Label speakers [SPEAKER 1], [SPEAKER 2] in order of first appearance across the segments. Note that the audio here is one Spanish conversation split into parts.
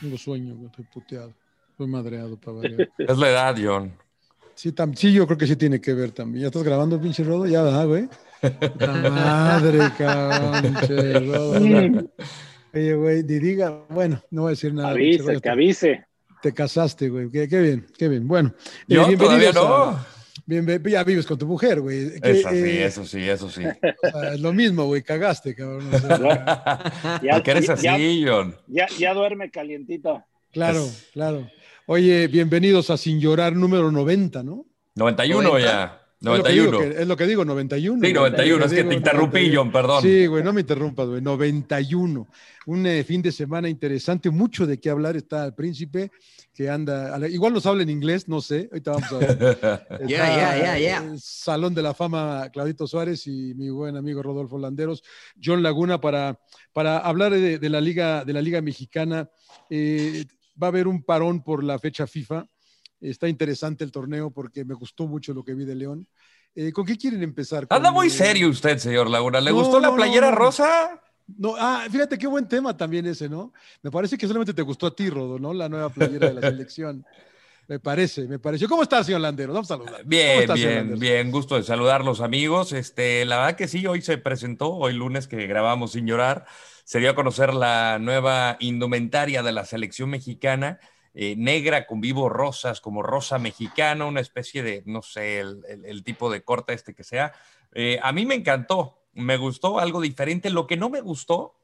[SPEAKER 1] Tengo sueño, güey, estoy puteado. Estoy madreado para variar.
[SPEAKER 2] Es la edad, John.
[SPEAKER 1] Sí, tam, sí, yo creo que sí tiene que ver también. ¿Ya estás grabando, pinche Rodo? Ya, ¿verdad, güey? La madre, cabrón, pinche Rodo. Oye, güey, ni diga, bueno, no voy a decir nada.
[SPEAKER 3] Avise,
[SPEAKER 1] pinche Rodo,
[SPEAKER 3] que avise.
[SPEAKER 1] Te casaste, güey. Qué, qué bien, qué bien. Bueno, eh,
[SPEAKER 2] Yo
[SPEAKER 1] bienvenidos
[SPEAKER 2] todavía
[SPEAKER 1] a-
[SPEAKER 2] no.
[SPEAKER 1] bienve- ya vives con tu mujer, güey. Que,
[SPEAKER 2] Eso sí,
[SPEAKER 1] eh,
[SPEAKER 2] eso sí, eso sí.
[SPEAKER 1] o sea, es lo mismo, güey, cagaste, cabrón. o sea,
[SPEAKER 3] Ya-
[SPEAKER 2] Porque eres
[SPEAKER 3] ya-
[SPEAKER 2] así, John.
[SPEAKER 3] Ya, ya duerme calientito.
[SPEAKER 1] claro, claro. Oye, bienvenidos a Sin Llorar número 90, ¿no?
[SPEAKER 2] 91 ya.
[SPEAKER 1] ah, Es lo que digo,
[SPEAKER 2] 91.
[SPEAKER 1] que- eh, Es lo que digo, 91.
[SPEAKER 2] Sí, 91, es que te interrumpí, John, perdón.
[SPEAKER 1] Sí, güey, no me interrumpas, güey, 91. Un eh, fin de semana interesante, mucho de qué hablar está el príncipe, que anda, a la- igual nos habla en inglés, no sé, ahorita vamos a ver. Está,
[SPEAKER 4] Yeah, yeah, yeah, yeah.
[SPEAKER 1] eh, Salón de la Fama, Claudito Suárez y mi buen amigo Rodolfo Landeros, John Laguna, para, para hablar de, de la liga, de la Liga Mexicana. Eh, va a haber un parón por la fecha FIFA. Está interesante el torneo porque me gustó mucho lo que vi de León. Eh, ¿Con qué quieren empezar?
[SPEAKER 2] Anda
[SPEAKER 1] ¿Con,
[SPEAKER 2] muy
[SPEAKER 1] eh,
[SPEAKER 2] serio usted, señor Laguna. ¿Le
[SPEAKER 1] No,
[SPEAKER 2] gustó
[SPEAKER 1] no,
[SPEAKER 2] la
[SPEAKER 1] no,
[SPEAKER 2] playera
[SPEAKER 1] no.
[SPEAKER 2] rosa?
[SPEAKER 1] No, ah, fíjate qué buen tema también ese, ¿no? Me parece que solamente te gustó a ti, Rodo, ¿no? La nueva playera de la selección. Me parece, me pareció. ¿Cómo estás, señor Landeros? Vamos a saludar. ¿Cómo
[SPEAKER 2] Bien,
[SPEAKER 1] estás, señor
[SPEAKER 2] bien,
[SPEAKER 1] Landeros?
[SPEAKER 2] bien. Gusto de saludar los amigos. Este, la verdad que sí, hoy se presentó, hoy lunes que grabamos sin llorar, se dio a conocer la nueva indumentaria de la selección mexicana, eh, negra con vivos rosas, como rosa mexicana, una especie de, no sé, el, el- el tipo de corta este que sea. Eh, a mí me encantó, me gustó algo diferente. Lo que no me gustó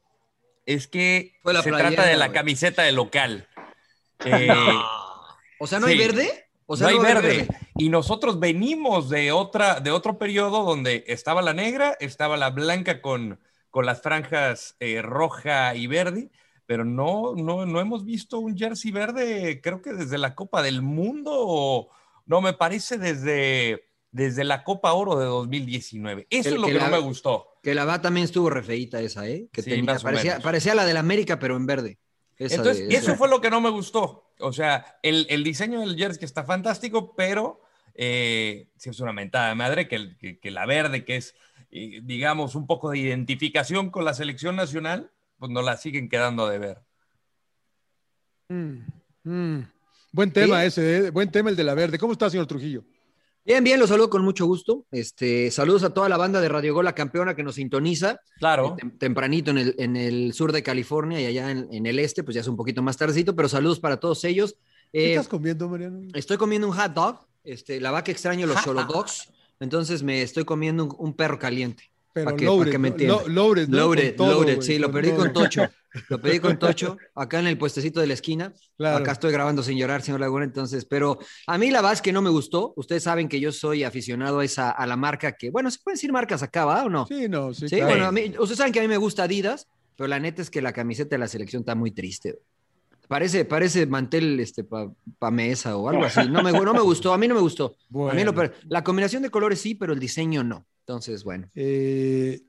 [SPEAKER 2] es que
[SPEAKER 4] Fue la
[SPEAKER 2] se
[SPEAKER 4] playera,
[SPEAKER 2] trata de la
[SPEAKER 4] güey.
[SPEAKER 2] camiseta de local. Eh,
[SPEAKER 4] O sea, ¿no hay
[SPEAKER 2] Sí.
[SPEAKER 4] verde? O sea,
[SPEAKER 2] no hay
[SPEAKER 4] va a haber
[SPEAKER 2] verde. Y nosotros venimos de otra, de otro periodo donde estaba la negra, estaba la blanca con, con las franjas eh, roja y verde, pero no, no, no hemos visto un jersey verde, creo que desde la Copa del Mundo, o- no, me parece desde, desde la Copa Oro de 2019. Eso
[SPEAKER 4] El
[SPEAKER 2] es lo
[SPEAKER 4] que
[SPEAKER 2] que,
[SPEAKER 4] la-
[SPEAKER 2] no me gustó.
[SPEAKER 4] Que la va también estuvo re feíta esa, ¿eh? Que
[SPEAKER 2] Sí,
[SPEAKER 4] tenía,
[SPEAKER 2] más o
[SPEAKER 4] parecía,
[SPEAKER 2] menos.
[SPEAKER 4] parecía la del América, pero en verde. Esa
[SPEAKER 2] Entonces,
[SPEAKER 4] de-
[SPEAKER 2] eso fue lo que no me gustó. O sea, el, el diseño del jersey que está fantástico, pero eh, sí es una mentada de madre que, el- que- que la verde, que es, eh, digamos, un poco de identificación con la selección nacional, pues no la siguen quedando de ver.
[SPEAKER 1] Mm, mm. Buen tema
[SPEAKER 4] Sí.
[SPEAKER 1] ese, eh, buen tema el de la verde. ¿Cómo está, señor Trujillo?
[SPEAKER 4] Bien, bien, los saludo con mucho gusto. Este, saludos a toda la banda de Radio Gol, la campeona que nos sintoniza.
[SPEAKER 2] Claro.
[SPEAKER 4] Tem- tempranito en el, en el sur de California y allá en, en el este, pues ya es un poquito más tardecito, pero saludos para todos ellos.
[SPEAKER 1] ¿Qué
[SPEAKER 4] Eh,
[SPEAKER 1] estás comiendo, Mariano?
[SPEAKER 4] estoy comiendo un hot dog, este, la vaca extraño los solo dogs, entonces me estoy comiendo un, un perro caliente.
[SPEAKER 1] Pero
[SPEAKER 4] pa' que-
[SPEAKER 1] loaded,
[SPEAKER 4] pa' que me
[SPEAKER 1] ¿no?
[SPEAKER 4] entienda.
[SPEAKER 1] Lo- loaded, ¿no?
[SPEAKER 4] loaded,
[SPEAKER 1] Con todo,
[SPEAKER 4] loaded,
[SPEAKER 1] güey,
[SPEAKER 4] sí, lo
[SPEAKER 1] con
[SPEAKER 4] pedí con
[SPEAKER 1] todo.
[SPEAKER 4] Tocho, lo pedí con Tocho, acá en el puestecito de la esquina.
[SPEAKER 1] Claro.
[SPEAKER 4] Acá estoy grabando sin llorar, señor Laguna, entonces, pero a mí la verdad es que no me gustó. Ustedes saben que yo soy aficionado a esa, a la marca que, bueno, se pueden decir marcas acá, ¿va o no?
[SPEAKER 1] Sí, no, sí,
[SPEAKER 4] Sí,
[SPEAKER 1] claro.
[SPEAKER 4] bueno, a mí, ustedes saben que a mí me gusta Adidas, pero la neta es que la camiseta de la selección está muy triste. Parece, parece mantel este, pa, pa mesa o algo así. No me, no me gustó, a mí no me gustó. A mí
[SPEAKER 1] Bueno.
[SPEAKER 4] lo per- la combinación de colores sí, pero el diseño no. Entonces, bueno.
[SPEAKER 1] Eh,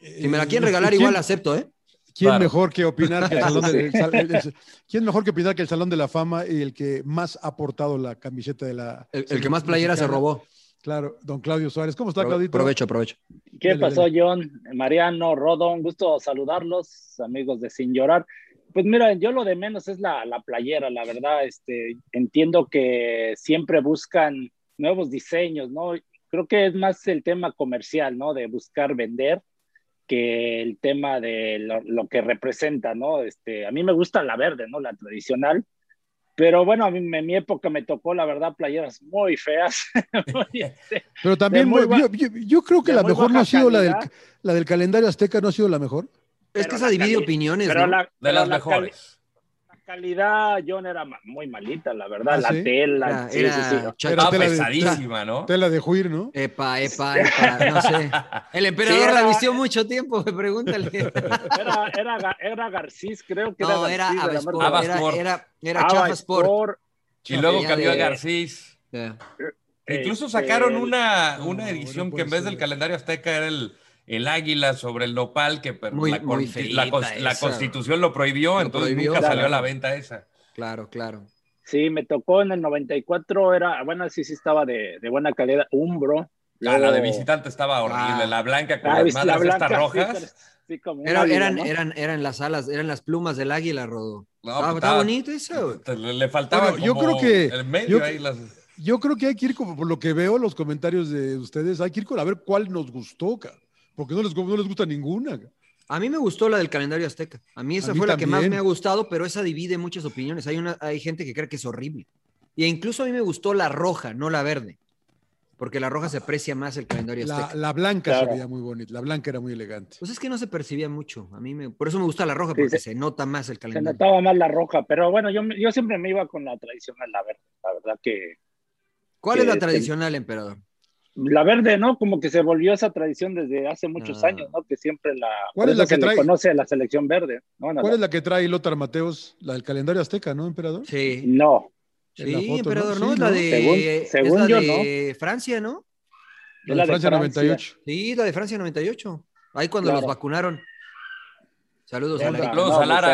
[SPEAKER 4] Si me la quieren
[SPEAKER 1] eh,
[SPEAKER 4] regalar,
[SPEAKER 1] ¿quién-
[SPEAKER 4] igual la acepto, ¿eh?
[SPEAKER 1] ¿Quién
[SPEAKER 2] Claro.
[SPEAKER 1] mejor que opinar que el Salón de, el sal- el- el- quién mejor que opinar que el Salón de la Fama y el que más ha portado la camiseta de la
[SPEAKER 4] El, el que más playera se
[SPEAKER 1] mexicana?
[SPEAKER 4] robó.
[SPEAKER 1] Claro, don Claudio Suárez. ¿Cómo está,
[SPEAKER 4] Pro-
[SPEAKER 1] Claudito?
[SPEAKER 4] provecho, provecho.
[SPEAKER 3] ¿Qué
[SPEAKER 1] Dale,
[SPEAKER 3] pasó,
[SPEAKER 1] dale.
[SPEAKER 3] John? Mariano, Rodo, un gusto saludarlos, amigos de Sin Llorar. Pues mira, yo lo de menos es la, la playera, la verdad. Este, entiendo que siempre buscan nuevos diseños, ¿no? Creo que es más el tema comercial, ¿no? De buscar vender que el tema de lo, lo que representa, ¿no? Este, a mí me gusta la verde, ¿no? La tradicional. Pero bueno, a mí en mi época me tocó, la verdad, playeras muy feas. muy, este,
[SPEAKER 1] Pero también,
[SPEAKER 3] muy
[SPEAKER 1] yo, yo- yo creo que
[SPEAKER 3] de
[SPEAKER 1] la
[SPEAKER 3] muy
[SPEAKER 1] mejor no
[SPEAKER 3] baja
[SPEAKER 1] ha sido la del,
[SPEAKER 3] calidad.
[SPEAKER 1] la del calendario azteca, ¿no ha sido la mejor?
[SPEAKER 4] Es que esa divide opiniones,
[SPEAKER 3] pero
[SPEAKER 4] ¿no?
[SPEAKER 3] la-
[SPEAKER 4] De
[SPEAKER 3] pero
[SPEAKER 4] las
[SPEAKER 3] la
[SPEAKER 4] mejores.
[SPEAKER 3] cali- la calidad, John, era ma- muy malita, la verdad.
[SPEAKER 1] Ah,
[SPEAKER 3] la
[SPEAKER 1] ¿sí?
[SPEAKER 3] tela,
[SPEAKER 4] Era-
[SPEAKER 3] sí,
[SPEAKER 4] era
[SPEAKER 3] sí, sí.
[SPEAKER 4] chaqueta.
[SPEAKER 2] Estaba
[SPEAKER 1] tela de-
[SPEAKER 2] pesadísima, ¿no?
[SPEAKER 1] Tela de juir, ¿no?
[SPEAKER 4] Epa, epa, epa, no sé. El emperador
[SPEAKER 3] Sí, era-
[SPEAKER 4] la vistió mucho tiempo, pregúntale.
[SPEAKER 3] Era, era, Ga- era Garcís, creo que
[SPEAKER 4] No,
[SPEAKER 3] era
[SPEAKER 4] era
[SPEAKER 3] Garcís. de la
[SPEAKER 4] Avasport,
[SPEAKER 3] marca-
[SPEAKER 4] era,
[SPEAKER 2] Avasport.
[SPEAKER 4] era, era
[SPEAKER 3] Ava
[SPEAKER 4] Chafa Sport.
[SPEAKER 3] Sport,
[SPEAKER 2] Y luego
[SPEAKER 4] Ya
[SPEAKER 2] cambió a
[SPEAKER 4] de-
[SPEAKER 2] Garcís.
[SPEAKER 4] Ya.
[SPEAKER 2] Incluso
[SPEAKER 3] Este,
[SPEAKER 2] sacaron
[SPEAKER 3] el-
[SPEAKER 2] una,
[SPEAKER 1] No,
[SPEAKER 2] una
[SPEAKER 1] no
[SPEAKER 2] edición que
[SPEAKER 1] puede
[SPEAKER 2] en vez
[SPEAKER 1] ser.
[SPEAKER 2] del calendario azteca era el, el águila sobre el nopal, que per-
[SPEAKER 4] Muy-
[SPEAKER 2] la,
[SPEAKER 4] muy
[SPEAKER 2] conti-
[SPEAKER 4] feíta
[SPEAKER 2] la cons- la
[SPEAKER 4] esa.
[SPEAKER 2] constitución lo prohibió,
[SPEAKER 4] Lo
[SPEAKER 2] entonces
[SPEAKER 4] prohibió,
[SPEAKER 2] nunca
[SPEAKER 4] claro.
[SPEAKER 2] salió a la venta esa.
[SPEAKER 4] Claro, claro.
[SPEAKER 3] Sí, me tocó en el 94, era, bueno, sí, sí estaba de, de buena calidad, Umbro.
[SPEAKER 2] Ah, La, la de
[SPEAKER 3] Luego-
[SPEAKER 2] visitante estaba horrible,
[SPEAKER 4] Ah.
[SPEAKER 2] la blanca con
[SPEAKER 3] Ah,
[SPEAKER 2] las
[SPEAKER 3] ¿viste la
[SPEAKER 2] madres estas
[SPEAKER 3] blanca, sí,
[SPEAKER 2] rojas.
[SPEAKER 3] pero- sí, como un
[SPEAKER 4] Era-
[SPEAKER 3] águila,
[SPEAKER 4] eran,
[SPEAKER 3] ¿no?
[SPEAKER 4] eran, eran las alas, eran las plumas del águila, Rodo.
[SPEAKER 2] No,
[SPEAKER 4] Estaba-
[SPEAKER 2] pues,
[SPEAKER 4] está
[SPEAKER 2] estaba-
[SPEAKER 4] bonito eso.
[SPEAKER 2] te- Le, le faltaba
[SPEAKER 1] Bueno, yo
[SPEAKER 2] como
[SPEAKER 1] creo que-
[SPEAKER 2] el medio
[SPEAKER 1] yo-
[SPEAKER 2] ahí las-
[SPEAKER 1] Yo creo que hay que ir, como por lo que veo los comentarios de ustedes, hay que ir con a ver cuál nos gustó, ca, porque no les, no les gusta ninguna. ca.
[SPEAKER 4] A mí me gustó la del calendario azteca. A mí esa
[SPEAKER 1] A mí
[SPEAKER 4] fue la que más
[SPEAKER 1] también.
[SPEAKER 4] me ha gustado, pero esa divide muchas opiniones. Hay, una, hay gente que cree que es horrible. Y incluso a mí me gustó la roja, no la verde. Porque la roja se aprecia más el calendario
[SPEAKER 1] La,
[SPEAKER 4] azteca.
[SPEAKER 1] la blanca
[SPEAKER 3] Claro.
[SPEAKER 1] se veía muy bonita, la blanca era muy elegante.
[SPEAKER 4] Pues es que no se percibía mucho. A mí me, por eso me gusta la roja,
[SPEAKER 3] Sí,
[SPEAKER 4] porque
[SPEAKER 3] se-
[SPEAKER 4] se nota más el
[SPEAKER 3] Se
[SPEAKER 4] calendario.
[SPEAKER 3] notaba más la roja, pero bueno, yo, me- yo siempre me iba con la tradicional, la verde, la verdad que
[SPEAKER 4] ¿Cuál es la
[SPEAKER 3] que-
[SPEAKER 4] tradicional, emperador?
[SPEAKER 3] la verde, ¿no? Como que se volvió esa tradición desde hace muchos
[SPEAKER 4] Ah.
[SPEAKER 3] años, ¿no? Que siempre la,
[SPEAKER 1] ¿Cuál
[SPEAKER 3] por
[SPEAKER 1] es la
[SPEAKER 3] eso se
[SPEAKER 1] que
[SPEAKER 3] le
[SPEAKER 1] trae?
[SPEAKER 3] conoce a la selección verde, ¿no? No,
[SPEAKER 1] ¿Cuál es
[SPEAKER 3] la-
[SPEAKER 1] la que trae Lothar Mateos? La del calendario azteca, ¿no, emperador?
[SPEAKER 4] Sí.
[SPEAKER 3] no,
[SPEAKER 1] En
[SPEAKER 4] Sí,
[SPEAKER 1] la foto, ¿no?
[SPEAKER 4] emperador, ¿no?
[SPEAKER 1] Sí,
[SPEAKER 4] Es la
[SPEAKER 1] ¿no?
[SPEAKER 4] de,
[SPEAKER 3] Según-
[SPEAKER 4] es
[SPEAKER 3] según
[SPEAKER 4] la
[SPEAKER 3] yo,
[SPEAKER 4] de Francia, ¿no?
[SPEAKER 1] La
[SPEAKER 3] es
[SPEAKER 1] de
[SPEAKER 3] la de
[SPEAKER 1] Francia
[SPEAKER 3] Francia.
[SPEAKER 1] 98.
[SPEAKER 4] Sí, la de Francia 98. Ahí cuando
[SPEAKER 3] Claro.
[SPEAKER 4] los vacunaron. Saludos,
[SPEAKER 3] la-
[SPEAKER 4] Olga.
[SPEAKER 2] Saludos a
[SPEAKER 3] pues,
[SPEAKER 2] Lara.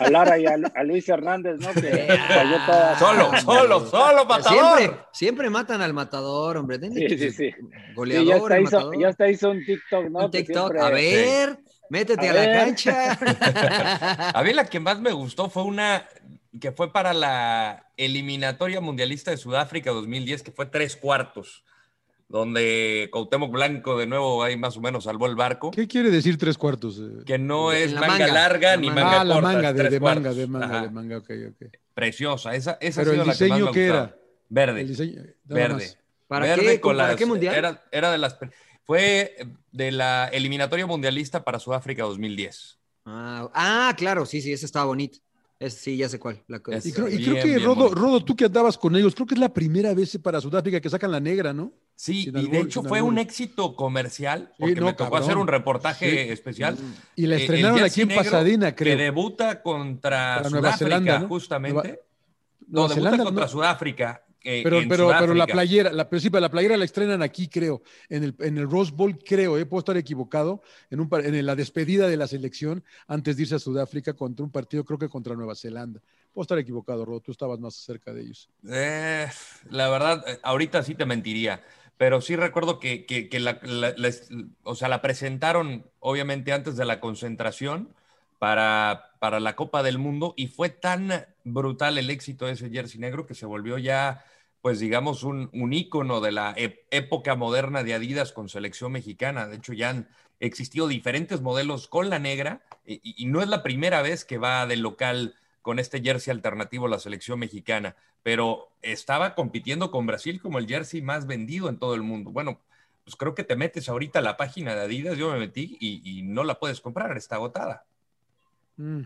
[SPEAKER 3] a- a Lara y a, a Luis Hernández, ¿no? Que cayó toda-
[SPEAKER 2] Solo, solo, solo, matador.
[SPEAKER 4] Siempre, siempre matan al matador, hombre. Denle
[SPEAKER 3] Sí,
[SPEAKER 4] que-
[SPEAKER 3] sí, sí.
[SPEAKER 4] Goleador,
[SPEAKER 3] Sí, ya, hasta
[SPEAKER 4] el
[SPEAKER 3] hizo,
[SPEAKER 4] matador.
[SPEAKER 3] ya hasta hizo un TikTok, ¿no?
[SPEAKER 4] Un
[SPEAKER 3] Que
[SPEAKER 4] TikTok.
[SPEAKER 3] siempre-
[SPEAKER 4] A ver, métete
[SPEAKER 3] A
[SPEAKER 4] a, la
[SPEAKER 3] ver.
[SPEAKER 4] cancha.
[SPEAKER 2] A mí la que más me gustó fue una que fue para la eliminatoria mundialista de Sudáfrica 2010, que fue tres cuartos, donde Cuauhtémoc Blanco de nuevo ahí más o menos salvó el barco,
[SPEAKER 1] ¿Qué quiere decir tres cuartos? eh?
[SPEAKER 2] que no
[SPEAKER 4] En
[SPEAKER 2] es
[SPEAKER 4] la
[SPEAKER 2] manga,
[SPEAKER 4] manga,
[SPEAKER 2] larga
[SPEAKER 4] la
[SPEAKER 2] ni
[SPEAKER 4] manga.
[SPEAKER 2] manga corta.
[SPEAKER 1] ah, la
[SPEAKER 2] es
[SPEAKER 1] manga, de,
[SPEAKER 2] tres
[SPEAKER 1] de manga,
[SPEAKER 2] cuartos.
[SPEAKER 1] de manga,
[SPEAKER 2] Ajá,
[SPEAKER 1] de manga, ok, ok.
[SPEAKER 2] Preciosa, esa, esa
[SPEAKER 1] Pero
[SPEAKER 2] ha
[SPEAKER 1] el
[SPEAKER 2] sido la que más me
[SPEAKER 1] diseño,
[SPEAKER 2] ha
[SPEAKER 1] ¿qué
[SPEAKER 2] gustado.
[SPEAKER 1] era?
[SPEAKER 2] Verde,
[SPEAKER 1] El diseño. eh, nada
[SPEAKER 2] verde.
[SPEAKER 1] más.
[SPEAKER 4] ¿Para
[SPEAKER 2] Verde
[SPEAKER 4] qué,
[SPEAKER 2] con
[SPEAKER 4] ¿Para
[SPEAKER 2] las-
[SPEAKER 4] qué mundial?
[SPEAKER 2] Era, era de las. Fue de la eliminatoria mundialista para Sudáfrica 2010.
[SPEAKER 4] Ah, ah, claro, sí, sí, esa estaba bonita. Es- sí, ya sé cuál. la que-
[SPEAKER 2] Esa.
[SPEAKER 1] Y creo, y
[SPEAKER 2] Bien,
[SPEAKER 1] creo que,
[SPEAKER 2] bien
[SPEAKER 1] Rodo,
[SPEAKER 2] bonito.
[SPEAKER 1] Rodo, tú que andabas con ellos, creo que es la primera vez para Sudáfrica que sacan la negra, ¿no?
[SPEAKER 2] Sí,
[SPEAKER 1] Sin
[SPEAKER 2] y
[SPEAKER 1] albur,
[SPEAKER 2] de hecho
[SPEAKER 1] sin
[SPEAKER 2] fue
[SPEAKER 1] albur.
[SPEAKER 2] un éxito comercial,
[SPEAKER 1] Sí,
[SPEAKER 2] porque
[SPEAKER 1] no,
[SPEAKER 2] me tocó
[SPEAKER 1] cabrón.
[SPEAKER 2] hacer un reportaje
[SPEAKER 1] Sí.
[SPEAKER 2] especial.
[SPEAKER 1] Y la
[SPEAKER 2] Eh, el
[SPEAKER 1] estrenaron aquí
[SPEAKER 2] Jersey
[SPEAKER 1] en
[SPEAKER 2] negro
[SPEAKER 1] Pasadena, creo.
[SPEAKER 2] Que debuta contra
[SPEAKER 1] Para Nueva
[SPEAKER 2] Sudáfrica,
[SPEAKER 1] Zelanda, ¿no?
[SPEAKER 2] justamente.
[SPEAKER 1] Nueva-
[SPEAKER 2] no,
[SPEAKER 1] Nueva
[SPEAKER 2] debuta
[SPEAKER 1] Zelanda,
[SPEAKER 2] contra
[SPEAKER 1] ¿no?
[SPEAKER 2] Sudáfrica. eh,
[SPEAKER 1] Pero,
[SPEAKER 2] en
[SPEAKER 1] pero, pero la
[SPEAKER 2] Sudáfrica.
[SPEAKER 1] playera, la, pero sí, pero la playera la estrenan aquí, creo, en el, en el Rose Bowl, creo, eh, puedo estar equivocado, en, un, par- en la despedida de la selección antes de irse a Sudáfrica contra un partido, creo que contra Nueva Zelanda. Puedo estar equivocado, Rodo, tú estabas más cerca de ellos.
[SPEAKER 2] Eh, la verdad, eh, ahorita sí te mentiría, pero sí recuerdo que, que- que la, la- la es- o sea, la presentaron obviamente antes de la concentración para, para la Copa del Mundo y fue tan brutal el éxito de ese jersey negro que se volvió ya, pues digamos, un, un ícono de la ep- época moderna de Adidas con selección mexicana. De hecho, ya han existido diferentes modelos con la negra y- y- y no es la primera vez que va del local con este jersey alternativo la selección mexicana, pero estaba compitiendo con Brasil como el jersey más vendido en todo el mundo. Bueno, pues creo que te metes ahorita a la página de Adidas, yo me metí y, y no la puedes comprar, está agotada.
[SPEAKER 1] Mm,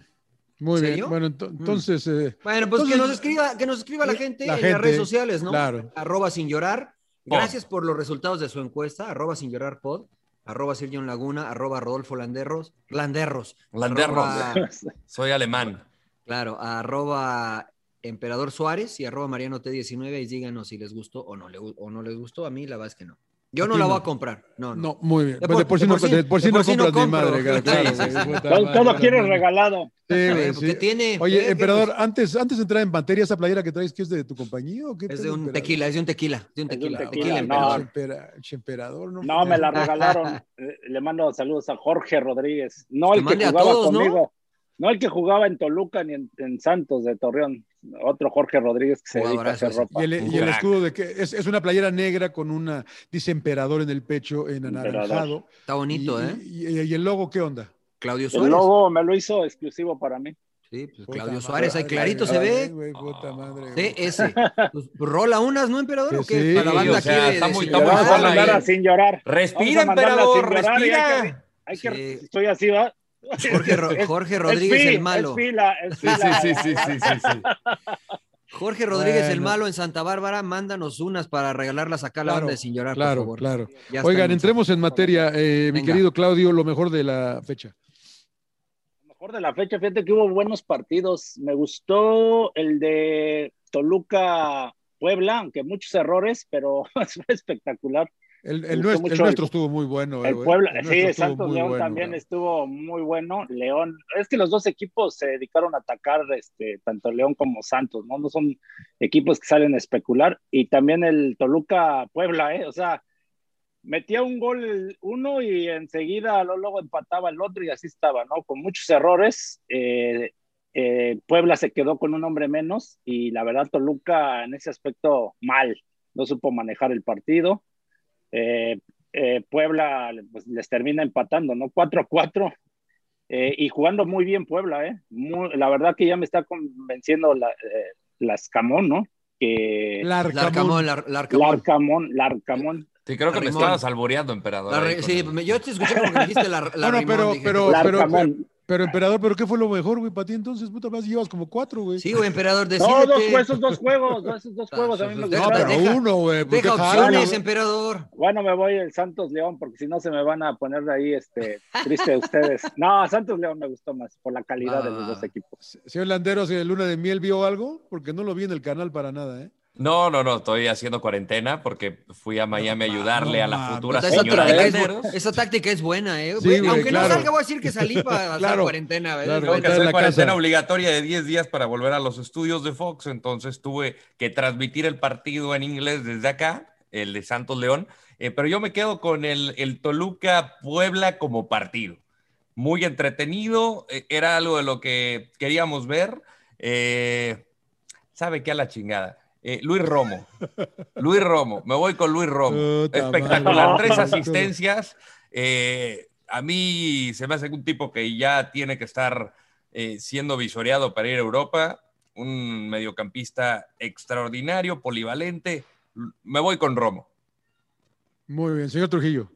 [SPEAKER 1] Muy
[SPEAKER 4] ¿En
[SPEAKER 1] bien,
[SPEAKER 4] serio? Mm.
[SPEAKER 1] bueno, ento- entonces, eh,
[SPEAKER 4] Bueno, pues que
[SPEAKER 1] Entonces- eh,
[SPEAKER 4] nos escriba, que nos escriba la gente
[SPEAKER 1] La
[SPEAKER 4] en
[SPEAKER 1] gente,
[SPEAKER 4] las redes sociales, ¿no?
[SPEAKER 1] claro.
[SPEAKER 4] Arroba sin llorar.
[SPEAKER 2] Pod.
[SPEAKER 4] Gracias por los resultados de su encuesta. Arroba sin llorar pod. Arroba Sir John Laguna. Arroba Rodolfo Landerros. Landerros.
[SPEAKER 2] Landerros.
[SPEAKER 4] Arroba-
[SPEAKER 2] Soy alemán.
[SPEAKER 4] claro. Arroba Emperador Suárez y arroba Mariano T19 y díganos si les gustó o no, le gu- o no les gustó. A mí la verdad es que no. Yo
[SPEAKER 1] A
[SPEAKER 4] no
[SPEAKER 1] ti
[SPEAKER 4] la
[SPEAKER 1] no.
[SPEAKER 4] voy a comprar. No, no.
[SPEAKER 1] no, muy bien.
[SPEAKER 4] De
[SPEAKER 1] Pues De
[SPEAKER 4] por-
[SPEAKER 1] por sí
[SPEAKER 4] de
[SPEAKER 1] no
[SPEAKER 4] por sí-
[SPEAKER 1] de por sí
[SPEAKER 4] de
[SPEAKER 1] no eh,
[SPEAKER 4] por sí no
[SPEAKER 1] compras ni
[SPEAKER 4] compro.
[SPEAKER 1] madre, cara, claro,
[SPEAKER 4] Sí, sí,
[SPEAKER 1] güey,
[SPEAKER 4] sí.
[SPEAKER 1] puta
[SPEAKER 3] Todo,
[SPEAKER 1] madre,
[SPEAKER 3] todo
[SPEAKER 1] no,
[SPEAKER 3] quiere
[SPEAKER 1] no, no.
[SPEAKER 3] regalado.
[SPEAKER 1] Sí,
[SPEAKER 4] Está
[SPEAKER 1] güey,
[SPEAKER 4] bien, porque
[SPEAKER 1] sí.
[SPEAKER 4] tiene- eh,
[SPEAKER 1] Oye,
[SPEAKER 4] que,
[SPEAKER 1] emperador,
[SPEAKER 4] pues,
[SPEAKER 1] antes, antes de entrar en materia, esa playera que traes, ¿qué es de tu compañía o qué?
[SPEAKER 4] es de
[SPEAKER 1] pedo,
[SPEAKER 4] un
[SPEAKER 1] emperador?
[SPEAKER 4] tequila, es de un tequila, de un
[SPEAKER 3] Es de un
[SPEAKER 4] tequila,
[SPEAKER 3] tequila,
[SPEAKER 4] tequila,
[SPEAKER 3] no.
[SPEAKER 4] emperador. Ah,
[SPEAKER 1] Empera- emperador, no.
[SPEAKER 3] No, me la regalaron. Eh, Le mando saludos a Jorge Rodríguez. No
[SPEAKER 4] Que
[SPEAKER 3] el que
[SPEAKER 4] mande a
[SPEAKER 3] jugaba
[SPEAKER 4] todos, ¿no?
[SPEAKER 3] conmigo. No el que jugaba en Toluca ni en, en Santos de Torreón. Otro Jorge Rodríguez que se dedica a hacer ropa.
[SPEAKER 1] Y el, y el escudo de que es, es una playera negra con una, dice emperador en el pecho, en
[SPEAKER 3] Emperador.
[SPEAKER 1] anaranjado.
[SPEAKER 4] Está bonito,
[SPEAKER 1] Y-
[SPEAKER 4] ¿eh?
[SPEAKER 1] Y, y- y el logo qué onda?
[SPEAKER 4] Claudio
[SPEAKER 3] El logo me lo hizo exclusivo para mí.
[SPEAKER 4] Sí, pues
[SPEAKER 1] Puta
[SPEAKER 4] Claudio
[SPEAKER 1] madre,
[SPEAKER 4] Suárez, ahí
[SPEAKER 1] madre,
[SPEAKER 4] clarito se
[SPEAKER 1] madre,
[SPEAKER 4] ve. Oh,
[SPEAKER 1] güey, puta madre, güey.
[SPEAKER 4] TS. Pues, rola unas, ¿no, emperador? ¿O qué?
[SPEAKER 1] sí,
[SPEAKER 4] Para la banda
[SPEAKER 2] o sea,
[SPEAKER 4] aquí de-
[SPEAKER 2] está
[SPEAKER 4] de
[SPEAKER 2] muy-
[SPEAKER 4] sin
[SPEAKER 2] está muy
[SPEAKER 4] llorar.
[SPEAKER 3] Vamos a
[SPEAKER 2] Ojalá,
[SPEAKER 3] mandarla
[SPEAKER 2] eh.
[SPEAKER 3] sin llorar.
[SPEAKER 2] Respira,
[SPEAKER 3] Vamos a mandarla
[SPEAKER 2] emperador,
[SPEAKER 3] sin llorar y hay
[SPEAKER 2] respira.
[SPEAKER 3] que- Hay que,
[SPEAKER 4] Sí.
[SPEAKER 3] estoy así, va.
[SPEAKER 4] Jorge, Ro-
[SPEAKER 3] Es-
[SPEAKER 4] Jorge
[SPEAKER 3] es
[SPEAKER 4] Rodríguez
[SPEAKER 3] fi,
[SPEAKER 4] el malo.
[SPEAKER 3] Es fila, es
[SPEAKER 2] Sí, sí,
[SPEAKER 3] fila.
[SPEAKER 2] sí, sí, sí, sí, sí.
[SPEAKER 4] Jorge Rodríguez el
[SPEAKER 1] Bueno.
[SPEAKER 4] malo en Santa Bárbara, mándanos unas para regalarlas acá a la
[SPEAKER 1] Claro,
[SPEAKER 4] banda de sin llorar, por
[SPEAKER 1] Claro,
[SPEAKER 4] favor.
[SPEAKER 1] claro.
[SPEAKER 4] Ya está
[SPEAKER 1] Oigan,
[SPEAKER 4] el mensaje.
[SPEAKER 1] entremos en materia, eh, mi
[SPEAKER 4] Venga.
[SPEAKER 1] querido Claudio, lo mejor de la fecha.
[SPEAKER 3] Lo mejor de la fecha, fíjate que hubo buenos partidos. Me gustó el de Toluca Puebla, aunque muchos errores, pero fue espectacular.
[SPEAKER 1] El, el
[SPEAKER 3] Me gustó
[SPEAKER 1] nuestro, el
[SPEAKER 3] mucho el-
[SPEAKER 1] nuestro estuvo muy bueno. eh,
[SPEAKER 3] El
[SPEAKER 1] güey.
[SPEAKER 3] Puebla,
[SPEAKER 1] El nuestro
[SPEAKER 3] sí,
[SPEAKER 1] estuvo
[SPEAKER 3] Santos
[SPEAKER 1] muy
[SPEAKER 3] León
[SPEAKER 1] bueno,
[SPEAKER 3] también
[SPEAKER 1] güey.
[SPEAKER 3] estuvo muy bueno. León, es que los dos equipos se dedicaron a atacar, este, tanto León como Santos, ¿no? No son equipos que salen a especular. Y también el Toluca Puebla, ¿eh? O sea, metía un gol el uno y enseguida lo- luego empataba el otro y así estaba, ¿no? Con muchos errores. eh, eh, Puebla se quedó con un hombre menos y la verdad Toluca en ese aspecto mal, no supo manejar el partido. Eh, eh, Puebla pues, les termina empatando, ¿no? 4 a 4. Eh, y jugando muy bien Puebla, ¿eh? Muy- la verdad que ya me está convenciendo la, eh, Lascamón, ¿no? Que
[SPEAKER 1] Larcamón.
[SPEAKER 4] Larcamón, Lar- Larcamón.
[SPEAKER 3] Larcamón, Larcamón.
[SPEAKER 2] Sí, creo que me
[SPEAKER 4] Rimón.
[SPEAKER 2] estabas alboreando, emperador.
[SPEAKER 4] Larre-
[SPEAKER 2] ahí con
[SPEAKER 4] sí,
[SPEAKER 2] el-
[SPEAKER 4] me- yo te escuché como que dijiste la, la
[SPEAKER 1] Bueno,
[SPEAKER 4] Rimón,
[SPEAKER 1] pero-
[SPEAKER 4] dije, "Pues,
[SPEAKER 1] pero-
[SPEAKER 4] "Puta".
[SPEAKER 3] Larcamón.
[SPEAKER 1] Pero, emperador, ¿pero qué fue lo mejor, güey, para ti entonces? Puta, más llevas como cuatro, güey.
[SPEAKER 4] Sí, güey, emperador,
[SPEAKER 3] No, dos
[SPEAKER 4] decídete.
[SPEAKER 3] juegos, dos juegos, dos, esos dos juegos a mí me
[SPEAKER 4] No,
[SPEAKER 1] no,
[SPEAKER 3] gustaron.
[SPEAKER 1] pero
[SPEAKER 4] deja-
[SPEAKER 1] uno, güey. pues,
[SPEAKER 4] Deja
[SPEAKER 1] qué jala,
[SPEAKER 4] opciones, em-
[SPEAKER 1] güey.
[SPEAKER 4] emperador.
[SPEAKER 3] Bueno, me voy el Santos León, porque si no se me van a poner ahí este, triste ustedes. No, Santos León me gustó más por la calidad de los
[SPEAKER 4] Ah.
[SPEAKER 3] dos equipos.
[SPEAKER 1] Señor Landeros, ¿en Luna de Miel vio algo? Porque no lo vi en el canal para nada, ¿eh?
[SPEAKER 2] No, no, no, estoy haciendo cuarentena porque fui a Miami a ayudarle a la
[SPEAKER 1] mames.
[SPEAKER 2] futura
[SPEAKER 4] Puta, esa,
[SPEAKER 2] señora
[SPEAKER 4] táctica es, bu-
[SPEAKER 2] Landeros.
[SPEAKER 4] esa táctica es buena, ¿eh?
[SPEAKER 1] Sí, güey,
[SPEAKER 4] Aunque
[SPEAKER 1] claro.
[SPEAKER 4] no salga, voy a decir que salí para hacer
[SPEAKER 1] Claro,
[SPEAKER 4] cuarentena, ¿verdad?
[SPEAKER 1] claro.
[SPEAKER 2] Tengo que
[SPEAKER 1] Está en
[SPEAKER 2] hacer
[SPEAKER 1] la
[SPEAKER 2] cuarentena
[SPEAKER 1] casa.
[SPEAKER 2] obligatoria de 10 días para volver a los estudios de Fox, entonces tuve que transmitir el partido en inglés desde acá, el de Santos León, eh, pero yo me quedo con el, el Toluca Puebla como partido. Muy entretenido, eh, era algo de lo que queríamos ver. eh, ¿Sabe qué a la chingada? Eh, Luis Romo, Luis Romo, me voy con Luis
[SPEAKER 4] Oh,
[SPEAKER 2] Romo.
[SPEAKER 1] Puta
[SPEAKER 2] Espectacular,
[SPEAKER 1] madre.
[SPEAKER 2] tres asistencias. eh, a mí se me hace un tipo que ya tiene que estar eh, siendo visoreado para ir a Europa, un mediocampista extraordinario, polivalente. L- Me voy con Romo.
[SPEAKER 1] Muy bien, señor Trujillo.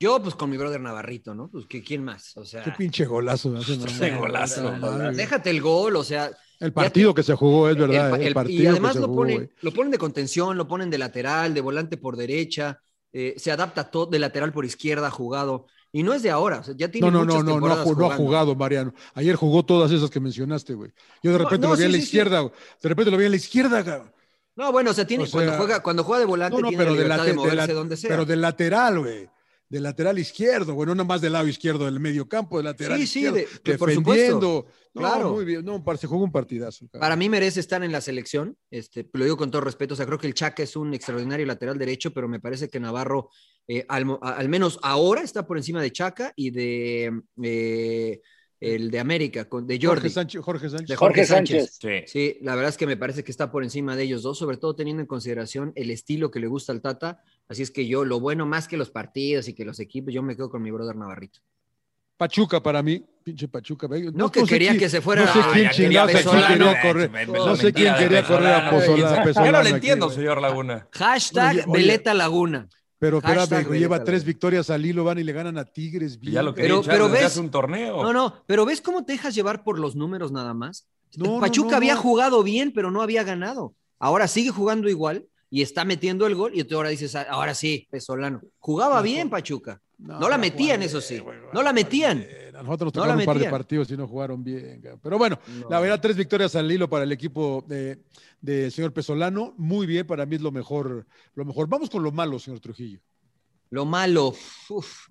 [SPEAKER 4] Yo, pues con mi brother Navarrito, ¿no? Pues, ¿qué- ¿quién más? O sea,
[SPEAKER 1] Qué pinche golazo. hace, no,
[SPEAKER 4] Qué
[SPEAKER 1] no,
[SPEAKER 2] golazo,
[SPEAKER 1] puta madre, güey.
[SPEAKER 4] déjate el gol, o sea,
[SPEAKER 1] El partido que se jugó, es
[SPEAKER 4] El
[SPEAKER 1] verdad.
[SPEAKER 4] pa-
[SPEAKER 1] eh, El,
[SPEAKER 4] el-
[SPEAKER 1] partido
[SPEAKER 4] y además
[SPEAKER 1] que se
[SPEAKER 4] lo
[SPEAKER 1] jugó, eh.
[SPEAKER 4] ponen,
[SPEAKER 1] güey.
[SPEAKER 4] lo ponen de contención, lo ponen de lateral, de volante por derecha, eh, se adapta todo de lateral por izquierda jugado. Y no es de ahora, o sea, ya tiene
[SPEAKER 1] No, no,
[SPEAKER 4] muchas
[SPEAKER 1] no, no, no, ha
[SPEAKER 4] temporadas
[SPEAKER 1] ju- no ha
[SPEAKER 4] jugando.
[SPEAKER 1] jugado Mariano. Ayer jugó todas esas que mencionaste, güey. Yo de
[SPEAKER 4] No,
[SPEAKER 1] repente
[SPEAKER 4] no,
[SPEAKER 1] lo vi
[SPEAKER 4] sí,
[SPEAKER 1] a la
[SPEAKER 4] sí, sí.
[SPEAKER 1] izquierda, güey. de repente lo vi a la izquierda, cabrón.
[SPEAKER 4] No, bueno, o sea, tiene,
[SPEAKER 1] O sea,
[SPEAKER 4] cuando, juega, cuando juega de volante
[SPEAKER 1] No, no,
[SPEAKER 4] tiene
[SPEAKER 1] pero
[SPEAKER 4] la
[SPEAKER 1] de,
[SPEAKER 4] libertad
[SPEAKER 1] late-
[SPEAKER 4] de,
[SPEAKER 1] de
[SPEAKER 4] moverse
[SPEAKER 1] la-
[SPEAKER 4] donde sea.
[SPEAKER 1] pero del lateral, güey. Del lateral izquierdo, güey. No nada más del lado izquierdo, del medio campo, del lateral
[SPEAKER 4] Sí, sí,
[SPEAKER 1] izquierdo.
[SPEAKER 4] de- de- por
[SPEAKER 1] defendiendo. No,
[SPEAKER 4] Claro.
[SPEAKER 1] muy bien. No, par- se jugó un partidazo. cabrón.
[SPEAKER 4] Para mí merece estar en la selección, este, lo digo con todo respeto, o sea, creo que el Chaca es un extraordinario lateral derecho, pero me parece que Navarro, eh, al, mo- a- al menos ahora, está por encima de Chaca y de eh, el de América, con, de Jordi.
[SPEAKER 1] Jorge Sánchez. Jorge Sánchez.
[SPEAKER 4] De Jorge
[SPEAKER 3] Jorge
[SPEAKER 4] Sánchez.
[SPEAKER 3] Sánchez.
[SPEAKER 2] Sí.
[SPEAKER 4] Sí, la verdad es que me parece que está por encima de ellos dos, sobre todo teniendo en consideración el estilo que le gusta al Tata. Así es que yo, lo bueno más que los partidos y que los equipos, yo me quedo con mi brother Navarrito.
[SPEAKER 1] Pachuca para mí. Pinche Pachuca. güey.
[SPEAKER 4] No, que
[SPEAKER 1] sé
[SPEAKER 4] quería
[SPEAKER 1] quién-
[SPEAKER 4] que se fuera-
[SPEAKER 1] pues No sé
[SPEAKER 4] Ah,
[SPEAKER 1] quién
[SPEAKER 2] ya quería
[SPEAKER 1] chingados aquí
[SPEAKER 4] Pesolano.
[SPEAKER 1] quería correr.
[SPEAKER 2] Me- me-
[SPEAKER 1] No sé
[SPEAKER 2] mentira
[SPEAKER 1] quién
[SPEAKER 2] de
[SPEAKER 1] quería correr a
[SPEAKER 2] Pesolano.
[SPEAKER 1] Pozolano. a
[SPEAKER 2] Yo no
[SPEAKER 1] Pesolano
[SPEAKER 2] lo
[SPEAKER 1] aquí,
[SPEAKER 2] entiendo,
[SPEAKER 1] güey.
[SPEAKER 2] señor Laguna.
[SPEAKER 4] Hashtag
[SPEAKER 1] Oye, oye.
[SPEAKER 4] Veleta Laguna.
[SPEAKER 1] Pero
[SPEAKER 4] Hashtag
[SPEAKER 1] espérame, güey,
[SPEAKER 4] Veleta,
[SPEAKER 1] lleva tres
[SPEAKER 4] güey.
[SPEAKER 1] victorias al hilo, van y le ganan a Tigres.
[SPEAKER 2] Ya lo quería
[SPEAKER 4] Pero-
[SPEAKER 2] echar
[SPEAKER 4] pero
[SPEAKER 2] desde
[SPEAKER 4] ves-
[SPEAKER 2] hace un
[SPEAKER 1] Oh.
[SPEAKER 2] torneo.
[SPEAKER 4] No, no, pero ¿ves cómo te dejas llevar por los números nada más?
[SPEAKER 1] No, no,
[SPEAKER 4] Pachuca
[SPEAKER 1] no,
[SPEAKER 4] había
[SPEAKER 1] no.
[SPEAKER 4] jugado bien, pero no había ganado. Ahora sigue jugando igual y está metiendo el gol y tú ahora dices, "Ah, ahora sí, Pesolano. Jugaba bien Pachuca. No, la metían, eso sí. no la metían.
[SPEAKER 1] Eh, A nosotros nos
[SPEAKER 4] No la
[SPEAKER 1] tocaron un par de
[SPEAKER 4] metían.
[SPEAKER 1] partidos y no jugaron bien. cabrón. Pero bueno,
[SPEAKER 4] No.
[SPEAKER 1] la verdad, tres victorias al hilo para el equipo de, de señor Pesolano. Muy bien, para mí es lo mejor, lo mejor. Vamos con lo malo, señor Trujillo.
[SPEAKER 4] Lo malo. uf.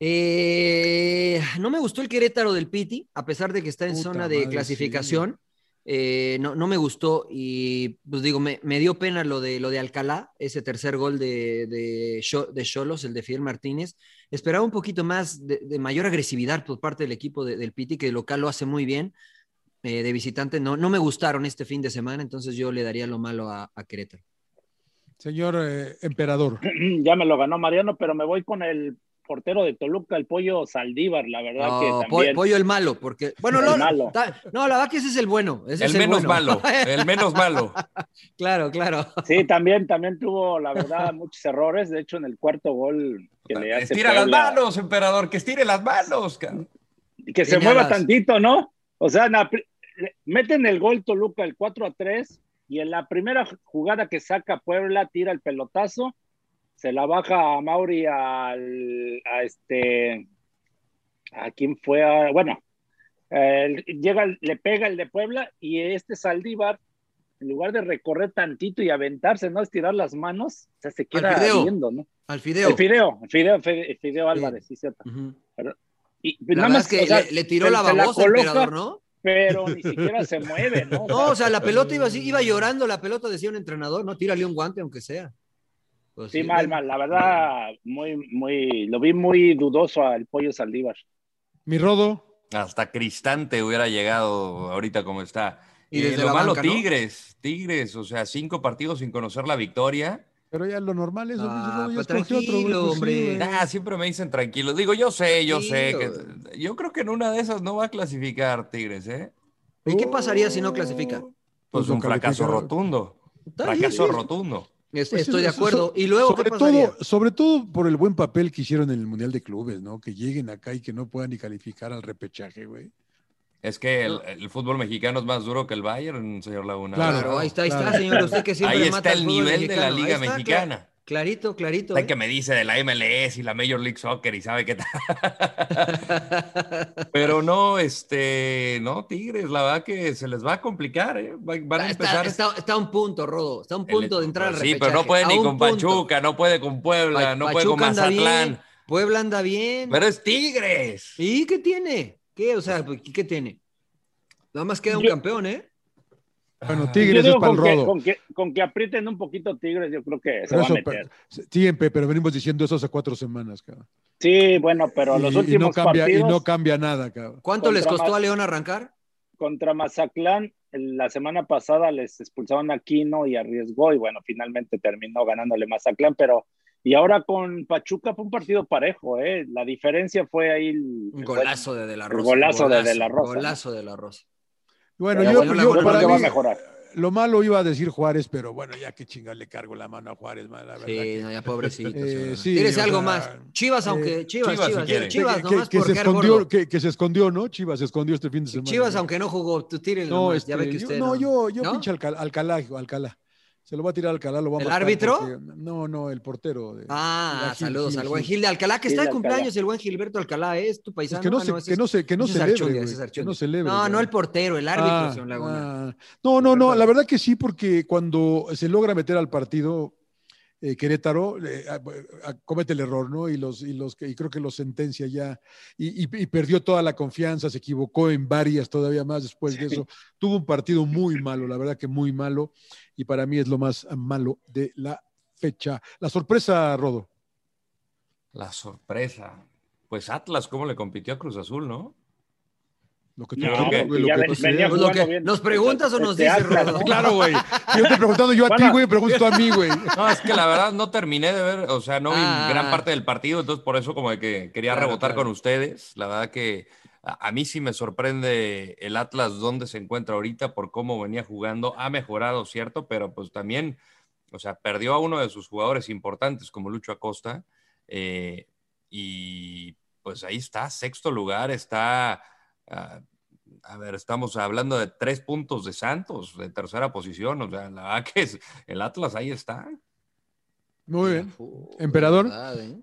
[SPEAKER 4] Eh, no me gustó el Querétaro del Piti, a pesar de que está en
[SPEAKER 1] Puta
[SPEAKER 4] zona de
[SPEAKER 1] madre,
[SPEAKER 4] clasificación. eh, no, no me gustó y pues digo, me, me dio pena lo de, lo de Alcalá, ese tercer gol de, de, Cho- de Cholos, el de Fidel Martínez. Esperaba un poquito más de, de mayor agresividad por parte del equipo de- del Piti, que de local lo hace muy bien. eh, de visitante no, no me gustaron este fin de semana, entonces yo le daría lo malo a, a Querétaro.
[SPEAKER 1] Señor eh, emperador.
[SPEAKER 3] ya me lo ganó Mariano, pero me voy con el portero de Toluca, el pollo Saldívar, la verdad que
[SPEAKER 4] No, po-
[SPEAKER 3] también.
[SPEAKER 4] pollo el malo, porque. Bueno,
[SPEAKER 3] El
[SPEAKER 4] no,
[SPEAKER 3] malo.
[SPEAKER 4] ta- no, la verdad que ese es el bueno. ese
[SPEAKER 2] El
[SPEAKER 4] es el
[SPEAKER 2] menos
[SPEAKER 4] bueno.
[SPEAKER 2] malo, el menos malo.
[SPEAKER 4] Claro, claro.
[SPEAKER 3] Sí, también, también tuvo, la verdad, muchos errores. De hecho, en el cuarto gol que le hace
[SPEAKER 2] Estira las
[SPEAKER 3] Puebla,
[SPEAKER 2] manos, emperador, que estire las manos. cabrón.
[SPEAKER 3] que se
[SPEAKER 2] Señalas.
[SPEAKER 3] mueva tantito, ¿no? O sea, en la pri- le- meten el gol Toluca, el 4 a 3, y en la primera jugada que saca Puebla, tira el pelotazo, se la baja a Mauri al, a este, a quien fue, a- bueno, eh, llega, el- le pega el de Puebla, y este Saldívar, en lugar de recorrer tantito y aventarse, ¿no? Estirar las manos, o sea, se queda
[SPEAKER 4] fideo.
[SPEAKER 3] viendo, ¿no?
[SPEAKER 4] Al fideo.
[SPEAKER 3] El fideo, el fideo, el fideo Álvarez, sí, cierto.
[SPEAKER 4] Ujú.
[SPEAKER 3] Pero- y-
[SPEAKER 4] La
[SPEAKER 3] Pues nada
[SPEAKER 4] verdad
[SPEAKER 3] más
[SPEAKER 4] es que
[SPEAKER 3] o sea,
[SPEAKER 4] le, le tiró
[SPEAKER 3] se-
[SPEAKER 4] la
[SPEAKER 3] se
[SPEAKER 4] babosa,
[SPEAKER 3] coloca,
[SPEAKER 4] emperador, ¿no?
[SPEAKER 3] Pero ni siquiera se mueve, ¿no?
[SPEAKER 4] No, o sea, la pelota iba así, iba llorando la pelota, decía un entrenador, no, tírale un guante aunque sea. Pues
[SPEAKER 3] Sí, mal, mal. La verdad, muy, muy, lo vi muy dudoso al pollo Saldívar.
[SPEAKER 1] Mi rodo.
[SPEAKER 2] Hasta Cristante hubiera llegado ahorita como está.
[SPEAKER 1] Y
[SPEAKER 2] Y
[SPEAKER 1] desde
[SPEAKER 2] lo
[SPEAKER 1] la
[SPEAKER 2] malo,
[SPEAKER 1] banca, ¿no?
[SPEAKER 2] Tigres, Tigres, o sea, cinco partidos sin conocer la victoria.
[SPEAKER 1] Pero ya lo normal es.
[SPEAKER 4] Ah, pues
[SPEAKER 1] no, güey,
[SPEAKER 4] tranquilo,
[SPEAKER 1] pues sí,
[SPEAKER 4] hombre.
[SPEAKER 1] güey.
[SPEAKER 2] Ah, siempre me dicen tranquilo. Digo, yo sé, yo sé.
[SPEAKER 4] Tranquilo.
[SPEAKER 2] que- yo creo que en una de esas no va a clasificar Tigres, ¿eh?
[SPEAKER 4] ¿Y qué pasaría si no clasifica?
[SPEAKER 2] Pues
[SPEAKER 1] no
[SPEAKER 2] un fracaso
[SPEAKER 1] Oh. califica.
[SPEAKER 2] rotundo.
[SPEAKER 4] Está bien,
[SPEAKER 2] Fracaso
[SPEAKER 4] sí.
[SPEAKER 2] rotundo.
[SPEAKER 4] Es-
[SPEAKER 1] Pues
[SPEAKER 4] Estoy
[SPEAKER 1] sí,
[SPEAKER 4] de
[SPEAKER 1] so-
[SPEAKER 4] acuerdo.
[SPEAKER 1] so-
[SPEAKER 4] ¿Y luego
[SPEAKER 1] sobre
[SPEAKER 4] qué pasaría?
[SPEAKER 1] Todo, sobre todo por el buen papel que hicieron en el Mundial de Clubes, ¿no? Que lleguen acá y que no puedan ni calificar al repechaje, güey.
[SPEAKER 2] Es que el, el fútbol mexicano es más duro que el Bayern, señor Laguna.
[SPEAKER 1] Claro,
[SPEAKER 4] Claro, ahí está, ahí está,
[SPEAKER 1] claro.
[SPEAKER 4] señor. Usted que siempre
[SPEAKER 2] Ahí
[SPEAKER 4] mata
[SPEAKER 2] está
[SPEAKER 4] al
[SPEAKER 2] el
[SPEAKER 4] fútbol
[SPEAKER 2] nivel de la
[SPEAKER 4] mexicano.
[SPEAKER 2] Liga
[SPEAKER 4] Ahí está,
[SPEAKER 2] Mexicana.
[SPEAKER 4] cla- Clarito, clarito.
[SPEAKER 2] Usted
[SPEAKER 4] ¿eh?
[SPEAKER 2] que me dice de la MLS y la Major League Soccer y sabe qué tal. Pero no, este, no, Tigres, la verdad que se les va a complicar, ¿eh? Va- Van a
[SPEAKER 4] Está-
[SPEAKER 2] empezar.
[SPEAKER 4] está, está a un punto, Rodo. Está a un
[SPEAKER 2] el-
[SPEAKER 4] punto de entrar al
[SPEAKER 2] Sí,
[SPEAKER 4] repechaje.
[SPEAKER 2] pero no puede
[SPEAKER 4] a
[SPEAKER 2] ni
[SPEAKER 4] un
[SPEAKER 2] con
[SPEAKER 4] punto.
[SPEAKER 2] Pachuca, no puede con Puebla,
[SPEAKER 4] Pa-
[SPEAKER 2] no puede con
[SPEAKER 4] Pachuca anda
[SPEAKER 2] Mazatlán.
[SPEAKER 4] bien, Puebla anda bien.
[SPEAKER 2] Pero es Tigres.
[SPEAKER 4] ¿Y qué tiene? ¿Qué? O sea, pues, ¿qué tiene? Nada más queda un
[SPEAKER 3] Yo-
[SPEAKER 4] campeón, ¿eh?
[SPEAKER 1] Bueno,
[SPEAKER 3] Yo
[SPEAKER 1] Tigres es
[SPEAKER 3] digo
[SPEAKER 1] para el
[SPEAKER 3] con, que,
[SPEAKER 1] rodo.
[SPEAKER 3] con, que, con que aprieten un poquito Tigres, yo creo que se
[SPEAKER 1] Pero
[SPEAKER 3] va a
[SPEAKER 1] eso,
[SPEAKER 3] meter.
[SPEAKER 1] pero- sí, Pepe, pero venimos diciendo eso hace cuatro semanas, cabrón.
[SPEAKER 3] Sí, bueno, pero los
[SPEAKER 1] Y- y, no
[SPEAKER 3] últimos
[SPEAKER 1] cambia, y
[SPEAKER 3] partidos
[SPEAKER 1] no cambia nada, cabrón.
[SPEAKER 4] ¿Cuánto les
[SPEAKER 3] Contra
[SPEAKER 4] costó
[SPEAKER 3] Ma-
[SPEAKER 4] a León arrancar?
[SPEAKER 3] contra Mazatlán, la semana pasada les expulsaron a Quino y arriesgó y bueno, finalmente terminó ganándole Mazatlán, pero y ahora con Pachuca fue un partido parejo, ¿eh? La diferencia fue ahí el,
[SPEAKER 4] Un golazo de De La
[SPEAKER 3] el
[SPEAKER 4] Rosa.
[SPEAKER 3] Pues, golazo de De La Rosa.
[SPEAKER 4] Golazo de La Rosa.
[SPEAKER 1] Bueno,
[SPEAKER 3] Pero
[SPEAKER 1] yo,
[SPEAKER 3] bueno,
[SPEAKER 1] yo-
[SPEAKER 3] bueno,
[SPEAKER 1] para
[SPEAKER 3] creo que va
[SPEAKER 1] mí,
[SPEAKER 3] a mejorar.
[SPEAKER 1] lo malo iba a decir Juárez, pero bueno, ya que chingada le cargo la mano a Juárez, ma, la verdad.
[SPEAKER 4] Sí, no, ya pobrecito.
[SPEAKER 1] Eh,
[SPEAKER 4] señor.
[SPEAKER 1] sí,
[SPEAKER 4] Tírese
[SPEAKER 1] o
[SPEAKER 4] algo
[SPEAKER 1] sea,
[SPEAKER 4] más. Chivas,
[SPEAKER 1] eh,
[SPEAKER 4] aunque. Chivas,
[SPEAKER 2] Chivas, si
[SPEAKER 4] Chivas.
[SPEAKER 2] quiere.
[SPEAKER 4] Chivas,
[SPEAKER 1] que,
[SPEAKER 4] nomás
[SPEAKER 1] que se
[SPEAKER 4] por quedar
[SPEAKER 1] escondió,
[SPEAKER 4] gordo.
[SPEAKER 1] que, que se escondió, ¿no? Chivas se escondió este fin de semana.
[SPEAKER 4] Chivas,
[SPEAKER 1] ¿no?
[SPEAKER 4] aunque no jugó, tú tírenlo.
[SPEAKER 1] No,
[SPEAKER 4] nomás,
[SPEAKER 1] este,
[SPEAKER 4] ya ve que
[SPEAKER 1] yo,
[SPEAKER 4] usted.
[SPEAKER 1] no, yo, yo
[SPEAKER 4] ¿No?
[SPEAKER 1] pinche Alcalá, Alcalá, hijo, Alcalá. Se lo va a tirar Alcalá, lo va a
[SPEAKER 4] ¿El
[SPEAKER 1] matar
[SPEAKER 4] árbitro?
[SPEAKER 1] porque- no, no, el portero. de-
[SPEAKER 4] Ah,
[SPEAKER 1] Ah, Gil,
[SPEAKER 4] saludos
[SPEAKER 1] Gil,
[SPEAKER 4] al buen
[SPEAKER 1] Gil.
[SPEAKER 4] Gil de Alcalá, que
[SPEAKER 3] Gil
[SPEAKER 4] está de
[SPEAKER 3] de Alcalá.
[SPEAKER 4] cumpleaños el buen Gilberto Alcalá, es tu
[SPEAKER 1] Es
[SPEAKER 4] paisano.
[SPEAKER 1] que no,
[SPEAKER 4] Ah,
[SPEAKER 1] se,
[SPEAKER 4] ese
[SPEAKER 1] que
[SPEAKER 4] es-
[SPEAKER 1] no se, que no
[SPEAKER 4] ese es
[SPEAKER 1] celebre,
[SPEAKER 4] Archundia,
[SPEAKER 1] güey,
[SPEAKER 4] ese es
[SPEAKER 1] que no
[SPEAKER 4] Archundia.
[SPEAKER 1] celebre.
[SPEAKER 4] No, no
[SPEAKER 1] güey.
[SPEAKER 4] el portero, el árbitro,
[SPEAKER 1] Ah,
[SPEAKER 4] señor Laguna.
[SPEAKER 1] ah. No, no, no, la verdad que sí, porque cuando se logra meter al partido eh, Querétaro, eh, a- a- comete el error, ¿no? Y, los, y, los, que- y creo que lo sentencia ya, y, y- y perdió toda la confianza, se equivocó en varias todavía más después de eso. Tuvo un partido muy malo, la verdad que muy malo, y para mí es lo más malo de la fecha. La sorpresa, Rodo.
[SPEAKER 2] La sorpresa. Pues Atlas, ¿cómo le compitió a Cruz Azul, no?
[SPEAKER 1] Lo que tú
[SPEAKER 3] No,
[SPEAKER 2] creo que-
[SPEAKER 1] güey,
[SPEAKER 3] porque ya
[SPEAKER 1] lo que
[SPEAKER 3] ven-
[SPEAKER 1] tú
[SPEAKER 3] venía
[SPEAKER 1] creas.
[SPEAKER 4] Pues lo
[SPEAKER 3] jugando
[SPEAKER 4] que-
[SPEAKER 3] bien.
[SPEAKER 4] ¿nos preguntas o nos
[SPEAKER 3] Este
[SPEAKER 4] dices,
[SPEAKER 3] Atlas,
[SPEAKER 4] Rodo?
[SPEAKER 3] ¿no?
[SPEAKER 1] Claro, güey. Yo te preguntando yo a ti,
[SPEAKER 3] Bueno.
[SPEAKER 1] güey, pregunto a mí, güey.
[SPEAKER 2] No, es que la verdad no terminé de ver, o sea, no vi
[SPEAKER 4] Ah.
[SPEAKER 2] gran parte del partido, entonces por eso como de que quería
[SPEAKER 4] Claro,
[SPEAKER 2] rebotar
[SPEAKER 4] claro.
[SPEAKER 2] con ustedes. La verdad que a, a mí sí me sorprende el Atlas donde se encuentra ahorita por cómo venía jugando. Ha mejorado, cierto, pero pues también, o sea, perdió a uno de sus jugadores importantes como Lucho Acosta. eh, y pues ahí está, sexto lugar, está... ah, a ver, estamos hablando de tres puntos de Santos, de tercera posición. O sea, la verdad que es, el Atlas ahí está.
[SPEAKER 1] Muy bien.
[SPEAKER 4] Fu-
[SPEAKER 1] Emperador.
[SPEAKER 4] de verdad, ¿eh?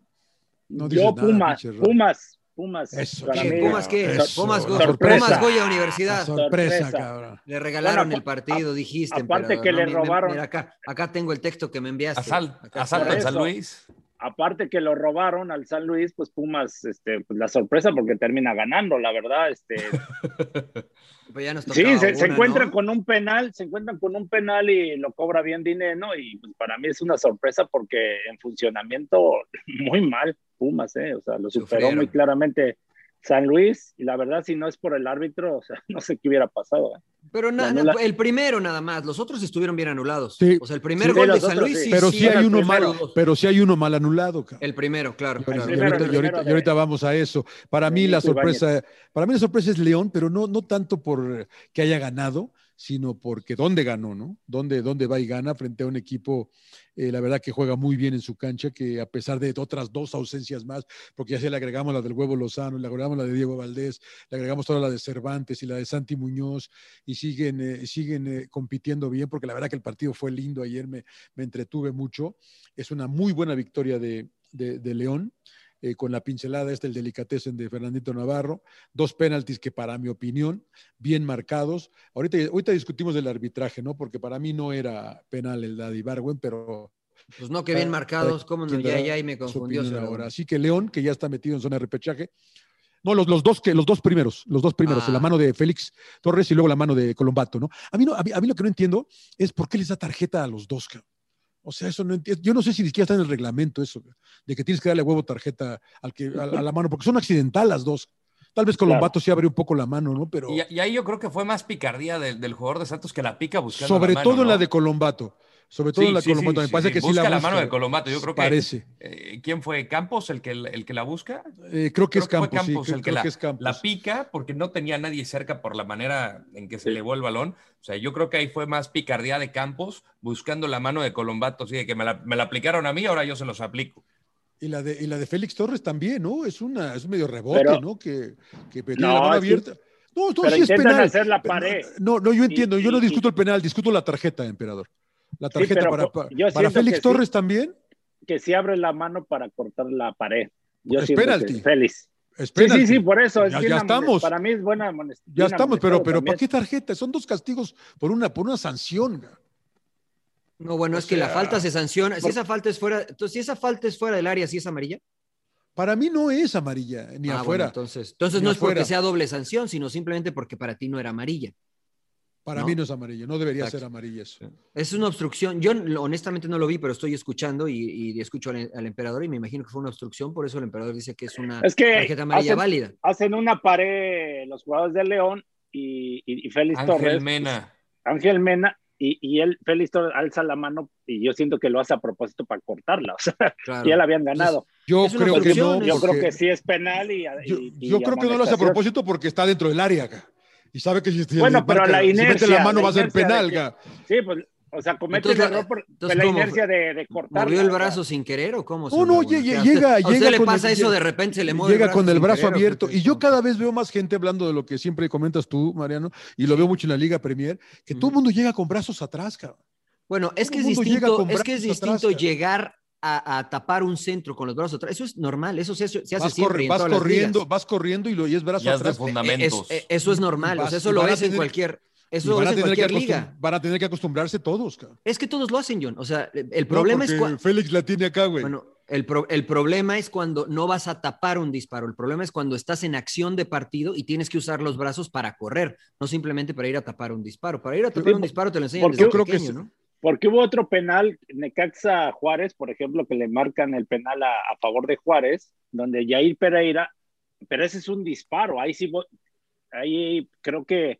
[SPEAKER 1] No dices
[SPEAKER 3] Yo
[SPEAKER 1] nada,
[SPEAKER 3] Pumas,
[SPEAKER 1] pinche Rodo.
[SPEAKER 3] Pumas, Pumas,
[SPEAKER 1] Eso,
[SPEAKER 3] para
[SPEAKER 1] ¿Qué?
[SPEAKER 3] mí,
[SPEAKER 4] ¿Pumas qué?
[SPEAKER 1] Eso,
[SPEAKER 4] Pumas, Go-
[SPEAKER 3] sorpresa.
[SPEAKER 4] Pumas Goya
[SPEAKER 1] La
[SPEAKER 4] Universidad.
[SPEAKER 1] sorpresa,
[SPEAKER 3] Sorpresa.
[SPEAKER 1] cabrón.
[SPEAKER 4] Le regalaron
[SPEAKER 3] Bueno,
[SPEAKER 4] el partido,
[SPEAKER 3] a-
[SPEAKER 4] dijiste.
[SPEAKER 3] aparte
[SPEAKER 4] emperador,
[SPEAKER 3] que le
[SPEAKER 4] Mira, mira,
[SPEAKER 3] robaron.
[SPEAKER 4] mira acá, acá tengo el texto que me enviaste.
[SPEAKER 2] Asal-
[SPEAKER 4] Acá
[SPEAKER 2] asalto en
[SPEAKER 3] por
[SPEAKER 2] San
[SPEAKER 3] eso.
[SPEAKER 2] Luis.
[SPEAKER 3] aparte que lo robaron al San Luis, pues Pumas, este, pues, la sorpresa porque termina ganando, la verdad, este.
[SPEAKER 4] Pues ya nos
[SPEAKER 3] sí,
[SPEAKER 4] tocaba
[SPEAKER 3] se, se
[SPEAKER 4] una,
[SPEAKER 3] encuentran
[SPEAKER 4] ¿no?
[SPEAKER 3] con un penal, se encuentran con un penal y lo cobra bien dinero y pues, para mí es una sorpresa porque en funcionamiento muy mal Pumas, eh, o sea, lo superó
[SPEAKER 5] Sufrieron.
[SPEAKER 3] muy claramente San Luis y la verdad si no es por el árbitro, o sea, no sé qué hubiera pasado. eh.
[SPEAKER 4] Pero na-
[SPEAKER 3] Anula-
[SPEAKER 4] el primero nada más, los otros estuvieron bien anulados.
[SPEAKER 1] Sí.
[SPEAKER 4] O sea, el primer
[SPEAKER 3] Sí,
[SPEAKER 4] gol de
[SPEAKER 3] los
[SPEAKER 4] San
[SPEAKER 3] otros,
[SPEAKER 4] Luis
[SPEAKER 3] sí.
[SPEAKER 4] sí,
[SPEAKER 1] pero sí,
[SPEAKER 4] sí,
[SPEAKER 1] hay
[SPEAKER 4] el
[SPEAKER 1] uno
[SPEAKER 4] primero.
[SPEAKER 1] mal, pero sí hay uno mal anulado, cabrón.
[SPEAKER 4] El primero, claro.
[SPEAKER 1] Y
[SPEAKER 4] claro.
[SPEAKER 1] ahorita- y ahorita,
[SPEAKER 3] primero,
[SPEAKER 1] y ahorita-
[SPEAKER 3] primero
[SPEAKER 1] y ahorita
[SPEAKER 3] de-
[SPEAKER 1] vamos a eso. Para mí
[SPEAKER 3] de
[SPEAKER 1] la
[SPEAKER 3] Nico Ibáñez.
[SPEAKER 1] sorpresa, para mí la sorpresa es León, pero no, no tanto por eh, que haya ganado, sino porque dónde ganó, ¿no? Dónde, dónde va y gana frente a un equipo, eh, la verdad que juega muy bien en su cancha, que a pesar de otras dos ausencias más, porque ya se le agregamos la del huevo Lozano, le agregamos la de Diego Valdés, le agregamos ahora la de Cervantes y la de Santi Muñoz, y siguen, eh, siguen eh, compitiendo bien, porque la verdad que el partido fue lindo ayer, me, me entretuve mucho. Es una muy buena victoria de, de- de León eh, con la pincelada esta, el delicatessen de Fernandito Navarro, dos penaltis que para mi opinión, bien marcados. Ahorita, ahorita discutimos del arbitraje, ¿no? Porque para mí no era penal el de Barwen, pero
[SPEAKER 4] Pues no, que bien marcados, cómo no, ya, ya, y me confundió.
[SPEAKER 1] Ah, su opinión
[SPEAKER 4] sobre-
[SPEAKER 1] ahora. Así que León, que ya está metido en zona de repechaje. No, los, los dos que, los dos primeros, los dos primeros,
[SPEAKER 4] Ah.
[SPEAKER 1] la mano de Félix Torres y luego la mano de Colombato, ¿no? A mí, no, a mí, a mí lo que no entiendo es por qué les da tarjeta a los dos, cabrón. O sea, eso no entiendo. Yo no sé si ni siquiera está en el reglamento eso, cabrón, de que tienes que darle a huevo tarjeta al que, a, a la mano, porque son accidentales las dos. Tal vez Colombato sí abrió un poco la mano, ¿no? Pero
[SPEAKER 2] Y, y ahí yo creo que fue más picardía del, del jugador de Santos que la pica buscando.
[SPEAKER 1] sobre
[SPEAKER 2] la mano,
[SPEAKER 1] todo en la
[SPEAKER 2] ¿no?
[SPEAKER 1] de Colombato. Sobre todo
[SPEAKER 2] Sí,
[SPEAKER 1] en la de
[SPEAKER 2] sí, sí,
[SPEAKER 1] Colombato. Me
[SPEAKER 2] sí,
[SPEAKER 1] parece
[SPEAKER 2] sí.
[SPEAKER 1] que sí
[SPEAKER 2] busca
[SPEAKER 1] la
[SPEAKER 2] la mano
[SPEAKER 1] busca.
[SPEAKER 2] de Colombato. Yo creo que
[SPEAKER 1] Parece.
[SPEAKER 2] eh, ¿Quién fue? ¿Campos el que, el que la busca?
[SPEAKER 1] Eh, creo que es
[SPEAKER 2] fue
[SPEAKER 1] Campos, sí, creo-
[SPEAKER 2] el que,
[SPEAKER 1] creo
[SPEAKER 2] la,
[SPEAKER 1] que es Campos.
[SPEAKER 2] la pica porque no tenía a nadie cerca por la manera en que se elevó el balón. O sea, yo creo que ahí fue más picardía de Campos buscando la mano de Colombato, así de que me la, me la aplicaron a mí, ahora yo se los aplico.
[SPEAKER 1] Y la de, y la de Félix Torres también, ¿no? Es una, es un medio rebote,
[SPEAKER 3] Pero-
[SPEAKER 1] ¿no? Que, que tiene
[SPEAKER 3] No,
[SPEAKER 1] la mano
[SPEAKER 3] sí.
[SPEAKER 1] abierta. No, no,
[SPEAKER 3] Pero
[SPEAKER 1] Pues sí es
[SPEAKER 3] intentan
[SPEAKER 1] penal.
[SPEAKER 3] hacer la
[SPEAKER 1] Pero no-
[SPEAKER 3] pared.
[SPEAKER 1] No, no, yo
[SPEAKER 3] Y-
[SPEAKER 1] entiendo. yo
[SPEAKER 3] y-
[SPEAKER 1] no
[SPEAKER 3] y-
[SPEAKER 1] discuto el penal, discuto la tarjeta, emperador. La
[SPEAKER 3] Sí,
[SPEAKER 1] tarjeta
[SPEAKER 3] pero
[SPEAKER 1] para,
[SPEAKER 3] co-
[SPEAKER 1] pa-
[SPEAKER 3] yo
[SPEAKER 1] para
[SPEAKER 3] siento
[SPEAKER 1] Félix
[SPEAKER 3] que sí.
[SPEAKER 1] Torres también.
[SPEAKER 3] Que si abre la mano para cortar la pared. Yo
[SPEAKER 1] Es
[SPEAKER 3] siento que
[SPEAKER 1] Pues penalti.
[SPEAKER 3] es Félix.
[SPEAKER 1] Es
[SPEAKER 3] Sí, sí,
[SPEAKER 1] penalti.
[SPEAKER 3] sí, por eso. es
[SPEAKER 1] Ya-
[SPEAKER 3] bien
[SPEAKER 1] ya
[SPEAKER 3] amonest-
[SPEAKER 1] estamos.
[SPEAKER 3] Para mí es buena amonest-
[SPEAKER 1] Ya
[SPEAKER 3] bien
[SPEAKER 1] estamos, pero, pero
[SPEAKER 3] amonestado
[SPEAKER 1] ¿para
[SPEAKER 3] también.
[SPEAKER 1] qué tarjeta? Son dos castigos por una, por una sanción. ga.
[SPEAKER 4] No, bueno, es que la falta se sanciona. Si esa falta es fuera, entonces, si esa falta es fuera del área, si es amarilla.
[SPEAKER 1] Para mí no es amarilla, ni
[SPEAKER 4] Ah, bueno,
[SPEAKER 1] afuera.
[SPEAKER 4] entonces, entonces
[SPEAKER 1] Ni
[SPEAKER 4] no es porque
[SPEAKER 1] afuera.
[SPEAKER 4] sea doble sanción, sino simplemente porque para ti no era amarilla.
[SPEAKER 1] Para
[SPEAKER 4] ¿no?
[SPEAKER 1] mí no es amarilla, no debería
[SPEAKER 4] Exacto.
[SPEAKER 1] ser amarilla eso.
[SPEAKER 4] Es una obstrucción. Yo lo- honestamente no lo vi, pero estoy escuchando y, y escucho al, al emperador y me imagino que fue una obstrucción. Por eso el emperador dice que es una
[SPEAKER 3] Es que
[SPEAKER 4] tarjeta amarilla
[SPEAKER 3] hacen-
[SPEAKER 4] válida.
[SPEAKER 3] Hacen una pared los jugadores de León y, y, y Félix
[SPEAKER 2] Ángel
[SPEAKER 3] Torres. pues,
[SPEAKER 2] Mena.
[SPEAKER 3] Ángel Mena y, y él, Félix Torres, alza la mano y yo siento que lo hace a propósito para cortarla. O sea,
[SPEAKER 4] Claro.
[SPEAKER 3] ya la habían
[SPEAKER 1] Pues,
[SPEAKER 3] ganado. Pues,
[SPEAKER 1] Yo
[SPEAKER 4] Es una
[SPEAKER 1] creo que no.
[SPEAKER 4] obstrucción,
[SPEAKER 3] yo creo
[SPEAKER 1] porque-
[SPEAKER 3] que sí es penal y.
[SPEAKER 1] Yo,
[SPEAKER 3] y- y
[SPEAKER 1] yo creo que no lo hace a
[SPEAKER 3] amonestación.
[SPEAKER 1] propósito porque está dentro del área. ga. Y sabe que si, si
[SPEAKER 3] Bueno,
[SPEAKER 1] le
[SPEAKER 3] pero la
[SPEAKER 1] si mete la
[SPEAKER 3] inercia,
[SPEAKER 1] mano
[SPEAKER 3] la
[SPEAKER 1] va a ser
[SPEAKER 3] inercia de
[SPEAKER 1] penal.
[SPEAKER 3] que-
[SPEAKER 1] ga.
[SPEAKER 3] Sí, pues, o sea, comete
[SPEAKER 4] Entonces,
[SPEAKER 3] el error por,
[SPEAKER 4] entonces,
[SPEAKER 3] por la
[SPEAKER 4] ¿cómo?
[SPEAKER 3] inercia de, de cortar.
[SPEAKER 4] ¿Movió el brazo sin querer o cómo?
[SPEAKER 1] No,
[SPEAKER 4] señor
[SPEAKER 1] Oh, no,
[SPEAKER 4] Laguna?
[SPEAKER 1] lle-
[SPEAKER 4] ¿Qué
[SPEAKER 1] llega-
[SPEAKER 4] hace? ¿A usted
[SPEAKER 1] llega
[SPEAKER 4] le
[SPEAKER 1] con
[SPEAKER 4] pasa
[SPEAKER 1] el-
[SPEAKER 4] eso de repente? Se le mueve
[SPEAKER 1] Llega con el
[SPEAKER 4] sin
[SPEAKER 1] brazo
[SPEAKER 4] querer, ¿o qué
[SPEAKER 1] abierto.
[SPEAKER 4] crees?
[SPEAKER 1] Y yo cada vez veo más gente hablando de lo que siempre comentas tú, Mariano, y lo veo mucho en la Liga Premier, que todo el
[SPEAKER 4] Ujú.
[SPEAKER 1] mundo llega con brazos atrás, cabrón.
[SPEAKER 4] Bueno, es que es
[SPEAKER 1] Todo el mundo llega
[SPEAKER 4] distinto,
[SPEAKER 1] con
[SPEAKER 4] es que es
[SPEAKER 1] brazos atrás,
[SPEAKER 4] distinto
[SPEAKER 1] cara.
[SPEAKER 4] llegar a, a tapar un centro con los brazos atrás. Eso es normal, eso se hace, se hace
[SPEAKER 1] Vas,
[SPEAKER 4] siempre.
[SPEAKER 1] corri-
[SPEAKER 4] en
[SPEAKER 1] vas
[SPEAKER 4] todas las
[SPEAKER 1] corriendo,
[SPEAKER 4] ligas.
[SPEAKER 1] vas corriendo y, lo, y es brazo
[SPEAKER 2] Ya es de
[SPEAKER 1] atrás.
[SPEAKER 2] funda-
[SPEAKER 4] Eh, es-
[SPEAKER 2] Fundamentos.
[SPEAKER 4] eh, eso es normal,
[SPEAKER 1] Y
[SPEAKER 4] o
[SPEAKER 1] vas-
[SPEAKER 4] sea, eso
[SPEAKER 1] y
[SPEAKER 4] lo
[SPEAKER 1] van a
[SPEAKER 4] ves en
[SPEAKER 1] tener-
[SPEAKER 4] cualquier,
[SPEAKER 1] Y
[SPEAKER 4] eso
[SPEAKER 1] van,
[SPEAKER 4] es
[SPEAKER 1] a
[SPEAKER 4] en
[SPEAKER 1] tener que
[SPEAKER 4] cualquier
[SPEAKER 1] acostum-
[SPEAKER 4] liga.
[SPEAKER 1] van a tener que acostumbrarse todos, cabrón.
[SPEAKER 4] Es que todos lo hacen, John. O sea, el
[SPEAKER 1] No,
[SPEAKER 4] problema es
[SPEAKER 1] porque
[SPEAKER 4] cuando.
[SPEAKER 1] Félix la tiene acá, güey.
[SPEAKER 4] Bueno, el, pro- el problema es cuando no vas a tapar un disparo. El problema es cuando estás en acción de partido y tienes que usar los brazos para correr, no simplemente para ir a tapar un disparo. Para ir a tapar un disparo te lo enseñan
[SPEAKER 3] porque
[SPEAKER 4] desde
[SPEAKER 3] yo
[SPEAKER 1] creo que
[SPEAKER 4] pequeño,
[SPEAKER 1] es-
[SPEAKER 4] ¿no?
[SPEAKER 3] Porque hubo otro penal, Necaxa Juárez, por ejemplo, que le marcan el penal a, a favor de Juárez, donde Yair Pereira, pero ese es un disparo, ahí sí, vo- ahí creo que,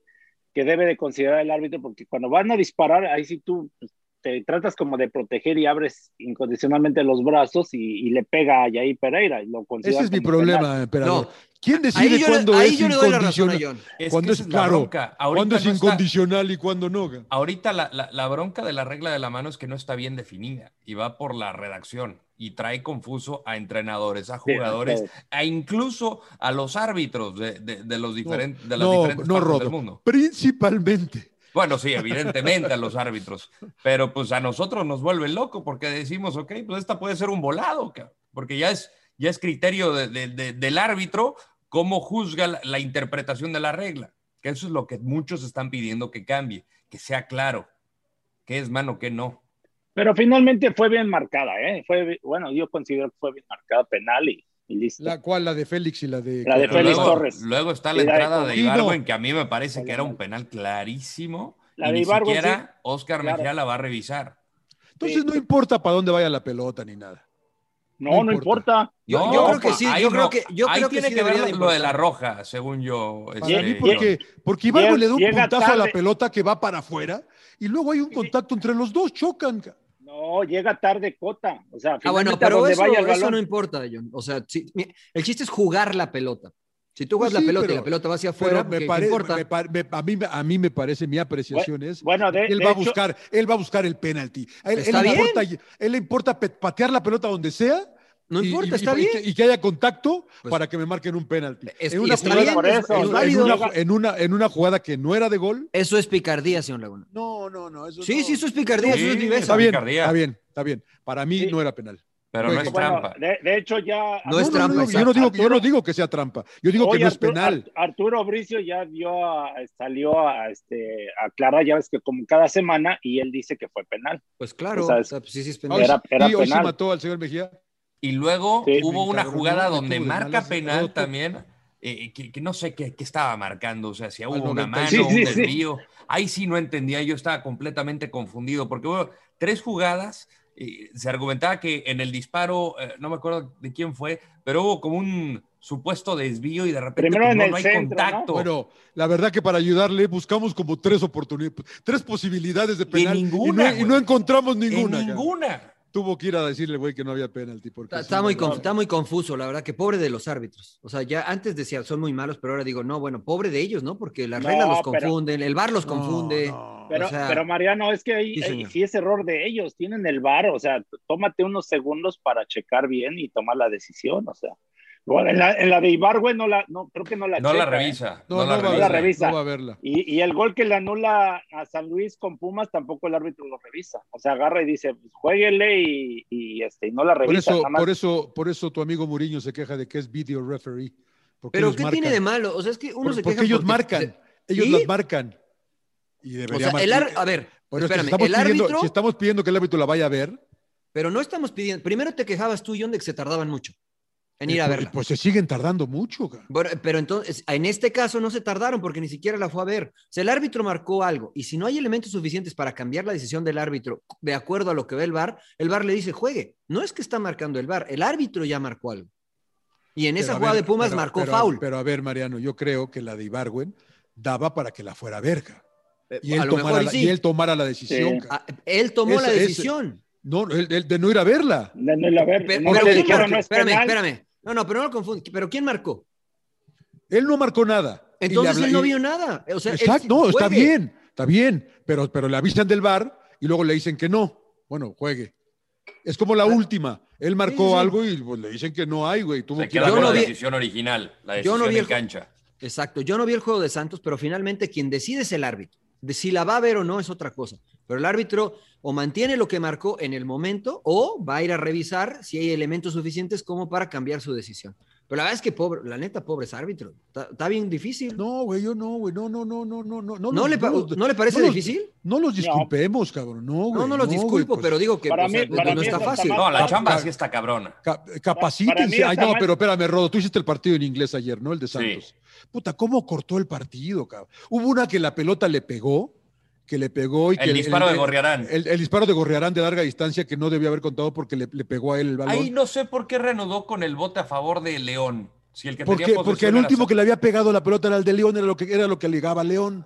[SPEAKER 3] que debe de considerar el árbitro, porque cuando van a disparar, ahí sí tú pues, te tratas como de proteger y abres incondicionalmente los brazos y, y le pega a Yair Pereira. y Lo
[SPEAKER 1] Ese
[SPEAKER 3] consideran
[SPEAKER 1] es mi
[SPEAKER 3] como penal.
[SPEAKER 1] problema, emperador.
[SPEAKER 4] No.
[SPEAKER 1] ¿Quién
[SPEAKER 4] Ahí
[SPEAKER 1] decide
[SPEAKER 4] yo, le-
[SPEAKER 1] cuándo
[SPEAKER 4] ahí
[SPEAKER 1] es
[SPEAKER 4] yo le doy la razón a
[SPEAKER 1] incondicional?
[SPEAKER 4] John.
[SPEAKER 2] que
[SPEAKER 1] Cuando
[SPEAKER 2] esa
[SPEAKER 1] es
[SPEAKER 2] la
[SPEAKER 1] claro,
[SPEAKER 2] bronca. Ahorita
[SPEAKER 1] ¿Cuándo es
[SPEAKER 2] no está-
[SPEAKER 1] incondicional y cuándo no? ga?
[SPEAKER 2] Ahorita la, la- la bronca de la regla de la mano es que no está bien definida y va por la redacción y trae confuso a entrenadores, a
[SPEAKER 3] Sí,
[SPEAKER 2] jugadores,
[SPEAKER 3] sí.
[SPEAKER 2] a incluso a los árbitros de, de- de los diferentes, de las
[SPEAKER 1] no,
[SPEAKER 2] diferentes
[SPEAKER 1] no,
[SPEAKER 2] partes
[SPEAKER 1] Rodo.
[SPEAKER 2] del mundo.
[SPEAKER 1] Principalmente.
[SPEAKER 2] Bueno, sí, evidentemente a los árbitros, pero pues a nosotros nos vuelve loco porque decimos, ok, pues esta puede ser un volado, cabrón", porque ya es, ya es criterio de- de- de- del árbitro cómo juzga la, la interpretación de la regla, que eso es lo que muchos están pidiendo que cambie, que sea claro, qué es mano, qué no.
[SPEAKER 3] Pero finalmente fue bien marcada, ¿eh? Fue, bueno, yo considero que fue bien marcada penal y, y listo.
[SPEAKER 1] La cual, la de Félix y la de.
[SPEAKER 3] La de
[SPEAKER 2] Pero
[SPEAKER 3] Félix
[SPEAKER 2] luego,
[SPEAKER 3] Torres.
[SPEAKER 2] Luego está la
[SPEAKER 3] Y la de
[SPEAKER 2] entrada de
[SPEAKER 3] Coutinho.
[SPEAKER 2] Ibarwen, que a mí me parece que era un penal clarísimo.
[SPEAKER 3] La
[SPEAKER 2] y
[SPEAKER 3] de
[SPEAKER 2] ni
[SPEAKER 3] Ibarwen,
[SPEAKER 2] siquiera
[SPEAKER 3] sí.
[SPEAKER 2] Oscar
[SPEAKER 3] Claro.
[SPEAKER 2] Mejía la va a revisar.
[SPEAKER 1] Entonces no importa para dónde vaya la pelota ni nada.
[SPEAKER 3] No, no importa.
[SPEAKER 4] Yo- yo creo que sí,
[SPEAKER 2] ahí
[SPEAKER 4] yo creo que- yo
[SPEAKER 2] ahí
[SPEAKER 4] creo que
[SPEAKER 2] tiene
[SPEAKER 4] sí
[SPEAKER 2] que, ver
[SPEAKER 4] debería
[SPEAKER 2] lo
[SPEAKER 4] de
[SPEAKER 2] de, la
[SPEAKER 4] importar.
[SPEAKER 2] roja, según yo.
[SPEAKER 1] Para mí,
[SPEAKER 2] este,
[SPEAKER 1] porque, porque
[SPEAKER 3] Llega-
[SPEAKER 1] Ibargo le da un
[SPEAKER 3] llega
[SPEAKER 1] puntazo a la
[SPEAKER 3] tarde.
[SPEAKER 1] pelota que va para afuera y luego hay un contacto entre los dos, chocan. ca-
[SPEAKER 3] No, llega tarde Cota. O sea,
[SPEAKER 4] Ah, bueno,
[SPEAKER 3] finalmente a
[SPEAKER 4] pero
[SPEAKER 3] donde
[SPEAKER 4] eso,
[SPEAKER 3] vaya el
[SPEAKER 4] eso
[SPEAKER 3] balón.
[SPEAKER 4] no importa, John. O sea, si- mi- el chiste es jugar la pelota. Si tú juegas
[SPEAKER 1] Pues sí,
[SPEAKER 4] la pelota
[SPEAKER 1] pero-
[SPEAKER 4] y la pelota va hacia afuera,
[SPEAKER 1] Pero me
[SPEAKER 4] ¿qué- qué
[SPEAKER 1] pare-
[SPEAKER 4] importa?
[SPEAKER 1] me pare- me- a, mí, me- a mí me parece, mi apreciación es
[SPEAKER 3] Bueno, de,
[SPEAKER 1] que él
[SPEAKER 3] de
[SPEAKER 1] va a
[SPEAKER 3] hecho,
[SPEAKER 1] buscar, él va a buscar el penalti. A Él, él
[SPEAKER 4] Está
[SPEAKER 1] le
[SPEAKER 4] bien.
[SPEAKER 1] importa, él le importa pe- patear la pelota donde sea.
[SPEAKER 4] No
[SPEAKER 1] y-
[SPEAKER 4] importa,
[SPEAKER 1] y-
[SPEAKER 4] está
[SPEAKER 1] y que-
[SPEAKER 4] bien.
[SPEAKER 1] Y que haya contacto
[SPEAKER 4] Pues-
[SPEAKER 1] para que me marquen un penalti.
[SPEAKER 4] Es-
[SPEAKER 1] en,
[SPEAKER 4] y
[SPEAKER 1] una
[SPEAKER 4] está
[SPEAKER 1] jugada,
[SPEAKER 4] bien,
[SPEAKER 3] por eso,
[SPEAKER 1] en-
[SPEAKER 3] es
[SPEAKER 1] en
[SPEAKER 4] válido.
[SPEAKER 1] una, ju- en una- en una jugada que no era de gol.
[SPEAKER 4] Eso es picardía, señor Laguna.
[SPEAKER 1] No, no, no. Eso
[SPEAKER 4] Sí,
[SPEAKER 1] no-
[SPEAKER 4] sí, eso es picardía,
[SPEAKER 2] Sí,
[SPEAKER 4] eso es viveza.
[SPEAKER 1] Está bien,
[SPEAKER 2] Picardía.
[SPEAKER 1] está bien, está bien. Para mí
[SPEAKER 3] Sí.
[SPEAKER 1] no era penal.
[SPEAKER 2] pero no es
[SPEAKER 3] bueno,
[SPEAKER 2] trampa.
[SPEAKER 3] de, de hecho, ya.
[SPEAKER 4] No es trampa,
[SPEAKER 1] digo- yo, no digo, yo no
[SPEAKER 3] Arturo-
[SPEAKER 1] digo que sea trampa. Yo digo
[SPEAKER 3] Hoy
[SPEAKER 1] que no es
[SPEAKER 3] Arturo-
[SPEAKER 1] penal.
[SPEAKER 3] Ar- Arturo Bricio ya dio a- salió a, este, a aclarar, ya ves que como cada semana, y él dice que fue penal.
[SPEAKER 4] Pues claro,
[SPEAKER 3] O sea,
[SPEAKER 4] o sea, pues sí, sí es
[SPEAKER 1] Hoy,
[SPEAKER 4] penal.
[SPEAKER 3] Era-
[SPEAKER 1] sí-
[SPEAKER 3] era
[SPEAKER 1] y hoy sí
[SPEAKER 3] penal.
[SPEAKER 1] mató al señor Mejía.
[SPEAKER 2] Y luego
[SPEAKER 3] Sí.
[SPEAKER 2] hubo
[SPEAKER 1] Me
[SPEAKER 2] una
[SPEAKER 1] encabronó,
[SPEAKER 2] jugada
[SPEAKER 1] me
[SPEAKER 2] donde
[SPEAKER 1] tuvo de
[SPEAKER 2] marca
[SPEAKER 1] malas ese
[SPEAKER 2] penal
[SPEAKER 1] rato.
[SPEAKER 2] también, eh, que, que no sé qué, qué estaba marcando, o sea, si hubo una mano,
[SPEAKER 3] 95.
[SPEAKER 2] un
[SPEAKER 3] Sí, sí, sí.
[SPEAKER 2] desvío. Ahí sí no entendía, yo estaba completamente confundido, porque hubo tres jugadas, eh, se argumentaba que en el disparo, eh, no me acuerdo de quién fue, pero hubo como un supuesto desvío y de repente
[SPEAKER 3] Primero
[SPEAKER 2] pues,
[SPEAKER 3] en
[SPEAKER 2] no,
[SPEAKER 3] el
[SPEAKER 2] no hay
[SPEAKER 3] centro, ¿no?
[SPEAKER 2] contacto.
[SPEAKER 1] Bueno, la verdad que para ayudarle buscamos como tres oportunidades, tres posibilidades de penal. y
[SPEAKER 2] ninguna,
[SPEAKER 1] no- y, no,
[SPEAKER 2] güey.
[SPEAKER 1] encontramos
[SPEAKER 2] En
[SPEAKER 1] ninguna. cara.
[SPEAKER 2] ninguna.
[SPEAKER 1] Tuvo que ir a decirle, güey, que no había penalti. Porque
[SPEAKER 4] Está,
[SPEAKER 1] sí,
[SPEAKER 4] está
[SPEAKER 1] la
[SPEAKER 4] muy
[SPEAKER 1] verdad.
[SPEAKER 4] conf- está muy confuso, la verdad, que pobre de los árbitros. O sea, ya antes decía, son muy malos, pero ahora digo, no, bueno, pobre de ellos, ¿no? Porque las
[SPEAKER 3] No,
[SPEAKER 4] reglas los
[SPEAKER 3] pero-
[SPEAKER 4] confunden, el bar los
[SPEAKER 1] No,
[SPEAKER 4] confunde.
[SPEAKER 1] no.
[SPEAKER 3] Pero,
[SPEAKER 4] O sea-
[SPEAKER 3] pero Mariano, es que ahí
[SPEAKER 4] Sí,
[SPEAKER 3] ahí
[SPEAKER 4] señor.
[SPEAKER 3] sí es error de ellos, tienen el VAR, o sea, t- tómate unos segundos para checar bien y tomar la decisión, o sea. Bueno, en, la, en la de Ibargüe no la, no, creo que no la
[SPEAKER 2] No la
[SPEAKER 3] checa, ¿eh?
[SPEAKER 2] revisa.
[SPEAKER 1] No, no, va
[SPEAKER 3] la
[SPEAKER 1] a verla,
[SPEAKER 3] revisa.
[SPEAKER 1] no va a verla.
[SPEAKER 3] Y, y el gol que le anula a San Luis con Pumas tampoco el árbitro lo revisa. O sea, agarra y dice, pues, juéguele y, y, este, y no la
[SPEAKER 1] Por
[SPEAKER 3] revisa.
[SPEAKER 1] eso,
[SPEAKER 3] nada más.
[SPEAKER 1] por eso, por eso tu amigo Muriño se queja de que es video referee. Porque
[SPEAKER 4] Pero
[SPEAKER 1] ellos
[SPEAKER 4] ¿qué
[SPEAKER 1] marcan.
[SPEAKER 4] tiene de malo? O sea, es que uno
[SPEAKER 1] Por-
[SPEAKER 4] se
[SPEAKER 1] porque
[SPEAKER 4] queja
[SPEAKER 1] ellos
[SPEAKER 4] porque-
[SPEAKER 1] marcan, ellos
[SPEAKER 4] ¿Sí?
[SPEAKER 1] las marcan. Y
[SPEAKER 4] O
[SPEAKER 1] debería
[SPEAKER 4] sea, el
[SPEAKER 1] marcar.
[SPEAKER 4] ar- a ver,
[SPEAKER 1] Por eso, si
[SPEAKER 4] espérame,
[SPEAKER 1] estamos
[SPEAKER 4] el
[SPEAKER 1] pidiendo-
[SPEAKER 4] árbitro,
[SPEAKER 1] si estamos pidiendo que el árbitro la vaya a ver,
[SPEAKER 4] pero no estamos pidiendo. Primero te quejabas tú, John, de que se tardaban mucho en ir
[SPEAKER 1] eh,
[SPEAKER 4] a
[SPEAKER 1] pues-
[SPEAKER 4] verla.
[SPEAKER 1] pues se siguen tardando mucho. cara.
[SPEAKER 4] Bueno, pero entonces, en este caso no se tardaron porque ni siquiera la fue a ver. O sea, el árbitro marcó algo y si no hay elementos suficientes para cambiar la decisión del árbitro de acuerdo a lo que ve el VAR, el VAR le dice, juegue. No es que está marcando el VAR, el árbitro ya marcó algo. Y en esa
[SPEAKER 1] Pero a
[SPEAKER 4] jugada
[SPEAKER 1] ver,
[SPEAKER 4] de Pumas
[SPEAKER 1] pero-
[SPEAKER 4] marcó
[SPEAKER 1] pero-
[SPEAKER 4] foul.
[SPEAKER 1] Pero a ver, Mariano, yo creo que la de Ibarwen daba para que la fuera verga.
[SPEAKER 4] Eh,
[SPEAKER 1] Y él,
[SPEAKER 4] a lo
[SPEAKER 1] tomara
[SPEAKER 4] mejor y
[SPEAKER 1] la,
[SPEAKER 4] sí.
[SPEAKER 1] y él tomara la decisión.
[SPEAKER 3] Sí.
[SPEAKER 1] cara.
[SPEAKER 4] Ah, él tomó
[SPEAKER 1] Ese-
[SPEAKER 4] la
[SPEAKER 1] ese-
[SPEAKER 4] decisión.
[SPEAKER 1] No, no, el- el de no ir a verla.
[SPEAKER 3] No, no, la ver-
[SPEAKER 4] Pero-
[SPEAKER 3] no
[SPEAKER 4] pero
[SPEAKER 3] le
[SPEAKER 4] ¿quién
[SPEAKER 3] dijeron,
[SPEAKER 4] marcó?
[SPEAKER 3] no es
[SPEAKER 4] espérame,
[SPEAKER 3] penal.
[SPEAKER 4] espérame. No, no, pero no lo confundo. ¿Pero quién marcó?
[SPEAKER 1] Él no marcó nada. Y le
[SPEAKER 4] Entonces
[SPEAKER 1] habla-
[SPEAKER 4] él no
[SPEAKER 1] y-
[SPEAKER 4] vio nada. O sea, él
[SPEAKER 1] Exacto,
[SPEAKER 4] sí-
[SPEAKER 1] no, está
[SPEAKER 4] juegue.
[SPEAKER 1] bien, está bien, pero, pero le avisan del bar y luego le dicen que no. Bueno, juegue. Es como la última. Él marcó
[SPEAKER 4] sí, sí.
[SPEAKER 1] algo y pues, le dicen que no hay, güey. Tuvo
[SPEAKER 2] Se
[SPEAKER 1] que ir
[SPEAKER 2] queda
[SPEAKER 1] a
[SPEAKER 4] Yo
[SPEAKER 2] con
[SPEAKER 1] ver.
[SPEAKER 4] no
[SPEAKER 2] la
[SPEAKER 4] vi-
[SPEAKER 2] decisión original, la
[SPEAKER 4] Yo
[SPEAKER 2] decisión
[SPEAKER 4] no vi
[SPEAKER 2] en
[SPEAKER 4] el-
[SPEAKER 2] cancha.
[SPEAKER 4] Exacto. Yo no vi el juego de Santos, pero finalmente quien decide es el árbitro. De si la va a ver o no es otra cosa. Pero el árbitro o mantiene lo que marcó en el momento o va a ir a revisar si hay elementos suficientes como para cambiar su decisión. Pero la verdad es que pobre, la neta, pobre es árbitro. Está, está bien difícil. No,
[SPEAKER 1] No, güey, yo no, güey. No, no, no, no, no, no. No,
[SPEAKER 4] le,
[SPEAKER 1] los-
[SPEAKER 4] pa-
[SPEAKER 1] los-
[SPEAKER 4] ¿no le parece
[SPEAKER 1] no los-
[SPEAKER 4] difícil?
[SPEAKER 1] No los disculpemos, cabrón. No, güey.
[SPEAKER 4] No, no los
[SPEAKER 1] güey,
[SPEAKER 4] disculpo,
[SPEAKER 1] pues,
[SPEAKER 4] pero digo que
[SPEAKER 3] Para
[SPEAKER 4] o sea,
[SPEAKER 3] mí-
[SPEAKER 4] no-
[SPEAKER 3] para
[SPEAKER 4] no
[SPEAKER 3] mí
[SPEAKER 4] está
[SPEAKER 3] eso está
[SPEAKER 4] fácil.
[SPEAKER 3] mal.
[SPEAKER 2] No, la
[SPEAKER 1] Ah,
[SPEAKER 2] chamba
[SPEAKER 1] ah,
[SPEAKER 2] sí está cabrona.
[SPEAKER 1] ca-
[SPEAKER 3] Para mí
[SPEAKER 1] capacítense. Ay,
[SPEAKER 3] está
[SPEAKER 1] no,
[SPEAKER 3] mal.
[SPEAKER 1] pero espérame, Rodo. Tú hiciste el partido en inglés ayer, ¿no? El de Santos. Puta, ¿cómo cortó el partido, cabrón? Hubo una que la pelota le pegó, que le pegó y que
[SPEAKER 2] El disparo de Gorriarán.
[SPEAKER 1] El, el disparo de Gorriarán de larga distancia que no debió haber contado porque le, le pegó a él el balón.
[SPEAKER 2] Ahí no sé por qué reanudó con el bote a favor de León. Si el que tenía
[SPEAKER 1] porque,
[SPEAKER 2] posesión
[SPEAKER 1] porque el
[SPEAKER 2] era
[SPEAKER 1] último
[SPEAKER 2] Sa-
[SPEAKER 1] que le había pegado la pelota era el de León, era lo que, era lo que alegaba León,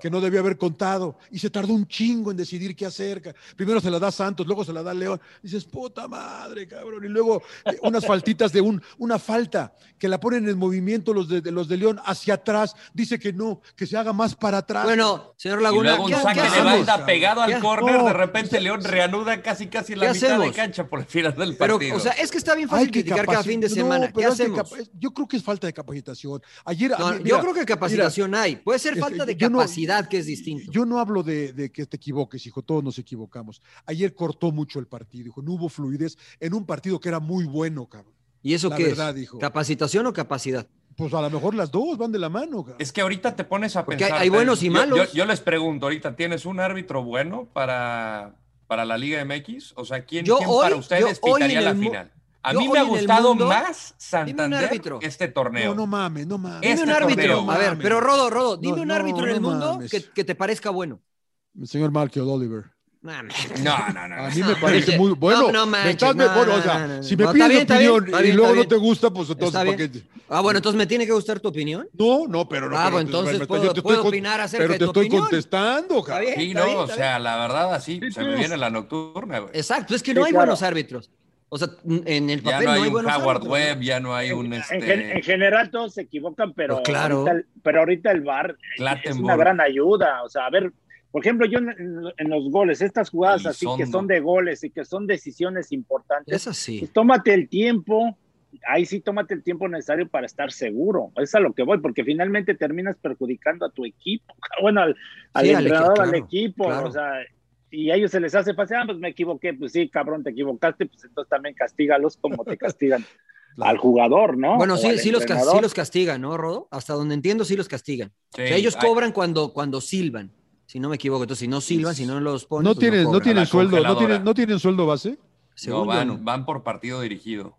[SPEAKER 1] que no debió haber contado. Y se tardó un chingo en decidir qué hacer. ca- Primero se la da Santos, luego se la da León. Dices, puta madre, cabrón. Y luego eh, unas faltitas de un, una falta que la ponen en movimiento los de, de- los de León hacia atrás. Dice que no, que se haga más para atrás.
[SPEAKER 4] Bueno, señor
[SPEAKER 2] Y
[SPEAKER 4] Laguna,
[SPEAKER 2] luego un
[SPEAKER 4] ¿qué-
[SPEAKER 2] saque
[SPEAKER 4] qué
[SPEAKER 2] de
[SPEAKER 4] hacemos?
[SPEAKER 2] banda pegado al
[SPEAKER 4] ¿Qué-
[SPEAKER 2] córner,
[SPEAKER 1] no,
[SPEAKER 2] de repente León reanuda casi casi la
[SPEAKER 4] ¿Qué
[SPEAKER 2] mitad de
[SPEAKER 4] hacemos?
[SPEAKER 2] cancha por el final del
[SPEAKER 1] este
[SPEAKER 4] Pero,
[SPEAKER 2] partido.
[SPEAKER 4] o sea, es que está bien fácil
[SPEAKER 1] Hay que
[SPEAKER 4] criticar cada
[SPEAKER 1] capaci-
[SPEAKER 4] fin de
[SPEAKER 1] No,
[SPEAKER 4] semana. ¿Qué
[SPEAKER 1] pero hay que
[SPEAKER 4] hacemos?
[SPEAKER 1] capa- Yo creo que es falta de capacitación. Ayer, a
[SPEAKER 4] No,
[SPEAKER 1] mí-
[SPEAKER 4] yo
[SPEAKER 1] mira,
[SPEAKER 4] creo que capacitación hay. Puede ser
[SPEAKER 1] este,
[SPEAKER 4] falta de
[SPEAKER 1] yo no-
[SPEAKER 4] capacidad, que es distinto.
[SPEAKER 1] Yo no hablo de, de que te equivoques, hijo, todos nos equivocamos. Ayer cortó mucho el partido, hijo, no hubo fluidez en un partido que era muy bueno, cabrón.
[SPEAKER 4] ¿Y eso
[SPEAKER 1] La
[SPEAKER 4] qué
[SPEAKER 1] verdad,
[SPEAKER 4] es?
[SPEAKER 1] hijo.
[SPEAKER 4] ¿Capacitación o capacidad?
[SPEAKER 1] Pues a lo mejor las dos van de la mano, cabrón.
[SPEAKER 2] Es que ahorita te pones a
[SPEAKER 4] Porque
[SPEAKER 2] pensar.
[SPEAKER 4] hay- hay buenos y
[SPEAKER 2] yo-
[SPEAKER 4] malos.
[SPEAKER 2] Yo, yo les pregunto ahorita, ¿tienes un árbitro bueno para, para la Liga MX? O sea, ¿quién,
[SPEAKER 4] Yo
[SPEAKER 2] quién
[SPEAKER 4] hoy-
[SPEAKER 2] para ustedes
[SPEAKER 4] yo hoy
[SPEAKER 2] pitaría
[SPEAKER 4] en
[SPEAKER 2] la
[SPEAKER 4] el mu-
[SPEAKER 2] final? A
[SPEAKER 4] yo
[SPEAKER 2] mí
[SPEAKER 4] hoy
[SPEAKER 2] me ha
[SPEAKER 4] en el
[SPEAKER 2] gustado
[SPEAKER 4] mundo-
[SPEAKER 2] más
[SPEAKER 4] dime un
[SPEAKER 2] Santander
[SPEAKER 4] árbitro.
[SPEAKER 2] este torneo.
[SPEAKER 1] No, no mames, no mames.
[SPEAKER 4] Dime un
[SPEAKER 2] Este
[SPEAKER 4] árbitro.
[SPEAKER 2] torneo.
[SPEAKER 4] A ver, pero Rodo, Rodo, dime
[SPEAKER 1] No,
[SPEAKER 4] un
[SPEAKER 1] no,
[SPEAKER 4] árbitro en el
[SPEAKER 1] no
[SPEAKER 4] mundo
[SPEAKER 1] mames.
[SPEAKER 4] que, que te parezca bueno.
[SPEAKER 1] El señor Marquio Oliver.
[SPEAKER 4] Nah, man.
[SPEAKER 2] No, no, no.
[SPEAKER 1] A mí me parece muy bueno.
[SPEAKER 4] No, no manches,
[SPEAKER 1] Estás-
[SPEAKER 4] no,
[SPEAKER 1] bueno, o
[SPEAKER 4] no,
[SPEAKER 1] sea,
[SPEAKER 4] no, no.
[SPEAKER 1] si me
[SPEAKER 4] No,
[SPEAKER 1] pides
[SPEAKER 4] está
[SPEAKER 1] mi
[SPEAKER 4] bien, está bien,
[SPEAKER 1] opinión
[SPEAKER 4] está
[SPEAKER 1] y
[SPEAKER 4] bien,
[SPEAKER 1] luego
[SPEAKER 4] está
[SPEAKER 1] no te
[SPEAKER 4] bien.
[SPEAKER 1] gusta, pues entonces
[SPEAKER 4] Está
[SPEAKER 1] ¿para
[SPEAKER 4] bien.
[SPEAKER 1] qué?
[SPEAKER 4] Ah, bueno, entonces me tiene que gustar tu opinión.
[SPEAKER 1] No, no, pero no.
[SPEAKER 4] Ah,
[SPEAKER 1] pero
[SPEAKER 4] bueno,
[SPEAKER 1] te-
[SPEAKER 4] entonces
[SPEAKER 1] pero
[SPEAKER 4] puedo-
[SPEAKER 1] yo te
[SPEAKER 4] puedo
[SPEAKER 1] estoy con-
[SPEAKER 4] opinar acerca
[SPEAKER 1] Pero
[SPEAKER 4] de
[SPEAKER 1] te
[SPEAKER 4] tu
[SPEAKER 1] estoy
[SPEAKER 4] opinión.
[SPEAKER 1] contestando, cara.
[SPEAKER 4] bien,
[SPEAKER 2] Sí,
[SPEAKER 4] está bien,
[SPEAKER 2] no, o
[SPEAKER 4] está
[SPEAKER 2] sea, la verdad, así
[SPEAKER 1] Sí,
[SPEAKER 2] se me
[SPEAKER 1] pues.
[SPEAKER 2] viene la nocturna, güey.
[SPEAKER 4] Exacto, es que
[SPEAKER 3] Sí,
[SPEAKER 4] no hay
[SPEAKER 3] claro.
[SPEAKER 4] buenos árbitros. O sea, en el
[SPEAKER 2] Ya
[SPEAKER 4] papel
[SPEAKER 2] no hay un
[SPEAKER 4] buenos
[SPEAKER 2] Howard
[SPEAKER 4] árbitros.
[SPEAKER 2] Webb, ya no hay un
[SPEAKER 3] En, gen- en
[SPEAKER 2] este,
[SPEAKER 3] general todos se equivocan, pero,
[SPEAKER 4] Pues claro.
[SPEAKER 3] ahorita, el- pero ahorita el bar es una
[SPEAKER 2] Clattenburg.
[SPEAKER 3] gran ayuda. O sea, a ver, por ejemplo, yo en, en- en los goles, estas jugadas así
[SPEAKER 2] Elizondo.
[SPEAKER 3] que son de goles y que son decisiones importantes,
[SPEAKER 4] Es así.
[SPEAKER 3] pues tómate el tiempo. Ahí sí, tómate el tiempo necesario para estar seguro. Es a lo que voy, porque finalmente terminas perjudicando a tu equipo. Bueno, al, al
[SPEAKER 4] Sí, al equipo,
[SPEAKER 3] entrenador, al
[SPEAKER 4] claro,
[SPEAKER 3] equipo.
[SPEAKER 4] claro.
[SPEAKER 3] O sea, y a ellos se les hace fácil. Ah, pues me equivoqué. Pues sí, cabrón, te equivocaste. Pues entonces también castígalos como te castigan al jugador,
[SPEAKER 2] Oh,
[SPEAKER 3] ¿no?
[SPEAKER 4] Bueno,
[SPEAKER 3] O
[SPEAKER 4] sí,
[SPEAKER 3] al
[SPEAKER 4] sí, los, ca- sí
[SPEAKER 3] entrenador.
[SPEAKER 4] los castigan, ¿no, Rodo? Hasta donde entiendo, sí los castigan.
[SPEAKER 2] Sí,
[SPEAKER 4] O sea, ellos
[SPEAKER 2] ay,
[SPEAKER 4] cobran cuando, cuando silban, si no me equivoco. Entonces, si no silban, si no los ponen.
[SPEAKER 1] No
[SPEAKER 4] pues
[SPEAKER 1] tienen, no
[SPEAKER 4] cobran.
[SPEAKER 1] tienen
[SPEAKER 2] la
[SPEAKER 1] sueldo, no
[SPEAKER 2] congeladora.
[SPEAKER 1] tienen, no tienen sueldo base.
[SPEAKER 2] Ah, No,
[SPEAKER 4] Según yo,
[SPEAKER 2] van,
[SPEAKER 4] no.
[SPEAKER 2] van por partido dirigido.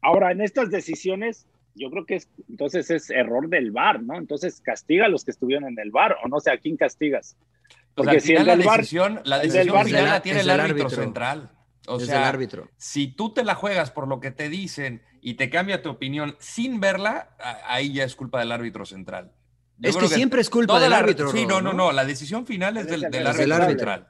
[SPEAKER 3] Ahora, en estas decisiones, yo creo que es, entonces es error del VAR, ¿no? Entonces castiga a los que estuvieron en el VAR, o no sé, ¿a quién
[SPEAKER 2] O
[SPEAKER 3] castigas?
[SPEAKER 4] Pues,
[SPEAKER 3] Porque
[SPEAKER 2] sea, al
[SPEAKER 3] si
[SPEAKER 2] final
[SPEAKER 3] el
[SPEAKER 2] la
[SPEAKER 3] del VAR-
[SPEAKER 2] decisión, la
[SPEAKER 3] el del
[SPEAKER 2] decisión
[SPEAKER 3] VAR-
[SPEAKER 2] final
[SPEAKER 4] Es
[SPEAKER 2] la
[SPEAKER 4] del-
[SPEAKER 2] tiene
[SPEAKER 4] es
[SPEAKER 2] el
[SPEAKER 4] del
[SPEAKER 2] árbitro,
[SPEAKER 4] árbitro.
[SPEAKER 2] central. O
[SPEAKER 4] es
[SPEAKER 2] sea,
[SPEAKER 4] el árbitro.
[SPEAKER 2] si tú te la juegas por lo que te dicen y te cambia tu opinión sin verla, a- ahí ya es culpa del árbitro central. Yo
[SPEAKER 4] Es que,
[SPEAKER 2] creo
[SPEAKER 4] siempre es culpa
[SPEAKER 2] toda
[SPEAKER 4] del
[SPEAKER 2] la-
[SPEAKER 4] árbitro.
[SPEAKER 2] Sí,
[SPEAKER 4] Rodo,
[SPEAKER 2] no, no, no, La decisión final es
[SPEAKER 3] Es
[SPEAKER 2] del,
[SPEAKER 3] el-
[SPEAKER 2] del
[SPEAKER 3] es
[SPEAKER 2] árbitro,
[SPEAKER 4] el árbitro.
[SPEAKER 2] central.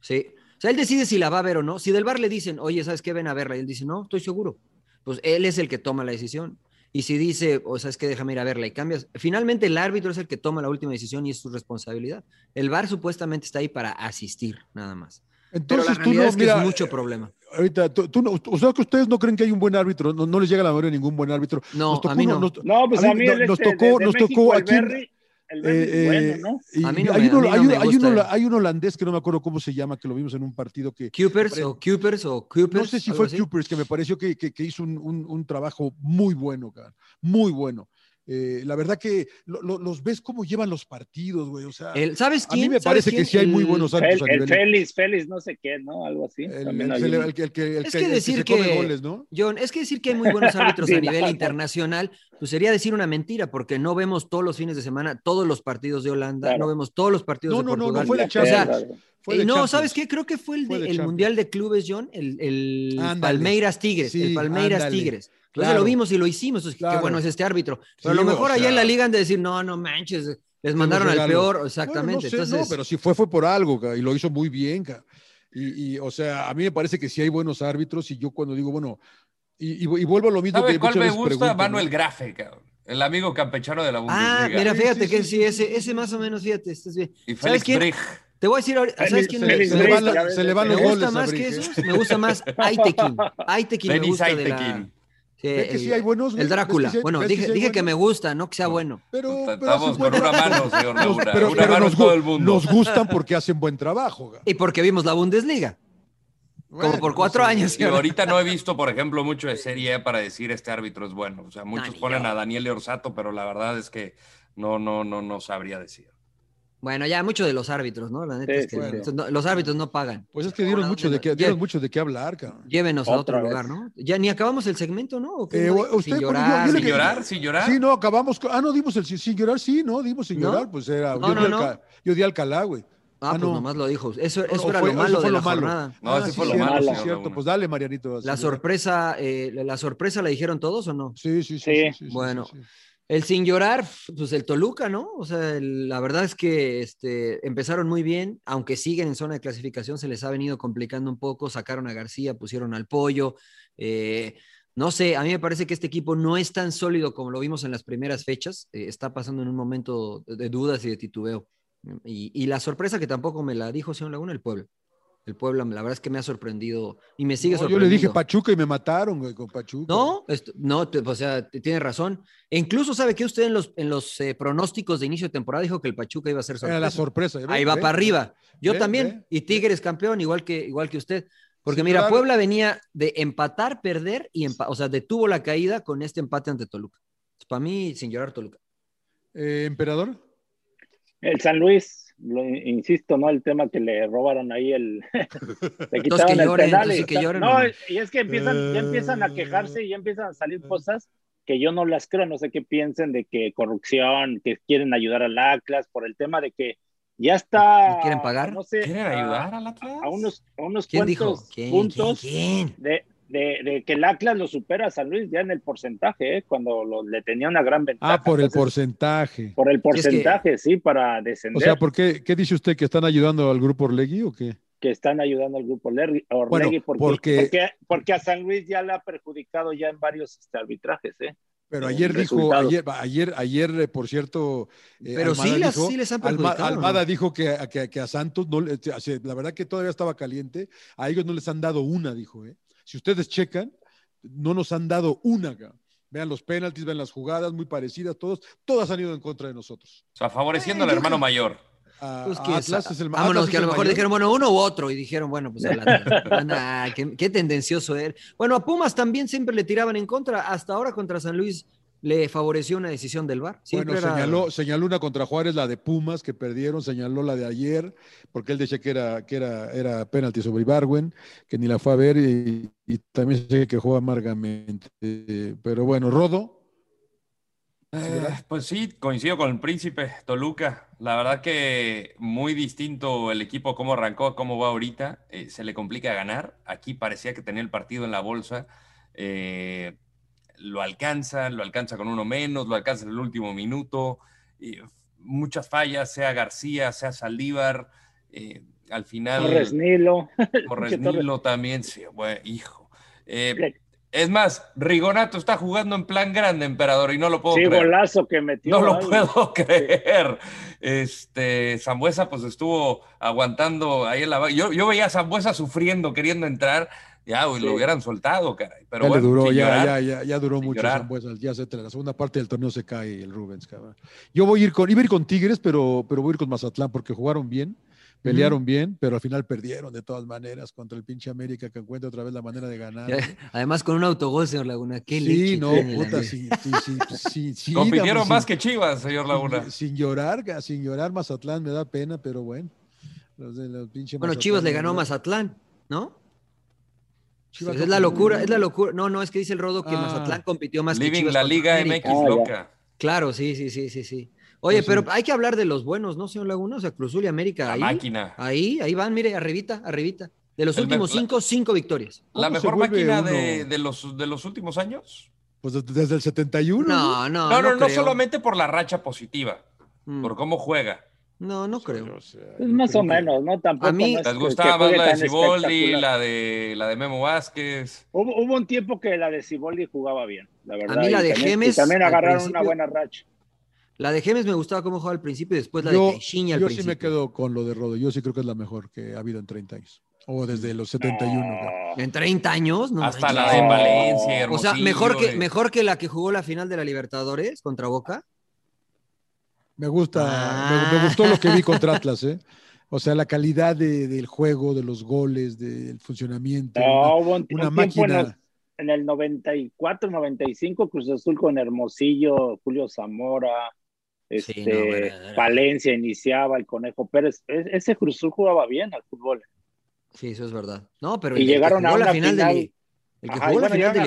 [SPEAKER 4] Sí. O sea, él decide si la va a ver o no. Si del bar le dicen, oye, ¿sabes qué? Ven a verla. Y él dice, no, estoy seguro. Pues él es el que toma la decisión. Y si dice, o sabes qué, déjame ir a verla y cambias. Finalmente, el árbitro es el que toma la última decisión y es su responsabilidad. El bar supuestamente está ahí para asistir, nada más. Pero la
[SPEAKER 1] Entonces tú
[SPEAKER 4] realidad
[SPEAKER 1] no,
[SPEAKER 4] es que
[SPEAKER 1] mira, eh,
[SPEAKER 4] es mucho problema.
[SPEAKER 1] ahorita, tú, tú no- o sea, que ustedes no creen que hay un buen árbitro, no, no les llega a la memoria ningún buen árbitro.
[SPEAKER 4] No,
[SPEAKER 1] Nos tocó
[SPEAKER 4] a mí
[SPEAKER 1] uno-
[SPEAKER 4] no.
[SPEAKER 1] nos-
[SPEAKER 3] No, pues
[SPEAKER 1] A
[SPEAKER 3] a,
[SPEAKER 1] mí
[SPEAKER 3] mí
[SPEAKER 1] no-
[SPEAKER 3] el
[SPEAKER 1] nos
[SPEAKER 3] este,
[SPEAKER 1] tocó-
[SPEAKER 3] de
[SPEAKER 1] nos
[SPEAKER 3] México,
[SPEAKER 1] tocó
[SPEAKER 3] el
[SPEAKER 1] aquí en-
[SPEAKER 3] Berry, el Berry es
[SPEAKER 1] eh, eh,
[SPEAKER 3] bueno, ¿no?
[SPEAKER 1] y
[SPEAKER 4] A mí no
[SPEAKER 1] hay
[SPEAKER 4] me- a
[SPEAKER 1] uno-
[SPEAKER 4] mí no
[SPEAKER 1] hay
[SPEAKER 4] me
[SPEAKER 1] un- hay
[SPEAKER 4] gusta
[SPEAKER 1] un-
[SPEAKER 4] él.
[SPEAKER 1] hay un holandés que no me acuerdo cómo se llama, que lo vimos en un partido que
[SPEAKER 4] Cupers o Cupers o Cupers.
[SPEAKER 1] No sé si
[SPEAKER 4] algo
[SPEAKER 1] fue
[SPEAKER 4] así.
[SPEAKER 1] Cupers, que me pareció que, que- que hizo un, un- un trabajo muy bueno, cabrón, muy bueno. Eh, la verdad que lo- lo- los ves cómo llevan los partidos, güey. O sea,
[SPEAKER 4] El- ¿Sabes
[SPEAKER 1] a
[SPEAKER 4] quién?
[SPEAKER 1] mí me
[SPEAKER 4] ¿Sabes
[SPEAKER 1] parece que
[SPEAKER 4] quién?
[SPEAKER 1] sí hay muy
[SPEAKER 4] El-
[SPEAKER 1] buenos
[SPEAKER 3] El,
[SPEAKER 1] árbitros a
[SPEAKER 3] el
[SPEAKER 1] nivel.
[SPEAKER 3] Félix, Félix, no sé qué, ¿no? Algo así.
[SPEAKER 1] el-
[SPEAKER 3] También
[SPEAKER 1] el-
[SPEAKER 3] hay un-
[SPEAKER 1] el- el- el- el-
[SPEAKER 4] Es
[SPEAKER 1] el
[SPEAKER 4] que
[SPEAKER 1] se
[SPEAKER 4] decir
[SPEAKER 1] come
[SPEAKER 4] que-
[SPEAKER 1] goles, ¿no?
[SPEAKER 4] John, es que decir que hay muy buenos árbitros
[SPEAKER 3] Sí,
[SPEAKER 4] a
[SPEAKER 3] no.
[SPEAKER 4] nivel internacional, pues sería decir una mentira, porque no vemos todos los fines de semana todos los partidos de Holanda,
[SPEAKER 3] Claro.
[SPEAKER 4] no vemos todos los partidos
[SPEAKER 1] No,
[SPEAKER 4] de
[SPEAKER 1] no, no, no
[SPEAKER 4] Portugal.
[SPEAKER 1] fue ah. la
[SPEAKER 4] o sea,
[SPEAKER 1] Champions. Fue
[SPEAKER 4] eh,
[SPEAKER 1] de
[SPEAKER 4] no,
[SPEAKER 1] Champions.
[SPEAKER 4] ¿sabes qué? Creo que fue el, de-
[SPEAKER 1] Fue de
[SPEAKER 4] el
[SPEAKER 1] Champions.
[SPEAKER 4] Mundial de Clubes, John, el, el
[SPEAKER 1] Ándale.
[SPEAKER 4] Palmeiras Tigres,
[SPEAKER 1] Sí,
[SPEAKER 4] el Palmeiras
[SPEAKER 1] ándale.
[SPEAKER 4] Tigres. Entonces
[SPEAKER 1] Claro.
[SPEAKER 4] lo vimos y lo hicimos, entonces, qué
[SPEAKER 1] Claro.
[SPEAKER 4] bueno es este árbitro. Pero
[SPEAKER 1] Sí,
[SPEAKER 4] a lo
[SPEAKER 1] güey,
[SPEAKER 4] mejor
[SPEAKER 1] o
[SPEAKER 4] allá
[SPEAKER 1] sea,
[SPEAKER 4] en la liga han de decir, no, no manches, les mandaron al
[SPEAKER 1] regalo.
[SPEAKER 4] peor,
[SPEAKER 1] Bueno,
[SPEAKER 4] exactamente.
[SPEAKER 1] no sé, no,
[SPEAKER 4] entonces,
[SPEAKER 1] pero si fue, fue por algo, ca, y lo hizo muy bien. ca. Y, y, o sea, a mí me parece que sí hay buenos árbitros, y yo cuando digo, bueno, y, y- y vuelvo a lo mismo
[SPEAKER 2] ¿Sabe
[SPEAKER 1] que
[SPEAKER 2] cuál
[SPEAKER 1] muchas
[SPEAKER 2] me
[SPEAKER 1] veces
[SPEAKER 2] gusta?
[SPEAKER 1] pregunto, ¿no?
[SPEAKER 2] Manuel Grafe, cabrón. El amigo campechano de la Bundesliga.
[SPEAKER 4] Ah, mira,
[SPEAKER 1] Sí,
[SPEAKER 4] fíjate
[SPEAKER 1] sí,
[SPEAKER 4] que
[SPEAKER 1] sí,
[SPEAKER 4] sí,
[SPEAKER 1] sí,
[SPEAKER 4] ese, ese más o menos, fíjate, estás bien.
[SPEAKER 2] Y
[SPEAKER 4] ¿Sabes
[SPEAKER 2] Félix
[SPEAKER 4] quién?
[SPEAKER 2] Brig.
[SPEAKER 4] Te voy a decir ahorita, ¿sabes
[SPEAKER 3] Félix-
[SPEAKER 4] quién
[SPEAKER 1] Se,
[SPEAKER 3] Félix
[SPEAKER 1] le van,
[SPEAKER 3] Brich, ya
[SPEAKER 1] la-
[SPEAKER 3] ves,
[SPEAKER 1] se le van
[SPEAKER 4] Me
[SPEAKER 1] los
[SPEAKER 3] Pero
[SPEAKER 1] goles.
[SPEAKER 4] gusta
[SPEAKER 1] a
[SPEAKER 4] más que
[SPEAKER 1] Brich, ¿eh?
[SPEAKER 4] eso, me gusta más Aitekin. Aitekin me
[SPEAKER 2] Denis
[SPEAKER 4] gusta de la-
[SPEAKER 2] Aitekin.
[SPEAKER 4] Sí,
[SPEAKER 1] Ve que
[SPEAKER 4] el,
[SPEAKER 1] sí hay buenos, güey.
[SPEAKER 4] el
[SPEAKER 1] Ves que
[SPEAKER 4] Drácula.
[SPEAKER 1] sí hay-
[SPEAKER 4] bueno,
[SPEAKER 1] ves que
[SPEAKER 4] dije,
[SPEAKER 1] sí hay
[SPEAKER 4] dije que me
[SPEAKER 1] buenos.
[SPEAKER 4] gusta, no que sea bueno.
[SPEAKER 1] Pero, pero
[SPEAKER 2] Estamos
[SPEAKER 1] hacen
[SPEAKER 2] con
[SPEAKER 1] buen
[SPEAKER 2] una
[SPEAKER 1] trabajo.
[SPEAKER 2] mano, señor
[SPEAKER 1] Nos-
[SPEAKER 2] Laguna.
[SPEAKER 1] pero-
[SPEAKER 2] Una
[SPEAKER 1] pero
[SPEAKER 2] mano
[SPEAKER 1] nos,
[SPEAKER 2] todo
[SPEAKER 1] gu-
[SPEAKER 2] el mundo.
[SPEAKER 1] nos gustan porque hacen buen trabajo. güey.
[SPEAKER 4] Y porque vimos la Bundesliga,
[SPEAKER 1] Bueno,
[SPEAKER 4] como por
[SPEAKER 1] no
[SPEAKER 4] cuatro
[SPEAKER 1] sé.
[SPEAKER 4] años.
[SPEAKER 2] Y ahorita no he visto, por ejemplo, mucho de Serie E para decir este árbitro es bueno. O sea, muchos
[SPEAKER 4] ni
[SPEAKER 2] ponen
[SPEAKER 4] yo.
[SPEAKER 2] a Daniel Orsato, pero la verdad es que no, no, no, no sabría decir.
[SPEAKER 4] Bueno, ya mucho de los árbitros, ¿no? La neta
[SPEAKER 3] Sí,
[SPEAKER 4] es que
[SPEAKER 3] sí,
[SPEAKER 1] sí.
[SPEAKER 4] estos no- los árbitros no pagan.
[SPEAKER 1] Pues es que dieron
[SPEAKER 4] Ahora,
[SPEAKER 1] mucho
[SPEAKER 4] ¿dónde
[SPEAKER 1] de qué,
[SPEAKER 4] nos-
[SPEAKER 1] dieron
[SPEAKER 4] Lle-
[SPEAKER 1] mucho de qué hablar, cabrón.
[SPEAKER 4] Llévenos a otro
[SPEAKER 3] Otra vez.
[SPEAKER 4] lugar, ¿no? Ya ni acabamos el segmento, ¿no? ¿O qué
[SPEAKER 1] Eh,
[SPEAKER 4] onda?
[SPEAKER 1] o- usted,
[SPEAKER 4] sin
[SPEAKER 1] bueno, yo-
[SPEAKER 4] llorar.
[SPEAKER 1] yo le-
[SPEAKER 2] Sin
[SPEAKER 4] sin-
[SPEAKER 2] llorar, sin llorar.
[SPEAKER 1] Sí, no, acabamos. con- ah, no, dimos el sin, sin llorar, sí, no, dimos sin
[SPEAKER 4] ¿No?
[SPEAKER 1] llorar. Pues era.
[SPEAKER 4] No,
[SPEAKER 1] yo,
[SPEAKER 4] no,
[SPEAKER 1] di
[SPEAKER 4] no.
[SPEAKER 1] Alca- yo di Alcalá, güey.
[SPEAKER 4] Ah,
[SPEAKER 1] Ah,
[SPEAKER 4] pues
[SPEAKER 1] no.
[SPEAKER 4] nomás lo dijo. Eso,
[SPEAKER 1] No,
[SPEAKER 4] eso
[SPEAKER 1] no,
[SPEAKER 4] era
[SPEAKER 1] fue-
[SPEAKER 4] lo
[SPEAKER 1] eso
[SPEAKER 4] malo
[SPEAKER 1] fue
[SPEAKER 4] de la
[SPEAKER 1] lo malo.
[SPEAKER 4] jornada.
[SPEAKER 2] No,
[SPEAKER 1] Ah,
[SPEAKER 2] ese
[SPEAKER 1] sí,
[SPEAKER 2] fue lo
[SPEAKER 1] cierto,
[SPEAKER 2] malo,
[SPEAKER 1] sí,
[SPEAKER 2] señor
[SPEAKER 1] cierto.
[SPEAKER 2] Laguna.
[SPEAKER 1] Pues dale, Marianito.
[SPEAKER 4] La
[SPEAKER 1] sin llorar.
[SPEAKER 4] sorpresa, eh, la- la sorpresa la dijeron todos o no?
[SPEAKER 1] Sí, sí, sí.
[SPEAKER 3] Sí.
[SPEAKER 1] sí, sí, sí,
[SPEAKER 4] Bueno.
[SPEAKER 1] sí, sí.
[SPEAKER 4] El sin llorar, pues el Toluca, ¿no? O sea, el- la verdad es que este, empezaron muy bien, aunque siguen en zona de clasificación, se les ha venido complicando un poco, sacaron a García, pusieron al pollo, eh, no sé, a mí me parece que este equipo no es tan sólido como lo vimos en las primeras fechas, eh, está pasando en un momento de dudas y de titubeo. Y, y la sorpresa que tampoco me la dijo Señor Laguna, el pueblo. El pueblo, la verdad es que me ha sorprendido y me sigue
[SPEAKER 1] No, yo le
[SPEAKER 4] sorprendiendo.
[SPEAKER 1] dije Pachuca y me mataron, güey, con Pachuca.
[SPEAKER 4] No, esto- no, te- o sea, t- tiene razón. E incluso sabe que usted en los, en los eh, pronósticos de inicio de temporada dijo que el Pachuca iba a ser
[SPEAKER 1] Era
[SPEAKER 4] sorpresa.
[SPEAKER 1] la sorpresa. ¿eh? ¿ves?
[SPEAKER 4] Ahí va
[SPEAKER 1] ¿Ves?
[SPEAKER 4] para arriba. Yo
[SPEAKER 1] Ve,
[SPEAKER 4] también.
[SPEAKER 1] ve.
[SPEAKER 4] Y Tigres campeón, igual que, igual que usted. Porque
[SPEAKER 1] Sí,
[SPEAKER 4] mira,
[SPEAKER 1] claro.
[SPEAKER 4] Puebla venía de empatar, perder y empa- o sea, detuvo la caída con este empate ante Toluca. Para mí, sin llorar Toluca.
[SPEAKER 1] Eh, Emperador.
[SPEAKER 3] El San Luis, lo- insisto, ¿no? El tema que le robaron ahí el. le
[SPEAKER 4] Entonces que
[SPEAKER 3] quitaron el
[SPEAKER 4] lloren,
[SPEAKER 3] penal. y
[SPEAKER 4] entonces que
[SPEAKER 3] está-
[SPEAKER 4] lloren,
[SPEAKER 3] no,
[SPEAKER 4] hombre.
[SPEAKER 3] y es que empiezan, ya empiezan a quejarse y ya empiezan a salir cosas que yo no las creo, no sé qué piensen de que corrupción, que quieren ayudar al Atlas por el tema de que ya está.
[SPEAKER 4] quieren pagar?
[SPEAKER 3] No sé,
[SPEAKER 2] ¿Quieren ayudar al Atlas?
[SPEAKER 3] A unos, a unos
[SPEAKER 4] ¿Quién
[SPEAKER 3] cuantos
[SPEAKER 4] dijo? ¿Quién,
[SPEAKER 3] puntos
[SPEAKER 4] quién,
[SPEAKER 3] De, de- de que el Atlas lo supera a San Luis ya en el porcentaje, ¿eh? cuando lo- le tenía una gran ventaja.
[SPEAKER 1] Ah, por el
[SPEAKER 3] Entonces,
[SPEAKER 1] porcentaje.
[SPEAKER 3] por el
[SPEAKER 1] Sí, es que-
[SPEAKER 3] porcentaje, sí, para descender.
[SPEAKER 1] O sea, ¿por qué, qué dice usted que están ayudando al grupo Orlegui o qué?
[SPEAKER 3] que están ayudando al grupo Lergi, Orlegui,
[SPEAKER 1] Bueno,
[SPEAKER 3] porque,
[SPEAKER 1] porque-
[SPEAKER 3] porque... porque a San Luis ya le ha perjudicado ya en varios este, arbitrajes, ¿eh?
[SPEAKER 1] Pero
[SPEAKER 3] En
[SPEAKER 1] ayer dijo,
[SPEAKER 3] resultados.
[SPEAKER 1] ayer, ayer, ayer, eh, por cierto, eh,
[SPEAKER 4] Pero sí las- sí les han
[SPEAKER 1] Alma-
[SPEAKER 4] perjudicado, ¿no?
[SPEAKER 1] Almada dijo que, a- que, a- que a Santos, no, le- a- se- la verdad que todavía estaba caliente, a ellos no les han dado una, dijo. ¿eh? Si ustedes checan, no nos han dado una. cabrón. Vean los penaltis, vean las jugadas, muy parecidas, todos, todas han ido en contra de nosotros.
[SPEAKER 2] O sea, favoreciendo
[SPEAKER 1] Eh,
[SPEAKER 2] al hermano mayor.
[SPEAKER 1] A-
[SPEAKER 4] Pues
[SPEAKER 1] a
[SPEAKER 4] que
[SPEAKER 1] Atlas
[SPEAKER 4] sa-
[SPEAKER 1] es el ma-
[SPEAKER 4] vámonos,
[SPEAKER 1] Atlas
[SPEAKER 4] que
[SPEAKER 1] es
[SPEAKER 4] a lo
[SPEAKER 1] el
[SPEAKER 4] mejor
[SPEAKER 1] mayor.
[SPEAKER 4] dijeron, bueno, uno u otro, y dijeron, bueno, pues al Atlas. Anda, qué, qué tendencioso eres. Bueno, a Pumas también siempre le tiraban en contra, hasta ahora contra San Luis le favoreció una decisión del VAR. Siempre
[SPEAKER 1] bueno,
[SPEAKER 4] era-
[SPEAKER 1] señaló, señaló una contra Juárez, la de Pumas, que perdieron, señaló la de ayer, porque él decía que era, que era, era penalti sobre Ibarwen, que ni la fue a ver y, y también se quejó amargamente. Eh, Pero bueno, Rodo,
[SPEAKER 2] Eh, pues sí, coincido con el príncipe Toluca. La verdad que muy distinto el equipo, cómo arrancó, cómo va ahorita. Eh, se le complica ganar. Aquí parecía que tenía el partido en la bolsa. Eh, lo alcanza, lo alcanza con uno menos, lo alcanza en el último minuto. Y muchas fallas, sea García, sea Saldívar. eh, al final,
[SPEAKER 3] Torres Nilo.
[SPEAKER 2] Torres
[SPEAKER 3] Que Torres-
[SPEAKER 2] Nilo también, sí, güey, hijo. Eh, es más, Rigonato está jugando en plan grande, emperador, y no lo puedo
[SPEAKER 3] Sí,
[SPEAKER 2] creer.
[SPEAKER 3] golazo que metió.
[SPEAKER 2] No lo
[SPEAKER 3] ay.
[SPEAKER 2] puedo creer. Este, Zambuesa pues estuvo aguantando ahí en la... ba- Yo, yo veía a Zambuesa sufriendo, queriendo entrar. Ya, güey, lo
[SPEAKER 3] Sí.
[SPEAKER 2] hubieran soltado, caray. Pero
[SPEAKER 1] ya
[SPEAKER 2] bueno,
[SPEAKER 1] le duró,
[SPEAKER 2] sin
[SPEAKER 1] ya,
[SPEAKER 2] llorar.
[SPEAKER 1] ya, ya, ya duró
[SPEAKER 2] sin
[SPEAKER 1] mucho
[SPEAKER 2] llorar.
[SPEAKER 1] Zambuesa, ya se la segunda parte del torneo se cae el Rubens, cabrón. Yo voy a ir con, iba a ir con Tigres, pero, pero voy a ir con Mazatlán, porque jugaron bien, pelearon bien, pero al final perdieron de todas maneras contra el pinche América que encuentra otra vez la manera de ganar.
[SPEAKER 4] Además, con un autogol, señor Laguna, qué
[SPEAKER 1] Sí,
[SPEAKER 4] leche
[SPEAKER 1] no,
[SPEAKER 4] tiene la
[SPEAKER 1] puta,
[SPEAKER 4] América.
[SPEAKER 1] sí, sí, sí, pues sí, sí,
[SPEAKER 2] Compitieron
[SPEAKER 1] dame,
[SPEAKER 2] más
[SPEAKER 1] sin-
[SPEAKER 2] que Chivas, señor Laguna.
[SPEAKER 1] sin, sin llorar, ga- sin llorar Mazatlán me da pena, pero bueno. Los de los pinche
[SPEAKER 4] Bueno,
[SPEAKER 1] Mazatlán,
[SPEAKER 4] Chivas le ganó a
[SPEAKER 1] ¿no?
[SPEAKER 4] Mazatlán, ¿no?
[SPEAKER 1] Chivas
[SPEAKER 4] es la
[SPEAKER 1] campeón.
[SPEAKER 4] locura, es la locura. No, no, es que dice el Rodo que
[SPEAKER 1] Ah.
[SPEAKER 4] Mazatlán compitió más que
[SPEAKER 2] Living
[SPEAKER 4] Chivas
[SPEAKER 2] la
[SPEAKER 4] contra
[SPEAKER 2] Liga
[SPEAKER 4] América.
[SPEAKER 3] Ah,
[SPEAKER 2] MX loca.
[SPEAKER 4] Claro, sí, sí, sí, sí, sí. Oye,
[SPEAKER 1] Pues sí.
[SPEAKER 4] pero hay que hablar de los buenos, ¿no, señor Laguna? O sea, Cruzul y América.
[SPEAKER 2] La
[SPEAKER 4] ahí, Ah,
[SPEAKER 2] máquina.
[SPEAKER 4] Ahí, ahí van, mire, arribita, arribita. De los
[SPEAKER 2] El
[SPEAKER 4] últimos
[SPEAKER 2] me- la-
[SPEAKER 4] cinco, cinco victorias.
[SPEAKER 2] La
[SPEAKER 1] ¿Cómo se
[SPEAKER 2] mejor
[SPEAKER 1] vuelve
[SPEAKER 2] máquina
[SPEAKER 1] uno?
[SPEAKER 2] de, de los, de los últimos años.
[SPEAKER 1] Pues desde, desde el 71. ¿no?
[SPEAKER 4] No, no,
[SPEAKER 2] No, no, no,
[SPEAKER 4] creo.
[SPEAKER 2] solamente por la racha positiva,
[SPEAKER 4] Mm,
[SPEAKER 2] por cómo juega.
[SPEAKER 4] No, no creo.
[SPEAKER 1] O sea,
[SPEAKER 3] Pues
[SPEAKER 1] yo
[SPEAKER 3] más
[SPEAKER 1] creo
[SPEAKER 3] o
[SPEAKER 1] que-
[SPEAKER 3] menos, ¿no? Tampoco
[SPEAKER 4] A mí-
[SPEAKER 3] no es
[SPEAKER 2] Les
[SPEAKER 3] que-
[SPEAKER 2] gustaba
[SPEAKER 3] que
[SPEAKER 2] más
[SPEAKER 3] juegue
[SPEAKER 2] la de
[SPEAKER 3] tan
[SPEAKER 2] Siboldi,
[SPEAKER 3] espectacular.
[SPEAKER 2] la de, la de Memo Vázquez.
[SPEAKER 3] Hubo, hubo un tiempo que la de Siboldi jugaba bien, la verdad.
[SPEAKER 4] mí la
[SPEAKER 3] y
[SPEAKER 4] de
[SPEAKER 3] también, y
[SPEAKER 4] Gemes,
[SPEAKER 3] también
[SPEAKER 4] al
[SPEAKER 3] agarraron una
[SPEAKER 4] principio-
[SPEAKER 3] buena racha.
[SPEAKER 4] La de Gemes me gustaba cómo jugaba al principio y después la de
[SPEAKER 1] Yo,
[SPEAKER 4] Caixinha al
[SPEAKER 1] yo sí
[SPEAKER 4] principio.
[SPEAKER 1] me quedo con lo de Rodo. Yo sí creo que es la mejor que ha habido en 30 años. O desde los 71. cabrón.
[SPEAKER 4] En 30 años, no
[SPEAKER 2] Hasta
[SPEAKER 4] manches.
[SPEAKER 2] la de
[SPEAKER 3] No.
[SPEAKER 2] Valencia,
[SPEAKER 4] O sea,
[SPEAKER 2] Hermosillo, eh,
[SPEAKER 4] mejor que,
[SPEAKER 2] de-
[SPEAKER 4] mejor que la que jugó la final de la Libertadores contra Boca.
[SPEAKER 1] Me gusta,
[SPEAKER 4] Ah.
[SPEAKER 1] me, me gustó lo que vi contra Atlas, ¿eh? O sea, la calidad de- del juego, de los goles, del funcionamiento.
[SPEAKER 3] No, hubo un,
[SPEAKER 1] una
[SPEAKER 3] un tiempo en
[SPEAKER 1] máquina.
[SPEAKER 3] los- en el 94, 95, Cruz Azul con Hermosillo, Julio Zamora, este,
[SPEAKER 4] Sí, no, era- era-
[SPEAKER 3] Palencia iniciaba, el Conejo Pérez. E- ese Cruz Azul jugaba bien al fútbol.
[SPEAKER 4] Sí, eso es verdad. No, pero
[SPEAKER 3] Y
[SPEAKER 4] el que
[SPEAKER 3] llegaron a
[SPEAKER 4] jugó la
[SPEAKER 3] una
[SPEAKER 4] final, de
[SPEAKER 3] final.
[SPEAKER 4] Li- el que
[SPEAKER 3] Ajá,
[SPEAKER 4] jugó
[SPEAKER 3] y
[SPEAKER 4] la
[SPEAKER 3] bueno,
[SPEAKER 4] final de
[SPEAKER 3] llegaron a la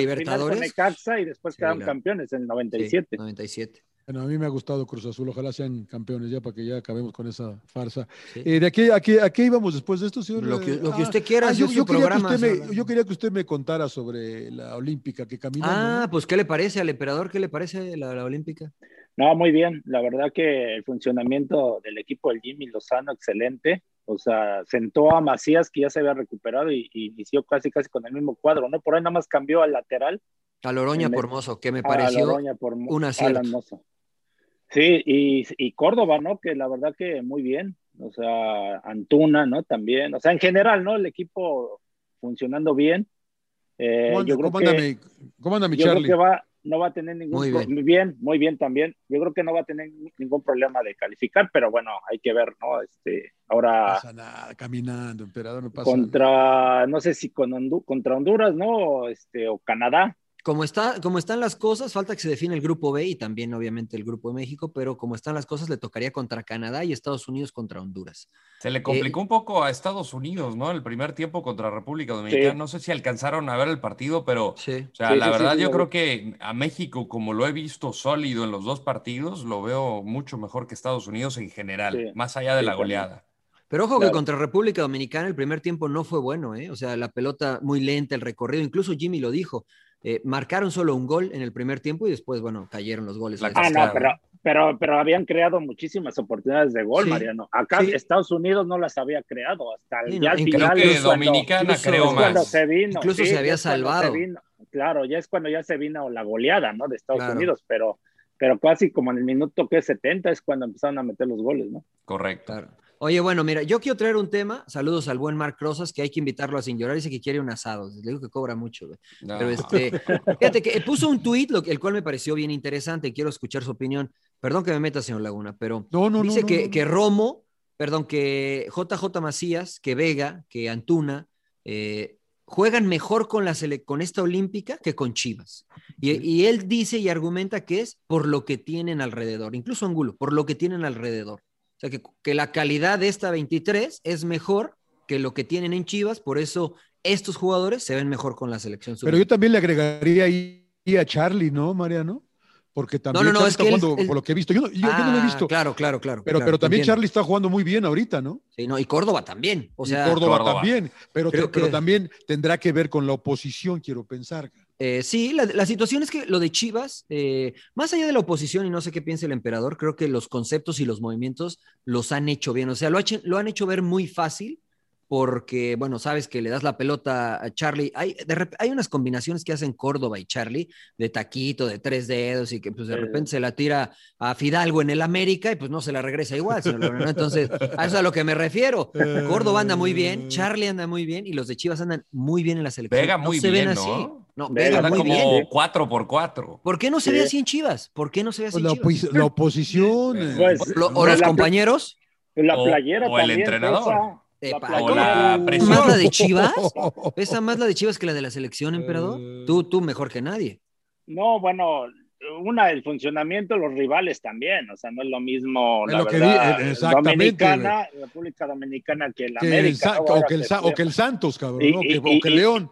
[SPEAKER 3] final con
[SPEAKER 4] Libertadores.
[SPEAKER 3] Necaxa y después
[SPEAKER 4] Sí,
[SPEAKER 3] quedaron
[SPEAKER 4] la-
[SPEAKER 3] campeones en el
[SPEAKER 4] Sí,
[SPEAKER 3] 97.
[SPEAKER 4] 97.
[SPEAKER 1] Bueno, a mí me ha gustado Cruz Azul. Ojalá sean campeones ya para que ya acabemos con esa farsa.
[SPEAKER 4] Sí.
[SPEAKER 1] Eh, ¿De aquí, a, qué, a qué íbamos después de esto, señor?
[SPEAKER 4] Lo que-
[SPEAKER 1] Eh,
[SPEAKER 4] lo que usted quiera, es
[SPEAKER 1] yo,
[SPEAKER 4] su
[SPEAKER 1] yo quería que
[SPEAKER 4] programa,
[SPEAKER 1] usted me-
[SPEAKER 4] señor.
[SPEAKER 1] yo quería que usted me contara sobre la Olímpica que caminamos.
[SPEAKER 4] Ah,
[SPEAKER 1] ¿no?
[SPEAKER 4] pues ¿qué le parece al emperador? ¿Qué le parece la, la olímpica?
[SPEAKER 3] No, muy bien. La verdad que el funcionamiento del equipo del Jimmy Lozano, excelente. O sea, sentó a Macías, que ya se había recuperado, y, y inició casi casi con el mismo cuadro, ¿no? Por ahí nada más cambió al lateral.
[SPEAKER 4] A Loroña
[SPEAKER 3] Me-
[SPEAKER 4] por Mozo, que me
[SPEAKER 3] a
[SPEAKER 4] pareció
[SPEAKER 3] Loroña por Mo-
[SPEAKER 4] un acierto.
[SPEAKER 3] Alan Mozo. Sí, y, y Córdoba, ¿no? Que la verdad que muy bien. O sea, Antuna, ¿no? También. O sea, en general, ¿no? El equipo funcionando bien. Eh,
[SPEAKER 1] ¿Cómo anda,
[SPEAKER 3] yo creo
[SPEAKER 1] cómo
[SPEAKER 3] que...
[SPEAKER 1] anda mi, cómo anda mi
[SPEAKER 3] Yo
[SPEAKER 1] Charlie?
[SPEAKER 3] creo que va, no va a tener ningún
[SPEAKER 4] Muy
[SPEAKER 3] pro-
[SPEAKER 4] bien.
[SPEAKER 3] muy bien, muy bien también. Yo creo que no va a tener ningún problema de calificar, pero bueno, hay que ver, ¿no? Este,
[SPEAKER 1] No
[SPEAKER 3] ahora
[SPEAKER 1] pasa nada, caminando, emperador, no pasa nada.
[SPEAKER 3] contra, no sé si con Hondu- contra Honduras, ¿no? Este, o Canadá.
[SPEAKER 4] como, está, como están las cosas, falta que se define el grupo B y también obviamente el grupo de México, pero como están las cosas, le tocaría contra Canadá y Estados Unidos contra Honduras.
[SPEAKER 2] Se le complicó
[SPEAKER 4] Eh,
[SPEAKER 2] un poco a Estados Unidos, ¿no? El primer tiempo contra República Dominicana. No sé si alcanzaron a ver el partido, pero o sea,
[SPEAKER 4] Sí,
[SPEAKER 2] la
[SPEAKER 4] sí, sí,
[SPEAKER 2] verdad
[SPEAKER 4] sí,
[SPEAKER 2] yo
[SPEAKER 4] lo
[SPEAKER 2] creo que a México, como lo he visto sólido en los dos partidos, lo veo mucho mejor que Estados Unidos en general,
[SPEAKER 4] Sí.
[SPEAKER 2] más allá de
[SPEAKER 4] Sí,
[SPEAKER 2] la
[SPEAKER 4] también.
[SPEAKER 2] goleada.
[SPEAKER 4] Pero ojo
[SPEAKER 2] Claro.
[SPEAKER 4] que contra República Dominicana el primer tiempo no fue bueno, ¿eh? O sea, la pelota muy lenta, el recorrido, incluso Jimmy lo dijo, eh, marcaron solo un gol en el primer tiempo y después, bueno, cayeron los goles.
[SPEAKER 3] Ah, no, pero, pero, pero habían creado muchísimas oportunidades de gol,
[SPEAKER 4] Sí,
[SPEAKER 3] Mariano. Acá
[SPEAKER 4] sí.
[SPEAKER 3] Estados Unidos no las había creado hasta el
[SPEAKER 4] Sí, no,
[SPEAKER 3] ya al
[SPEAKER 4] incluso-
[SPEAKER 3] final.
[SPEAKER 4] Creo que
[SPEAKER 3] es cuando-
[SPEAKER 2] Dominicana
[SPEAKER 3] incluso
[SPEAKER 2] creó
[SPEAKER 3] es cuando
[SPEAKER 2] más.
[SPEAKER 3] se vino,
[SPEAKER 4] Incluso
[SPEAKER 3] sí,
[SPEAKER 4] se
[SPEAKER 3] ya
[SPEAKER 4] había
[SPEAKER 3] es cuando se
[SPEAKER 4] salvado.
[SPEAKER 3] vino. claro, ya es cuando ya se vino la goleada, ¿no? De Estados
[SPEAKER 4] Claro.
[SPEAKER 3] Unidos, pero, pero casi como en el minuto que 70 es cuando empezaron a meter los goles, ¿no?
[SPEAKER 2] Correcto.
[SPEAKER 4] Oye, bueno, mira, yo quiero traer un tema. Saludos al buen Marc Rosas, que hay que invitarlo a Sin Llorar. Dice que quiere un asado. Le digo que cobra mucho. güey.
[SPEAKER 2] No.
[SPEAKER 4] Pero este, fíjate que puso un tuit, lo que- el cual me pareció bien interesante. Quiero escuchar su opinión. Perdón que me meta, señor Laguna, pero
[SPEAKER 1] No, no, no,
[SPEAKER 4] dice
[SPEAKER 1] no,
[SPEAKER 4] que,
[SPEAKER 1] no, no.
[SPEAKER 4] que Romo, perdón, que JJ Macías, que Vega, que Antuna, eh, juegan mejor con, la sele- con esta olímpica que con Chivas. Y, y él dice y argumenta que es por lo que tienen alrededor, incluso Angulo, por lo que tienen alrededor. O sea, que, que la calidad de esta 23 es mejor que lo que tienen en Chivas, por eso estos jugadores se ven mejor con la selección.
[SPEAKER 1] Pero yo también le agregaría ahí a Charlie, ¿no, Mariano? Porque también
[SPEAKER 4] no, no,
[SPEAKER 1] Charlie
[SPEAKER 4] es
[SPEAKER 1] está
[SPEAKER 4] que él-
[SPEAKER 1] jugando,
[SPEAKER 4] él-
[SPEAKER 1] por lo que he visto. Yo no, yo- yo no lo he
[SPEAKER 4] Ah,
[SPEAKER 1] visto.
[SPEAKER 4] Claro, claro, claro.
[SPEAKER 1] Pero,
[SPEAKER 4] claro,
[SPEAKER 1] pero
[SPEAKER 4] te
[SPEAKER 1] también
[SPEAKER 4] entiendo.
[SPEAKER 1] Charlie está jugando muy bien ahorita, ¿no?
[SPEAKER 4] Sí, no, y Córdoba también. O
[SPEAKER 1] Y
[SPEAKER 4] sea,
[SPEAKER 1] Córdoba, también. Pero,
[SPEAKER 4] Creo
[SPEAKER 1] te- pero
[SPEAKER 4] que-
[SPEAKER 1] también tendrá que ver con la oposición, quiero pensar.
[SPEAKER 4] Eh, sí, la, la situación es que lo de Chivas, eh, más allá de la oposición y no sé qué piensa el emperador, creo que los conceptos y los movimientos los han hecho bien. O sea, lo, ha hecho- lo han hecho ver muy fácil porque, bueno, sabes que le das la pelota a Charlie. Hay, de rep- hay unas combinaciones que hacen Córdoba y Charlie de taquito, de tres dedos y que pues, de
[SPEAKER 3] Sí.
[SPEAKER 4] repente se la tira a Fidalgo en el América y pues no se la regresa igual. señor Lebrón, ¿no? Entonces, a eso es a lo que me refiero. Córdoba anda muy
[SPEAKER 1] Eh,
[SPEAKER 4] bien, Charlie anda muy bien y los de Chivas andan muy bien en la selección.
[SPEAKER 2] Vega
[SPEAKER 4] No
[SPEAKER 2] muy
[SPEAKER 4] se
[SPEAKER 2] bien,
[SPEAKER 4] ven así.
[SPEAKER 2] ¿no?
[SPEAKER 4] No,
[SPEAKER 2] Vega
[SPEAKER 4] Vega
[SPEAKER 2] anda
[SPEAKER 4] muy
[SPEAKER 2] como
[SPEAKER 4] bien.
[SPEAKER 2] 4 por 4
[SPEAKER 4] ¿Por qué no se
[SPEAKER 2] Sí.
[SPEAKER 4] ve así en Chivas? ¿Por qué no se ve así
[SPEAKER 1] pues la,
[SPEAKER 4] en Chivas?
[SPEAKER 1] opos- la oposición. eh.
[SPEAKER 3] Pues,
[SPEAKER 4] Lo- ¿O
[SPEAKER 3] la
[SPEAKER 4] los
[SPEAKER 3] pla-
[SPEAKER 4] compañeros?
[SPEAKER 3] La
[SPEAKER 2] O-
[SPEAKER 3] playera
[SPEAKER 2] o el
[SPEAKER 3] también
[SPEAKER 2] entrenador.
[SPEAKER 3] pesa.
[SPEAKER 4] Eh,
[SPEAKER 3] La
[SPEAKER 4] pa-
[SPEAKER 3] playera-
[SPEAKER 2] O la
[SPEAKER 4] ¿Tú
[SPEAKER 2] presión.
[SPEAKER 4] ¿Más la de Chivas? ¿Pesa más la de Chivas que la de la selección, emperador?
[SPEAKER 3] Eh,
[SPEAKER 4] Tú, tú mejor que nadie.
[SPEAKER 3] No, bueno, una, el funcionamiento de los rivales también, o sea, no es lo mismo,
[SPEAKER 1] Es
[SPEAKER 3] la
[SPEAKER 1] lo que
[SPEAKER 3] verdad,
[SPEAKER 1] di- eh, exactamente,
[SPEAKER 3] Dominicana, República Dominicana que la
[SPEAKER 1] Que el
[SPEAKER 3] América.
[SPEAKER 1] Sa-
[SPEAKER 3] ¿no?
[SPEAKER 1] o,
[SPEAKER 3] Ahora
[SPEAKER 1] que el
[SPEAKER 3] se
[SPEAKER 1] Sa-
[SPEAKER 3] fue.
[SPEAKER 1] o que el Santos, cabrón.
[SPEAKER 3] Y-
[SPEAKER 1] ¿no?
[SPEAKER 3] y-
[SPEAKER 1] Que- o que
[SPEAKER 3] y-
[SPEAKER 1] León.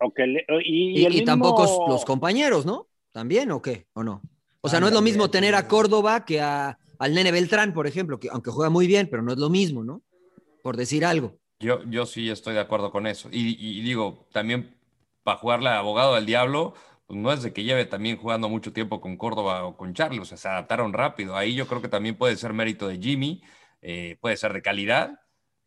[SPEAKER 3] O que le- y,
[SPEAKER 4] Y,
[SPEAKER 3] el
[SPEAKER 4] y
[SPEAKER 3] mismo-
[SPEAKER 4] tampoco os- los compañeros, ¿no? ¿También o qué? ¿O no? O sea,
[SPEAKER 3] Ah,
[SPEAKER 4] no es lo
[SPEAKER 3] también,
[SPEAKER 4] mismo tener a Córdoba que a, al Nene Beltrán, por ejemplo, que aunque juega muy bien, pero no es lo mismo, ¿no? Por decir algo.
[SPEAKER 2] Yo, yo sí estoy de acuerdo con eso. Y, y digo, también para jugarle a abogado del diablo, pues no es de que lleve también jugando mucho tiempo con Córdoba o con Charlie, o sea, se adaptaron rápido. Ahí yo creo que también puede ser mérito de Jimmy, eh, puede ser de calidad,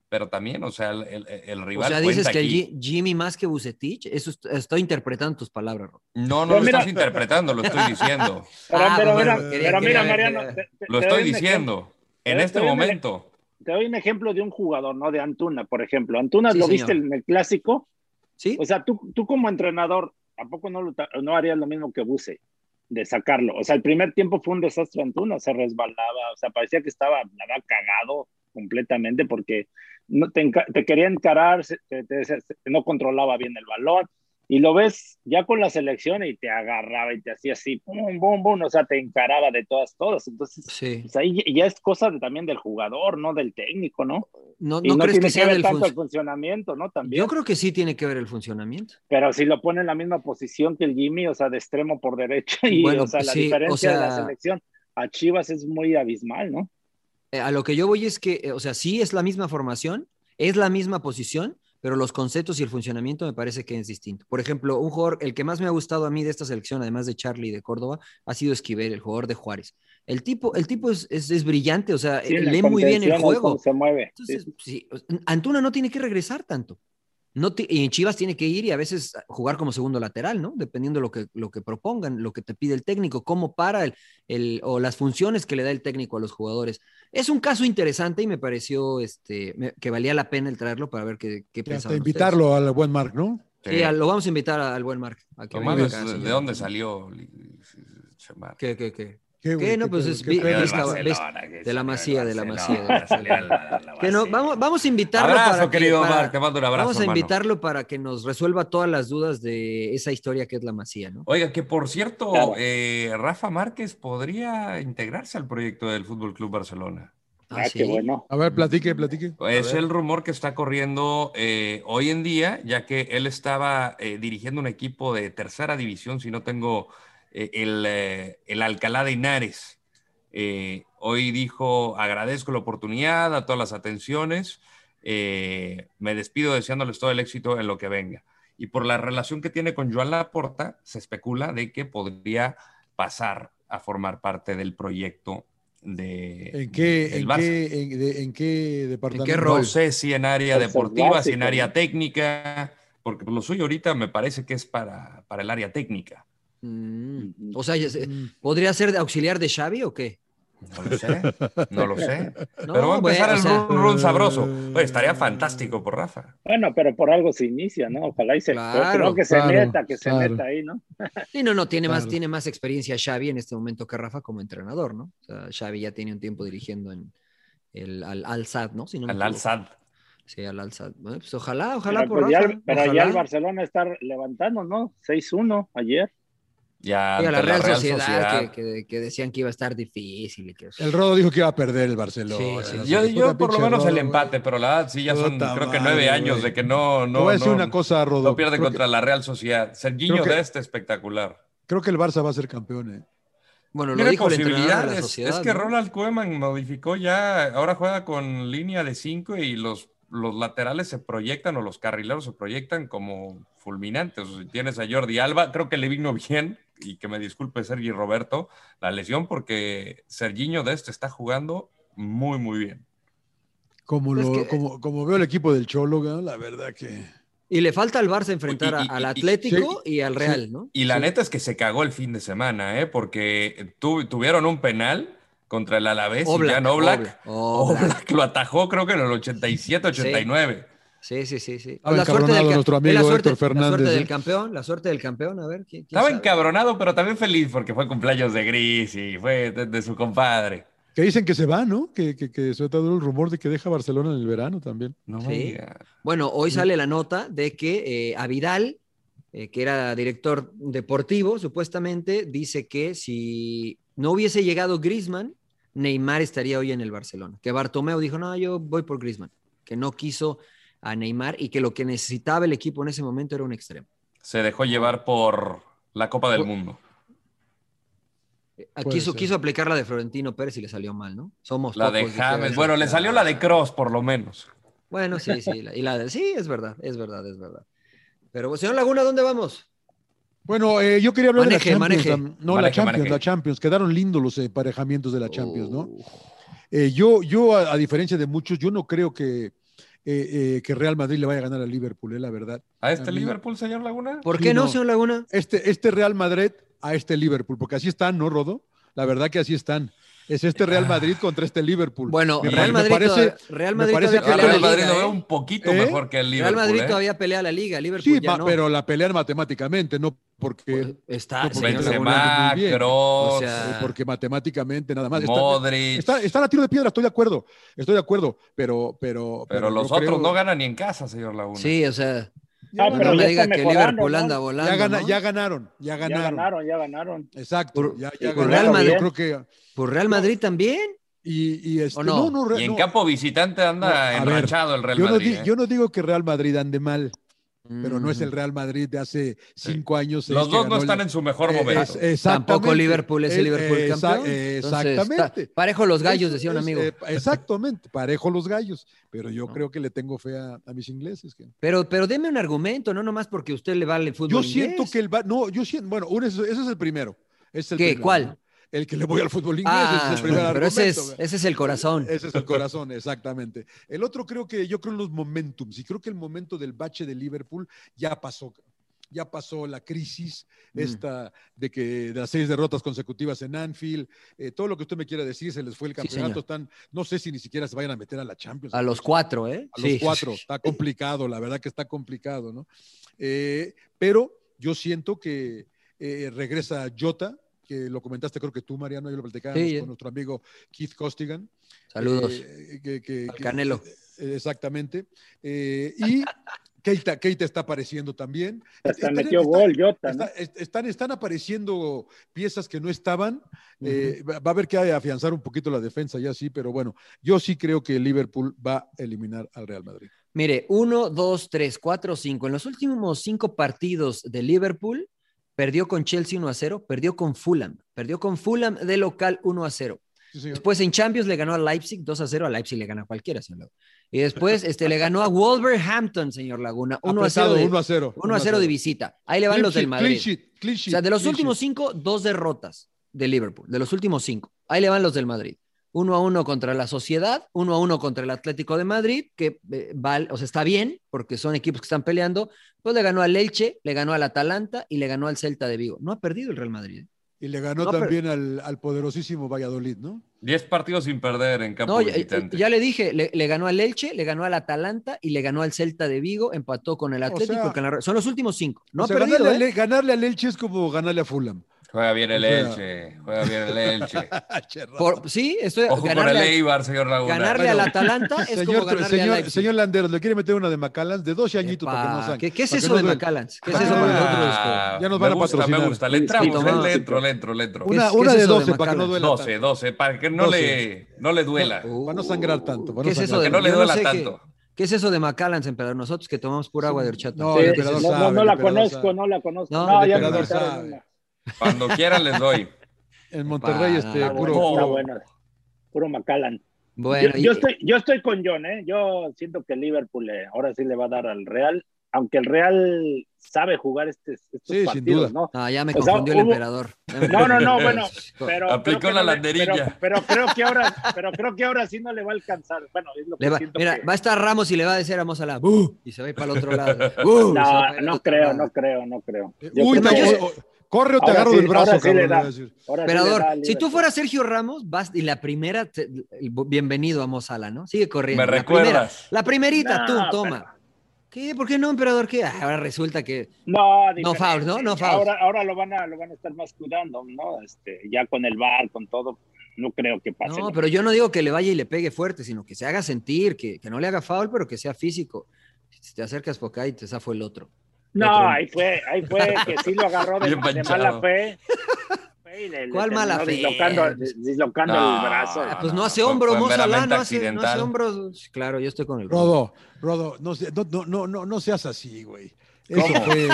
[SPEAKER 2] pero también, o sea, el, el- el rival
[SPEAKER 4] o sea, dices
[SPEAKER 2] cuenta
[SPEAKER 4] que el
[SPEAKER 2] aquí.
[SPEAKER 4] Gi- Jimmy más que Bucetich, eso est- estoy interpretando tus palabras, Rob.
[SPEAKER 2] No, no
[SPEAKER 3] Pero
[SPEAKER 2] lo
[SPEAKER 3] mira-
[SPEAKER 2] estás interpretando, lo estoy diciendo.
[SPEAKER 3] Pero,
[SPEAKER 4] Ah,
[SPEAKER 3] pero
[SPEAKER 4] bueno,
[SPEAKER 3] mira,
[SPEAKER 4] quería-
[SPEAKER 3] pero
[SPEAKER 4] quería
[SPEAKER 3] mira,
[SPEAKER 4] ver-
[SPEAKER 3] Mariano, te, te-
[SPEAKER 2] Lo
[SPEAKER 3] te
[SPEAKER 2] estoy
[SPEAKER 3] doy un ejemplo.
[SPEAKER 2] diciendo en
[SPEAKER 3] te
[SPEAKER 2] este
[SPEAKER 3] doy un ejem-
[SPEAKER 2] momento.
[SPEAKER 3] Te doy un ejemplo de un jugador, ¿no? De Antuna, por ejemplo. Antuna,
[SPEAKER 4] Sí,
[SPEAKER 3] ¿lo
[SPEAKER 4] señor.
[SPEAKER 3] viste en el clásico?
[SPEAKER 4] Sí.
[SPEAKER 3] O sea, tú, tú como entrenador, ¿a poco no, lo ta- no harías lo mismo que Buse? De sacarlo. O sea, el primer tiempo fue un desastre Antuna, se resbalaba, o sea, parecía que estaba, la verdad, cagado completamente porque no te, enca- te quería encarar, se- te- te- se- se- no controlaba bien el balón. Y lo ves ya con la selección y te agarraba y te hacía así, bum, bum, bum, o sea, te encaraba de todas, todas. Entonces,
[SPEAKER 4] Sí.
[SPEAKER 3] pues ahí ya es cosa de- también del jugador, ¿no? Del técnico, ¿no?
[SPEAKER 4] No,
[SPEAKER 3] Y
[SPEAKER 4] no
[SPEAKER 3] no
[SPEAKER 4] crees
[SPEAKER 3] tiene
[SPEAKER 4] que
[SPEAKER 3] que
[SPEAKER 4] sea
[SPEAKER 3] ver
[SPEAKER 4] del
[SPEAKER 3] tanto
[SPEAKER 4] func-
[SPEAKER 3] el funcionamiento, ¿no? También.
[SPEAKER 4] Yo creo que sí tiene que ver el funcionamiento.
[SPEAKER 3] Pero si lo pone en la misma posición que el Jimmy, o sea, de extremo por derecha, y
[SPEAKER 4] Bueno, pues
[SPEAKER 3] o sea, la
[SPEAKER 4] sí, o
[SPEAKER 3] diferencia de la
[SPEAKER 4] sea-
[SPEAKER 3] selección a Chivas es muy abismal, ¿no?
[SPEAKER 4] Eh, a lo que yo voy es que, eh, o sea, sí es la misma formación, es la misma posición, pero los conceptos y el funcionamiento me parece que es distinto. Por ejemplo, un jugador, el que más me ha gustado a mí de esta selección, además de Charlie y de Córdoba, ha sido Esquivel, el jugador de Juárez. El tipo, el tipo es, es- es brillante, o sea,
[SPEAKER 3] Sí,
[SPEAKER 4] eh,
[SPEAKER 3] en la
[SPEAKER 4] lee muy bien el
[SPEAKER 3] contención, ¿no? Cómo
[SPEAKER 4] juego.
[SPEAKER 3] Se mueve.
[SPEAKER 4] Entonces,
[SPEAKER 3] Sí, sí.
[SPEAKER 4] sí, o sea, Antuna no tiene que regresar tanto. No ti- y en Chivas tiene que ir y a veces jugar como segundo lateral, ¿no? Dependiendo lo que, lo que propongan, lo que te pide el técnico, cómo para el, el- o las funciones que le da el técnico a los jugadores. Es un caso interesante y me pareció este, me- que valía la pena el traerlo para ver qué, qué
[SPEAKER 1] Y
[SPEAKER 4] pensaban
[SPEAKER 1] hasta
[SPEAKER 4] ustedes.
[SPEAKER 1] invitarlo al buen Marc, ¿no?
[SPEAKER 4] Sí, a- lo vamos a invitar a- al buen Marc. a que
[SPEAKER 2] Tomás,
[SPEAKER 4] venga acá,
[SPEAKER 2] ¿de
[SPEAKER 4] señor.
[SPEAKER 2] dónde salió? Chamar?
[SPEAKER 4] ¿Qué, qué, qué? ¿Qué,
[SPEAKER 1] güey?
[SPEAKER 4] no?
[SPEAKER 1] ¿Qué
[SPEAKER 4] Pues
[SPEAKER 1] pedo?
[SPEAKER 4] es
[SPEAKER 1] ¿Qué
[SPEAKER 4] vi-
[SPEAKER 1] pedo?
[SPEAKER 4] ves la- ves- de la masía, de la masía. de la masía. Que no, vamos, vamos a invitarlo
[SPEAKER 2] Ah, Abrazo,
[SPEAKER 4] para que-
[SPEAKER 2] querido
[SPEAKER 4] para-
[SPEAKER 2] Omar, te mando un abrazo,
[SPEAKER 4] Vamos a
[SPEAKER 2] hermano.
[SPEAKER 4] invitarlo para que nos resuelva todas las dudas de esa historia que es la masía, ¿no?
[SPEAKER 2] Oiga, que por cierto,
[SPEAKER 4] Claro.
[SPEAKER 2] eh, Rafa Márquez podría integrarse al proyecto del Fútbol Club Barcelona.
[SPEAKER 4] Ah, Ah, qué sí. bueno.
[SPEAKER 1] A ver, platique, platique.
[SPEAKER 2] Es el rumor que está corriendo eh, hoy en día, ya que él estaba eh, dirigiendo un equipo de tercera división, si no tengo eh, el, eh, el Alcalá de Henares. Eh, hoy dijo, agradezco la oportunidad, a todas las atenciones, eh, me despido deseándoles todo el éxito en lo que venga. Y por la relación que tiene con Joan Laporta, se especula de que podría pasar a formar parte del proyecto de...
[SPEAKER 1] ¿En qué,
[SPEAKER 2] del
[SPEAKER 1] en
[SPEAKER 2] Barça.
[SPEAKER 1] qué, en, de- en qué departamento?
[SPEAKER 2] No sé si en área
[SPEAKER 1] Pues el
[SPEAKER 2] deportiva, si en
[SPEAKER 1] básico,
[SPEAKER 2] área
[SPEAKER 1] ¿no?
[SPEAKER 2] técnica, porque pues, lo suyo ahorita me parece que es para, para el área técnica.
[SPEAKER 4] Mm. O sea, ya sé- ¿podría ser de auxiliar de Xavi o qué?
[SPEAKER 2] No lo sé, no lo sé.
[SPEAKER 4] No,
[SPEAKER 2] Pero va a empezar
[SPEAKER 4] güey,
[SPEAKER 2] el
[SPEAKER 4] o sea-
[SPEAKER 2] run, run sabroso. Oye, estaría
[SPEAKER 1] mm.
[SPEAKER 2] fantástico por Rafa.
[SPEAKER 3] Bueno, pero por algo se inicia, ¿no? Ojalá y se,
[SPEAKER 4] Claro,
[SPEAKER 3] no, que se
[SPEAKER 4] claro,
[SPEAKER 3] meta, que se
[SPEAKER 4] claro.
[SPEAKER 3] meta ahí, ¿no?
[SPEAKER 4] Sí, no, no, tiene, más,
[SPEAKER 3] Claro.
[SPEAKER 4] tiene más experiencia Xavi en este momento que Rafa como entrenador, ¿no? O sea, Xavi ya tiene un tiempo dirigiendo en el, al, al SAD, ¿no? Si no me
[SPEAKER 2] Al
[SPEAKER 4] equivoco.
[SPEAKER 2] Al-Sadd.
[SPEAKER 4] Sí, al Al-Sad. pues ojalá, ojalá
[SPEAKER 3] pero,
[SPEAKER 4] por
[SPEAKER 3] pues ya,
[SPEAKER 4] Rafa,
[SPEAKER 3] el- pero ya
[SPEAKER 4] ojalá.
[SPEAKER 3] el Barcelona está levantando, ¿no? 6-1 ayer.
[SPEAKER 2] Ya,
[SPEAKER 4] Y a la
[SPEAKER 2] ante
[SPEAKER 4] Real, Sociedad, Que, que- que decían que iba a estar difícil. y que-
[SPEAKER 1] El Rodo dijo que iba a perder el Barcelona.
[SPEAKER 2] Sí,
[SPEAKER 1] No sé
[SPEAKER 2] yo
[SPEAKER 1] qué.
[SPEAKER 2] yo
[SPEAKER 1] Puta
[SPEAKER 2] por lo
[SPEAKER 1] pinche
[SPEAKER 2] menos
[SPEAKER 1] Rodo,
[SPEAKER 2] el
[SPEAKER 1] güey.
[SPEAKER 2] empate, pero la verdad sí ya son
[SPEAKER 1] Puta
[SPEAKER 2] creo que
[SPEAKER 1] madre,
[SPEAKER 2] nueve
[SPEAKER 1] güey.
[SPEAKER 2] años de que no, no,
[SPEAKER 1] Te voy a decir
[SPEAKER 2] no-
[SPEAKER 1] una cosa, Rodo.
[SPEAKER 2] no pierde
[SPEAKER 1] Creo
[SPEAKER 2] contra la Real Sociedad. Serginho
[SPEAKER 1] creo que-
[SPEAKER 2] de este espectacular.
[SPEAKER 1] Creo que el Barça va a ser campeón. eh.
[SPEAKER 4] Bueno,
[SPEAKER 2] Tiene posibilidades. es que Ronald Koeman modificó ya, ahora juega con línea de 5 y los, los laterales se proyectan o los carrileros se proyectan como fulminantes. O sea, si tienes a Jordi Alba, creo que le vino bien y que me disculpe Sergi Roberto la lesión porque Serginho Dest está jugando muy muy bien.
[SPEAKER 1] Como,
[SPEAKER 4] Es
[SPEAKER 1] lo,
[SPEAKER 4] que-
[SPEAKER 1] como, como veo el equipo del Cholo, ¿no? la verdad que.
[SPEAKER 4] Y le falta al Barça enfrentar a- al Atlético y al Real, ¿no?
[SPEAKER 2] Y la neta es que se cagó el fin de semana, ¿eh? porque tu- tuvieron un penal contra el Alavés y
[SPEAKER 4] Oblak,
[SPEAKER 2] Jan Oblak.
[SPEAKER 4] Oblak, Oblak.
[SPEAKER 2] Oblak lo atajó creo que en el 87, 89.
[SPEAKER 4] Sí, sí, sí. sí.
[SPEAKER 2] Ah, el cabronado,
[SPEAKER 4] ca-
[SPEAKER 2] nuestro amigo
[SPEAKER 4] es la
[SPEAKER 2] Héctor
[SPEAKER 4] suerte, La
[SPEAKER 2] Fernández,
[SPEAKER 4] suerte
[SPEAKER 2] ¿eh?
[SPEAKER 4] del campeón, la suerte del campeón, a ver. ¿quién- quién
[SPEAKER 2] Estaba
[SPEAKER 4] sabe?
[SPEAKER 2] encabronado, pero también feliz porque fue cumpleaños de Gris y fue de, de su compadre.
[SPEAKER 1] Que dicen que se va, ¿no? Que, que, que suelta duro el rumor de que deja Barcelona en el verano también.
[SPEAKER 4] Sí. Bueno, hoy sale la nota de que eh, a Vidal, eh, que era director deportivo, supuestamente, dice que si no hubiese llegado Grisman, Neymar estaría hoy en el Barcelona. Que Bartomeu dijo, no, yo voy por Grisman, que no quiso a Neymar y que lo que necesitaba el equipo en ese momento era un extremo.
[SPEAKER 2] Se dejó llevar por la Copa del Mundo.
[SPEAKER 4] Ah,
[SPEAKER 2] Puede
[SPEAKER 4] Quiso,
[SPEAKER 2] ser.
[SPEAKER 4] quiso aplicar la de Florentino Pérez y le salió mal, ¿no? Somos
[SPEAKER 2] La de
[SPEAKER 4] pocos, dijera
[SPEAKER 2] James.
[SPEAKER 4] esa.
[SPEAKER 2] Bueno, le salió la de Cross, por lo menos.
[SPEAKER 4] Bueno, sí, sí. la- y la de- sí, es verdad, es verdad, es verdad. Pero, pues, señor Laguna, ¿dónde vamos?
[SPEAKER 1] Bueno, eh, yo quería hablar
[SPEAKER 4] Maneje,
[SPEAKER 1] de la Champions.
[SPEAKER 4] maneje.
[SPEAKER 1] tam- No, la
[SPEAKER 4] Maneje,
[SPEAKER 1] Champions,
[SPEAKER 4] maneje.
[SPEAKER 1] la Champions. Quedaron lindos los eh, emparejamientos de la Champions, ¿no? Eh, yo, yo a, a diferencia de muchos, yo no creo que, eh, eh, que Real Madrid le vaya a ganar a Liverpool, eh, la verdad.
[SPEAKER 2] ¿A este
[SPEAKER 1] A mí-
[SPEAKER 2] Liverpool, señor Laguna?
[SPEAKER 1] ¿Por qué Sí, no, no. señor
[SPEAKER 4] Laguna?
[SPEAKER 1] Este, este Real Madrid a este Liverpool, porque así están, ¿no, Rodo? La verdad que así están. Es este Real Madrid contra este Liverpool.
[SPEAKER 4] Ah. Bueno,
[SPEAKER 1] Me
[SPEAKER 4] Real
[SPEAKER 1] pare-
[SPEAKER 4] Madrid
[SPEAKER 1] me parece,
[SPEAKER 4] todavía- Real
[SPEAKER 1] me
[SPEAKER 4] Madrid
[SPEAKER 1] parece
[SPEAKER 4] todavía
[SPEAKER 1] que
[SPEAKER 4] pelea
[SPEAKER 1] Real
[SPEAKER 4] la
[SPEAKER 1] Madrid
[SPEAKER 4] liga,
[SPEAKER 1] lo veo
[SPEAKER 4] ¿eh?
[SPEAKER 1] un
[SPEAKER 2] poquito
[SPEAKER 1] ¿Eh?
[SPEAKER 2] mejor que el Liverpool.
[SPEAKER 4] Real Madrid
[SPEAKER 2] ¿eh?
[SPEAKER 4] todavía pelea la liga, Liverpool
[SPEAKER 1] Sí,
[SPEAKER 4] ya
[SPEAKER 1] ma-
[SPEAKER 4] no. Pues,
[SPEAKER 1] pero la pelean matemáticamente, no porque eh,
[SPEAKER 4] está
[SPEAKER 1] porque
[SPEAKER 2] señor
[SPEAKER 1] estén
[SPEAKER 2] Laguna.
[SPEAKER 1] jugando muy bien,
[SPEAKER 2] Kroos,
[SPEAKER 1] o
[SPEAKER 4] ah.
[SPEAKER 2] sea-
[SPEAKER 1] porque matemáticamente nada más Está- eh,
[SPEAKER 2] Modric.
[SPEAKER 1] está- están a tiro de piedra, estoy de acuerdo, estoy de acuerdo, pero pero
[SPEAKER 2] Pero los
[SPEAKER 1] yo
[SPEAKER 2] otros
[SPEAKER 1] creo-
[SPEAKER 2] no ganan ni en casa, señor Laguna.
[SPEAKER 4] Sí, o sea,
[SPEAKER 1] Ah,
[SPEAKER 4] no
[SPEAKER 1] pero
[SPEAKER 4] me
[SPEAKER 1] ya
[SPEAKER 4] diga
[SPEAKER 1] está
[SPEAKER 4] que
[SPEAKER 1] mejorando,
[SPEAKER 4] Liverpool
[SPEAKER 1] ¿no?
[SPEAKER 4] anda volando.
[SPEAKER 1] ya, gana-
[SPEAKER 4] ¿no?
[SPEAKER 1] ya ganaron, ya
[SPEAKER 3] Ya
[SPEAKER 1] ganaron.
[SPEAKER 3] ganaron, ya
[SPEAKER 4] Eh,
[SPEAKER 3] ganaron.
[SPEAKER 1] Exacto, ya, ya
[SPEAKER 4] y por
[SPEAKER 1] ganaron.
[SPEAKER 4] Real Madrid-
[SPEAKER 1] yo creo que
[SPEAKER 4] por Pues, Real Madrid también.
[SPEAKER 1] y, y este,
[SPEAKER 4] ¿O
[SPEAKER 1] no?
[SPEAKER 4] no?
[SPEAKER 1] no, Re-
[SPEAKER 2] y en
[SPEAKER 1] no.
[SPEAKER 2] campo visitante anda
[SPEAKER 1] A ver,
[SPEAKER 2] enrachado el Real
[SPEAKER 1] yo no
[SPEAKER 2] Madrid.
[SPEAKER 1] di-
[SPEAKER 2] ¿eh?
[SPEAKER 1] yo no digo que Real Madrid ande mal, pero no es
[SPEAKER 4] Mm.
[SPEAKER 1] el Real Madrid de hace cinco años.
[SPEAKER 2] Los
[SPEAKER 1] eh,
[SPEAKER 2] dos
[SPEAKER 1] que
[SPEAKER 2] no
[SPEAKER 1] ganó
[SPEAKER 2] están
[SPEAKER 1] el-
[SPEAKER 2] en su mejor
[SPEAKER 1] Eh,
[SPEAKER 2] momento.
[SPEAKER 1] es- exactamente.
[SPEAKER 4] Mm, Tampoco Liverpool es el
[SPEAKER 1] Eh,
[SPEAKER 4] Liverpool
[SPEAKER 1] exa-
[SPEAKER 4] campeón.
[SPEAKER 1] eh,
[SPEAKER 4] Entonces,
[SPEAKER 1] exactamente.
[SPEAKER 4] está- parejo los gallos,
[SPEAKER 1] Eso
[SPEAKER 4] decía un
[SPEAKER 1] es,
[SPEAKER 4] amigo.
[SPEAKER 1] eh, exactamente, parejo los gallos. Pero yo creo que le tengo fe a, a mis ingleses. que-
[SPEAKER 4] Pero, pero deme un argumento, no nomás porque a usted le vale el fútbol
[SPEAKER 1] Yo
[SPEAKER 4] inglés.
[SPEAKER 1] siento que el... va- No, yo siento... Bueno, uno, ese, ese es el primero. Ese Es el
[SPEAKER 4] ¿Qué?
[SPEAKER 1] primero.
[SPEAKER 4] ¿Cuál?
[SPEAKER 1] El que le voy al fútbol inglés. ese
[SPEAKER 4] Ah,
[SPEAKER 1] es el primer
[SPEAKER 4] pero ese
[SPEAKER 1] argumento,
[SPEAKER 4] es,
[SPEAKER 1] güey. Eh,
[SPEAKER 4] ese es el corazón.
[SPEAKER 1] Ese es el corazón, exactamente. El otro creo que, yo creo en los momentums, y creo que el momento del bache de Liverpool ya pasó. Ya pasó la crisis
[SPEAKER 4] Mm.
[SPEAKER 1] esta de que de las seis derrotas consecutivas en Anfield, eh, todo lo que usted me quiera decir, se les fue el
[SPEAKER 4] Sí,
[SPEAKER 1] campeonato,
[SPEAKER 4] señor.
[SPEAKER 1] están, no sé si ni siquiera se vayan a meter a la Champions.
[SPEAKER 4] A los cuatro, ¿eh?
[SPEAKER 1] A los
[SPEAKER 4] Sí.
[SPEAKER 1] cuatro, está complicado, la verdad que está complicado, ¿no? Eh, pero yo siento que eh, regresa Jota, que lo comentaste, creo que tú, Mariano, yo lo platicábamos
[SPEAKER 4] Sí, eh.
[SPEAKER 1] con nuestro amigo Keith Costigan.
[SPEAKER 4] Saludos.
[SPEAKER 1] Eh, que- que-
[SPEAKER 4] Al
[SPEAKER 1] que-
[SPEAKER 4] Canelo.
[SPEAKER 1] eh, Exactamente. Eh, y Keita, Keita está apareciendo también.
[SPEAKER 3] Hasta
[SPEAKER 1] Están-
[SPEAKER 3] metió
[SPEAKER 1] están-
[SPEAKER 3] gol, Jota, ¿no?
[SPEAKER 1] está- est- están, están apareciendo piezas que no estaban. Eh, va va a haber que afianzar un poquito la defensa, ya sí, pero bueno, yo sí creo que Liverpool va a eliminar al Real Madrid.
[SPEAKER 4] Mire, 1, 2, 3, 4, 5. En los últimos cinco partidos de Liverpool, perdió con Chelsea 1 a 0, perdió con Fulham, perdió con Fulham de local 1 a 0.
[SPEAKER 1] Sí, señor.
[SPEAKER 4] Después en Champions le ganó a Leipzig 2 a 0, a Leipzig le gana a cualquiera, señor Laguna. Y después este, le ganó a Wolverhampton, señor Laguna, 1 a 0.
[SPEAKER 1] Apretado,
[SPEAKER 4] de-
[SPEAKER 1] 1 a 0.
[SPEAKER 4] 1 a 0 de visita. Ahí le van
[SPEAKER 1] Clean
[SPEAKER 4] los del
[SPEAKER 1] sheet,
[SPEAKER 4] Madrid.
[SPEAKER 1] clean sheet, clean
[SPEAKER 4] o sea, de los
[SPEAKER 1] sheet, clean
[SPEAKER 4] últimos cinco, dos derrotas de Liverpool, de los últimos cinco. Ahí le van los del Madrid. 1 a 1 contra la Sociedad, 1 a 1 contra el Atlético de Madrid, que eh, va, al- o sea, está bien, porque son equipos que están peleando. Pues le ganó al Elche, le ganó al Atalanta y le ganó al Celta de Vigo. No ha perdido el Real Madrid. ¿eh?
[SPEAKER 1] Y le ganó
[SPEAKER 4] No, pero-
[SPEAKER 1] también al, al poderosísimo Valladolid, ¿no?
[SPEAKER 2] 10 partidos sin perder en campo
[SPEAKER 4] No, ya, eh,
[SPEAKER 2] visitante.
[SPEAKER 4] ya le dije, le, le ganó al Elche, le ganó al Atalanta y le ganó al Celta de Vigo, empató con el Atlético.
[SPEAKER 1] sea-
[SPEAKER 4] con la- son los últimos cinco. No
[SPEAKER 1] O sea,
[SPEAKER 4] ha perdido.
[SPEAKER 1] ganarle, al
[SPEAKER 4] ¿eh?
[SPEAKER 1] E- ganarle al Elche es como ganarle a Fulham.
[SPEAKER 2] Juega bien el
[SPEAKER 1] O sea-
[SPEAKER 2] Elche, juega bien el Elche.
[SPEAKER 4] Por- sí, estoy
[SPEAKER 2] Ojo con el
[SPEAKER 4] ganarle al-
[SPEAKER 2] Eibar, señor Laguna.
[SPEAKER 4] ganarle al Atalanta es
[SPEAKER 1] señor,
[SPEAKER 4] como ganarle al
[SPEAKER 1] señor,
[SPEAKER 4] Leipzig.
[SPEAKER 1] señor Landeros, le quiere meter una de Macalans de 12 añitos para que no
[SPEAKER 4] Epa,
[SPEAKER 1] sangre.
[SPEAKER 4] ¿qué- qué es
[SPEAKER 1] para que
[SPEAKER 4] eso
[SPEAKER 1] no
[SPEAKER 4] de
[SPEAKER 1] duele.
[SPEAKER 4] Macalans? ¿Qué es eso este.
[SPEAKER 1] Ah,
[SPEAKER 4] de Macalans?
[SPEAKER 2] Ah,
[SPEAKER 1] Ya nos van a
[SPEAKER 2] me gusta,
[SPEAKER 1] patrocinar.
[SPEAKER 2] Me gusta, le
[SPEAKER 1] Sí,
[SPEAKER 2] entramos,
[SPEAKER 4] tomamos.
[SPEAKER 2] le entro, le entro, le entro.
[SPEAKER 1] Una,
[SPEAKER 4] ¿Qué es-
[SPEAKER 1] una
[SPEAKER 4] qué es
[SPEAKER 1] de
[SPEAKER 4] eso de
[SPEAKER 1] 12 para que no
[SPEAKER 4] Macalans?
[SPEAKER 1] duela.
[SPEAKER 2] 12, 12, para que no, le, no le duela.
[SPEAKER 1] tanto, Para no sangrar tanto. para
[SPEAKER 4] este? ¿Qué es eso
[SPEAKER 1] sangrar
[SPEAKER 4] de
[SPEAKER 2] que no le
[SPEAKER 4] yo no
[SPEAKER 2] duela
[SPEAKER 4] sé qué-
[SPEAKER 2] tanto.
[SPEAKER 4] ¿Qué es eso de Macalans, emperador? Nosotros que tomamos pura agua de horchata.
[SPEAKER 1] No,
[SPEAKER 3] Sí,
[SPEAKER 1] el
[SPEAKER 3] sí,
[SPEAKER 1] emperador
[SPEAKER 3] no, no,
[SPEAKER 1] sabe,
[SPEAKER 3] no
[SPEAKER 1] el
[SPEAKER 3] la
[SPEAKER 1] emperador
[SPEAKER 3] conozco,
[SPEAKER 1] sabe.
[SPEAKER 3] no la conozco.
[SPEAKER 4] No,
[SPEAKER 3] No,
[SPEAKER 4] el
[SPEAKER 3] ya me
[SPEAKER 1] emperador
[SPEAKER 3] quitaron
[SPEAKER 1] sabe.
[SPEAKER 3] una.
[SPEAKER 2] Cuando quieran les doy.
[SPEAKER 1] En Monterrey,
[SPEAKER 4] Para
[SPEAKER 1] este,
[SPEAKER 4] nada.
[SPEAKER 1] puro,
[SPEAKER 3] Está
[SPEAKER 1] puro-
[SPEAKER 3] Ah, bueno. Puro Macallan.
[SPEAKER 4] Bueno,
[SPEAKER 3] yo,
[SPEAKER 4] y-
[SPEAKER 3] yo estoy, yo estoy con John, ¿eh? Yo siento que Liverpool eh, ahora sí le va a dar al Real, aunque el Real sabe jugar este, estos
[SPEAKER 1] Sí, sin
[SPEAKER 3] partidos,
[SPEAKER 1] duda.
[SPEAKER 3] ¿no?
[SPEAKER 4] Ah, ya me
[SPEAKER 3] O sea,
[SPEAKER 4] confundió el
[SPEAKER 3] hubo-
[SPEAKER 4] emperador. Ya me
[SPEAKER 3] No, no, no,
[SPEAKER 4] confundió.
[SPEAKER 3] bueno, pero
[SPEAKER 2] Aplicó
[SPEAKER 3] creo que
[SPEAKER 2] la
[SPEAKER 3] no le-
[SPEAKER 2] banderilla.
[SPEAKER 3] pero- Pero, creo que ahora, pero creo que ahora sí no le va a alcanzar. Bueno, es lo que
[SPEAKER 4] Le va-
[SPEAKER 3] siento
[SPEAKER 4] mira,
[SPEAKER 3] que-
[SPEAKER 4] va a estar Ramos y le va a decir a Mozalá,
[SPEAKER 1] ¡Uh!
[SPEAKER 4] "Bu", y se va a ir para el otro lado. "Bu", y se va para
[SPEAKER 3] No,
[SPEAKER 4] el
[SPEAKER 3] no
[SPEAKER 4] otro
[SPEAKER 3] creo,
[SPEAKER 4] lado.
[SPEAKER 3] no creo, no creo.
[SPEAKER 1] Eh,
[SPEAKER 3] Yo
[SPEAKER 1] Uy,
[SPEAKER 3] creo
[SPEAKER 1] no,
[SPEAKER 3] que-
[SPEAKER 1] o- o- corre o te
[SPEAKER 3] Ahora
[SPEAKER 1] agarro
[SPEAKER 3] sí,
[SPEAKER 1] del brazo,
[SPEAKER 3] ahora sí le
[SPEAKER 1] cabrón.
[SPEAKER 3] da.
[SPEAKER 1] le voy a decir.
[SPEAKER 3] ahora sí le
[SPEAKER 4] Emperador,
[SPEAKER 3] da a
[SPEAKER 4] si tú
[SPEAKER 3] Liverpool.
[SPEAKER 4] fueras Sergio Ramos, vas y la primera, te- el- bienvenido a Mozala, ¿no? Sigue corriendo.
[SPEAKER 2] Me
[SPEAKER 4] la primera,
[SPEAKER 2] recuerdas.
[SPEAKER 4] la primerita,
[SPEAKER 3] No,
[SPEAKER 4] tú,
[SPEAKER 3] pero-
[SPEAKER 4] toma. ¿Qué? ¿Por qué no, emperador? ¿Qué? Ah, ahora resulta que
[SPEAKER 3] No, diferente.
[SPEAKER 4] fouls, ¿no? No fouls.
[SPEAKER 3] Ahora, ahora lo van a, lo van a estar más cuidando, ¿no? Este, ya con el bar, con todo, no creo que pase.
[SPEAKER 4] No, pero yo no digo que le vaya y le pegue fuerte, sino que se haga sentir, que, que no le haga foul, pero que sea físico. Si te acercas por acá y te zafó el otro.
[SPEAKER 3] No,
[SPEAKER 4] otro-
[SPEAKER 3] ahí fue, ahí fue que sí lo agarró de,
[SPEAKER 2] Bien
[SPEAKER 3] de
[SPEAKER 2] panchado.
[SPEAKER 3] mala fe. Fue y le- le
[SPEAKER 4] ¿Cuál mala fe?
[SPEAKER 3] terminó Dislocando, dis- dislocando
[SPEAKER 2] No.
[SPEAKER 3] el brazo.
[SPEAKER 4] Ah, pues no hace
[SPEAKER 2] fue-
[SPEAKER 4] hombro,
[SPEAKER 2] fue
[SPEAKER 4] Mozalá, no
[SPEAKER 2] meramente
[SPEAKER 4] hace, no hace
[SPEAKER 2] accidental.
[SPEAKER 4] hombros. Claro, yo estoy con el Rodo.
[SPEAKER 1] Rodo, Rodo, no, se- no, no, no, no, no seas así, güey. Eso fue,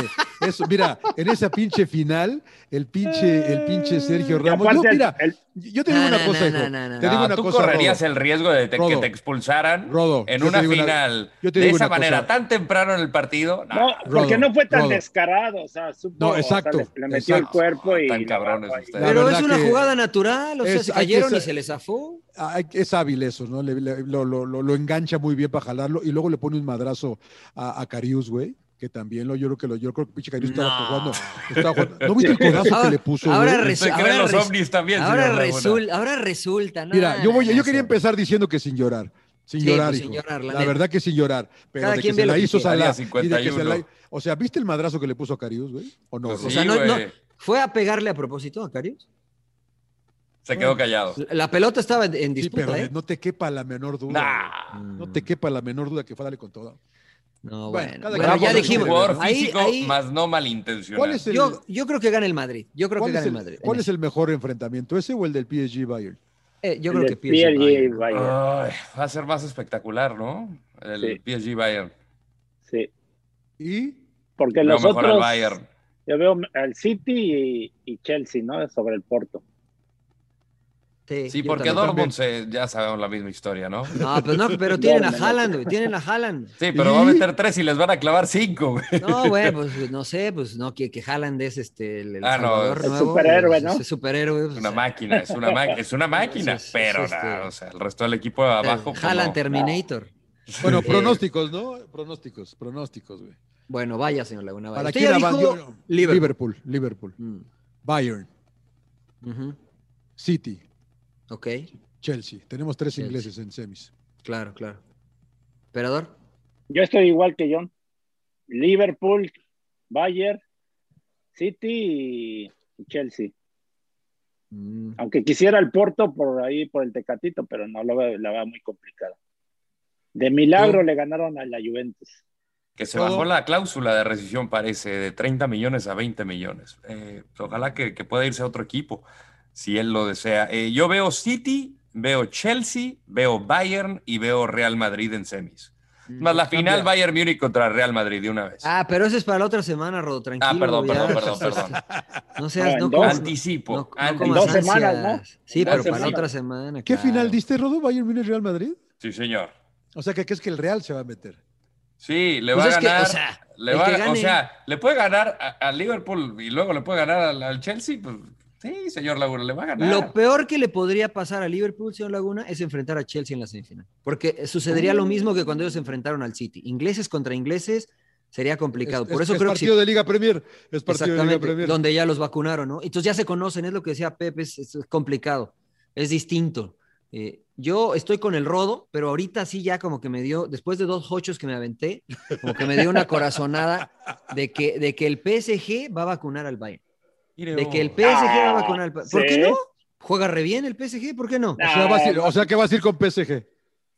[SPEAKER 1] eso, mira, en esa pinche final, el pinche, el pinche Sergio
[SPEAKER 3] Y
[SPEAKER 1] Ramos. Yo,
[SPEAKER 3] aparte,
[SPEAKER 1] mira,
[SPEAKER 3] el-
[SPEAKER 1] yo te digo
[SPEAKER 4] No,
[SPEAKER 1] una
[SPEAKER 4] no,
[SPEAKER 1] cosa,
[SPEAKER 4] no,
[SPEAKER 1] hijo.
[SPEAKER 4] no, no, no.
[SPEAKER 1] Te digo
[SPEAKER 2] No,
[SPEAKER 1] una
[SPEAKER 2] tú
[SPEAKER 1] cosa.
[SPEAKER 2] correrías
[SPEAKER 1] Rodo.
[SPEAKER 2] el riesgo de te- que
[SPEAKER 1] Rodo.
[SPEAKER 2] te expulsaran
[SPEAKER 1] Rodo,
[SPEAKER 2] en
[SPEAKER 1] yo te
[SPEAKER 2] una
[SPEAKER 1] digo una-
[SPEAKER 2] final
[SPEAKER 1] yo te
[SPEAKER 2] de
[SPEAKER 1] digo
[SPEAKER 2] esa
[SPEAKER 1] una
[SPEAKER 2] manera
[SPEAKER 1] cosa.
[SPEAKER 2] tan temprano en el partido.
[SPEAKER 3] no,
[SPEAKER 2] Nah,
[SPEAKER 3] porque
[SPEAKER 1] Rodo,
[SPEAKER 3] no fue tan
[SPEAKER 1] Rodo.
[SPEAKER 3] descarado, o sea, supo,
[SPEAKER 1] No,
[SPEAKER 3] o sea,
[SPEAKER 1] exacto,
[SPEAKER 3] le, le metió el
[SPEAKER 1] exacto.
[SPEAKER 3] cuerpo y
[SPEAKER 2] Tan cabrones
[SPEAKER 3] lo agarró ahí.
[SPEAKER 2] ustedes.
[SPEAKER 1] La
[SPEAKER 4] Pero es
[SPEAKER 1] verdad
[SPEAKER 4] una
[SPEAKER 1] que-
[SPEAKER 4] jugada natural, o sea,
[SPEAKER 1] es-
[SPEAKER 4] se
[SPEAKER 1] hay que
[SPEAKER 4] cayeron
[SPEAKER 1] sa-
[SPEAKER 4] y se les zafó.
[SPEAKER 1] Ay, es hábil eso, ¿no? Le- le- lo, lo- lo- lo engancha muy bien para jalarlo y luego le pone un madrazo a, a Carius, güey. Que también lo, yo creo que lo, yo creo que pinche Carius estaba
[SPEAKER 4] No.
[SPEAKER 1] jugando. estaba jugando- ¿No viste el codazo que le puso?
[SPEAKER 4] ahora
[SPEAKER 1] güey?
[SPEAKER 4] resu-
[SPEAKER 2] Usted cree en
[SPEAKER 4] ahora
[SPEAKER 2] los
[SPEAKER 4] resu-
[SPEAKER 2] ovnis también,
[SPEAKER 4] ahora
[SPEAKER 2] señor Laguna.
[SPEAKER 4] resul- ahora resulta, ¿no?
[SPEAKER 1] Mira, yo, voy,
[SPEAKER 4] no,
[SPEAKER 1] yo
[SPEAKER 4] no,
[SPEAKER 1] quería
[SPEAKER 4] no.
[SPEAKER 1] empezar diciendo que sin llorar. Sin
[SPEAKER 4] Sí,
[SPEAKER 1] llorar,
[SPEAKER 4] pues,
[SPEAKER 1] hijo.
[SPEAKER 4] sin llorar, la
[SPEAKER 1] la
[SPEAKER 4] neta.
[SPEAKER 1] verdad que sin llorar. Pero
[SPEAKER 4] Cada
[SPEAKER 1] de que
[SPEAKER 4] quien
[SPEAKER 1] se
[SPEAKER 4] ve lo
[SPEAKER 1] la
[SPEAKER 4] que
[SPEAKER 1] hizo
[SPEAKER 4] quiere.
[SPEAKER 1] Salah y
[SPEAKER 2] Área
[SPEAKER 1] de que se la-
[SPEAKER 2] 51.
[SPEAKER 1] O sea, ¿viste el madrazo que le puso a Carius, güey? ¿O no?
[SPEAKER 2] Pues
[SPEAKER 4] O
[SPEAKER 1] güey?
[SPEAKER 4] sea,
[SPEAKER 2] Sí,
[SPEAKER 4] no, no-
[SPEAKER 2] güey.
[SPEAKER 4] fue a pegarle a propósito a Carius.
[SPEAKER 2] se quedó callado.
[SPEAKER 4] La pelota estaba en, en
[SPEAKER 1] Sí,
[SPEAKER 4] disputa,
[SPEAKER 1] pero
[SPEAKER 4] ¿eh?
[SPEAKER 1] no te quepa la menor duda.
[SPEAKER 2] Nah.
[SPEAKER 1] güey. No te quepa la menor duda que fue darle con todo.
[SPEAKER 4] No,
[SPEAKER 1] Bueno,
[SPEAKER 4] bueno.
[SPEAKER 1] cada
[SPEAKER 4] Bueno,
[SPEAKER 1] quien
[SPEAKER 4] ya
[SPEAKER 1] con su
[SPEAKER 4] dijimos.
[SPEAKER 2] Jugador
[SPEAKER 1] ¿no?
[SPEAKER 4] Ahí,
[SPEAKER 2] físico,
[SPEAKER 4] ahí-
[SPEAKER 2] más no malintencionado.
[SPEAKER 1] ¿Cuál es el,
[SPEAKER 4] yo, yo creo que gana el Madrid. Yo creo que
[SPEAKER 1] cuál es
[SPEAKER 4] gana el
[SPEAKER 1] el-
[SPEAKER 4] Madrid. en
[SPEAKER 1] cuál es
[SPEAKER 4] eso.
[SPEAKER 1] el mejor enfrentamiento? ¿Ese o el del PSG Bayern?
[SPEAKER 4] Eh, yo
[SPEAKER 3] El
[SPEAKER 4] creo
[SPEAKER 3] del
[SPEAKER 4] que pierde.
[SPEAKER 3] PSG, Bayern,
[SPEAKER 2] Ay, va a ser más espectacular, ¿no? El
[SPEAKER 3] Sí.
[SPEAKER 2] PSG Bayern.
[SPEAKER 3] sí.
[SPEAKER 1] Y
[SPEAKER 3] Porque
[SPEAKER 2] Veo
[SPEAKER 3] los
[SPEAKER 2] mejor al
[SPEAKER 3] otros,
[SPEAKER 2] Bayern.
[SPEAKER 3] yo veo al City y, y Chelsea, ¿no? Sobre el Porto.
[SPEAKER 2] Sí, porque Dortmund se- ya sabemos la misma historia, ¿no?
[SPEAKER 4] No, pero, no, pero tienen a
[SPEAKER 3] Dortmund.
[SPEAKER 4] Haaland, güey. Tienen a Haaland.
[SPEAKER 2] Sí, pero
[SPEAKER 1] ¿Y?
[SPEAKER 2] va a meter tres y les van a clavar cinco, güey.
[SPEAKER 4] No, güey, pues no sé, pues no, que, que Haaland es este, el, el
[SPEAKER 2] Ah, no,
[SPEAKER 4] Salvador
[SPEAKER 2] es
[SPEAKER 3] un
[SPEAKER 4] nuevo,
[SPEAKER 3] superhéroe,
[SPEAKER 4] es-
[SPEAKER 3] ¿no?
[SPEAKER 4] Es superhéroe. pues,
[SPEAKER 2] Es una
[SPEAKER 4] o sea,
[SPEAKER 2] máquina, es una, ma- es una máquina,
[SPEAKER 4] es- es
[SPEAKER 2] pero
[SPEAKER 4] este-
[SPEAKER 2] nada, o sea, el resto del equipo de abajo. pues,
[SPEAKER 4] eh, Haaland
[SPEAKER 2] no.
[SPEAKER 4] Terminator.
[SPEAKER 1] Bueno, pronósticos, ¿no? Pronósticos, pronósticos, güey.
[SPEAKER 4] Bueno, vaya, señor Laguna. Vaya.
[SPEAKER 1] ¿Para
[SPEAKER 4] Usted
[SPEAKER 1] quién
[SPEAKER 4] ya
[SPEAKER 1] avan-
[SPEAKER 4] dijo
[SPEAKER 1] yo-
[SPEAKER 4] Liverpool.
[SPEAKER 1] Liverpool, Liverpool.
[SPEAKER 4] Mm,
[SPEAKER 1] Bayern,
[SPEAKER 4] ujú,
[SPEAKER 1] City,
[SPEAKER 4] Ok,
[SPEAKER 1] Chelsea. Tenemos tres
[SPEAKER 4] Chelsea.
[SPEAKER 1] ingleses en semis.
[SPEAKER 4] claro, claro. Emperador,
[SPEAKER 3] Yo estoy igual que John. Liverpool, Bayern, City y Chelsea.
[SPEAKER 4] Mm.
[SPEAKER 3] Aunque quisiera el Porto por ahí, por el Tecatito, pero no, lo veo- la va muy complicada. De milagro le ganaron a la Juventus.
[SPEAKER 2] Que se
[SPEAKER 3] Todo.
[SPEAKER 2] bajó la cláusula de rescisión, parece, de 30 millones a 20 millones. Eh, pues, ojalá que, que pueda irse a otro equipo, si él lo desea. Eh, yo veo City, veo Chelsea, veo Bayern y veo Real Madrid en semis. Más la final, Bayern Múnich contra Real Madrid de una vez.
[SPEAKER 4] Mm, Ah, pero eso es para la otra semana, Rodo, tranquilo.
[SPEAKER 2] Ah, perdón,
[SPEAKER 4] ya.
[SPEAKER 2] perdón, perdón, perdón.
[SPEAKER 4] No seas, no, comas-
[SPEAKER 2] Anticipo.
[SPEAKER 4] no
[SPEAKER 2] anticipo.
[SPEAKER 4] comas ansias. Sí, pero para la otra semana.
[SPEAKER 1] ¿Qué
[SPEAKER 4] claro.
[SPEAKER 1] final diste, Rodo? ¿Bayern Múnich Real Madrid?
[SPEAKER 2] Sí, señor.
[SPEAKER 1] O sea, que crees que el Real se va a meter.
[SPEAKER 2] Sí, le
[SPEAKER 1] Pues
[SPEAKER 2] va
[SPEAKER 1] es
[SPEAKER 2] a
[SPEAKER 1] que,
[SPEAKER 2] ganar.
[SPEAKER 1] o sea,
[SPEAKER 2] le
[SPEAKER 1] el
[SPEAKER 2] va-
[SPEAKER 1] que
[SPEAKER 2] o
[SPEAKER 1] gane-
[SPEAKER 2] sea, le puede ganar a- al Liverpool y luego le puede ganar al, al Chelsea. Pues, sí, señor Laguna, le va a ganar.
[SPEAKER 4] Lo peor que le podría pasar a Liverpool, señor Laguna, es enfrentar a Chelsea en la semifinal. Porque sucedería lo mismo que cuando ellos se enfrentaron al City. Ingleses contra ingleses sería complicado. Por
[SPEAKER 1] es,
[SPEAKER 4] eso
[SPEAKER 1] es
[SPEAKER 4] creo que
[SPEAKER 1] partido
[SPEAKER 4] si-
[SPEAKER 1] de Liga Premier. Es partido de Liga
[SPEAKER 4] Exactamente,
[SPEAKER 1] Premier.
[SPEAKER 4] donde ya los vacunaron, ¿no? Entonces ya se conocen, es lo que decía Pepe, es, es complicado, es distinto. Eh, yo estoy con el rodo, pero ahorita sí ya como que me dio, después de dos hochos que me aventé, como que me dio una corazonada de que, de que el PSG va a vacunar al Bayern. De que el PSG va a vacunar al Bayern. ¿Por qué
[SPEAKER 1] ¿sí?
[SPEAKER 4] no? Juega re bien el PSG, ¿por qué no?
[SPEAKER 1] O sea, vas a ir- o sea, que vas a ir con PSG.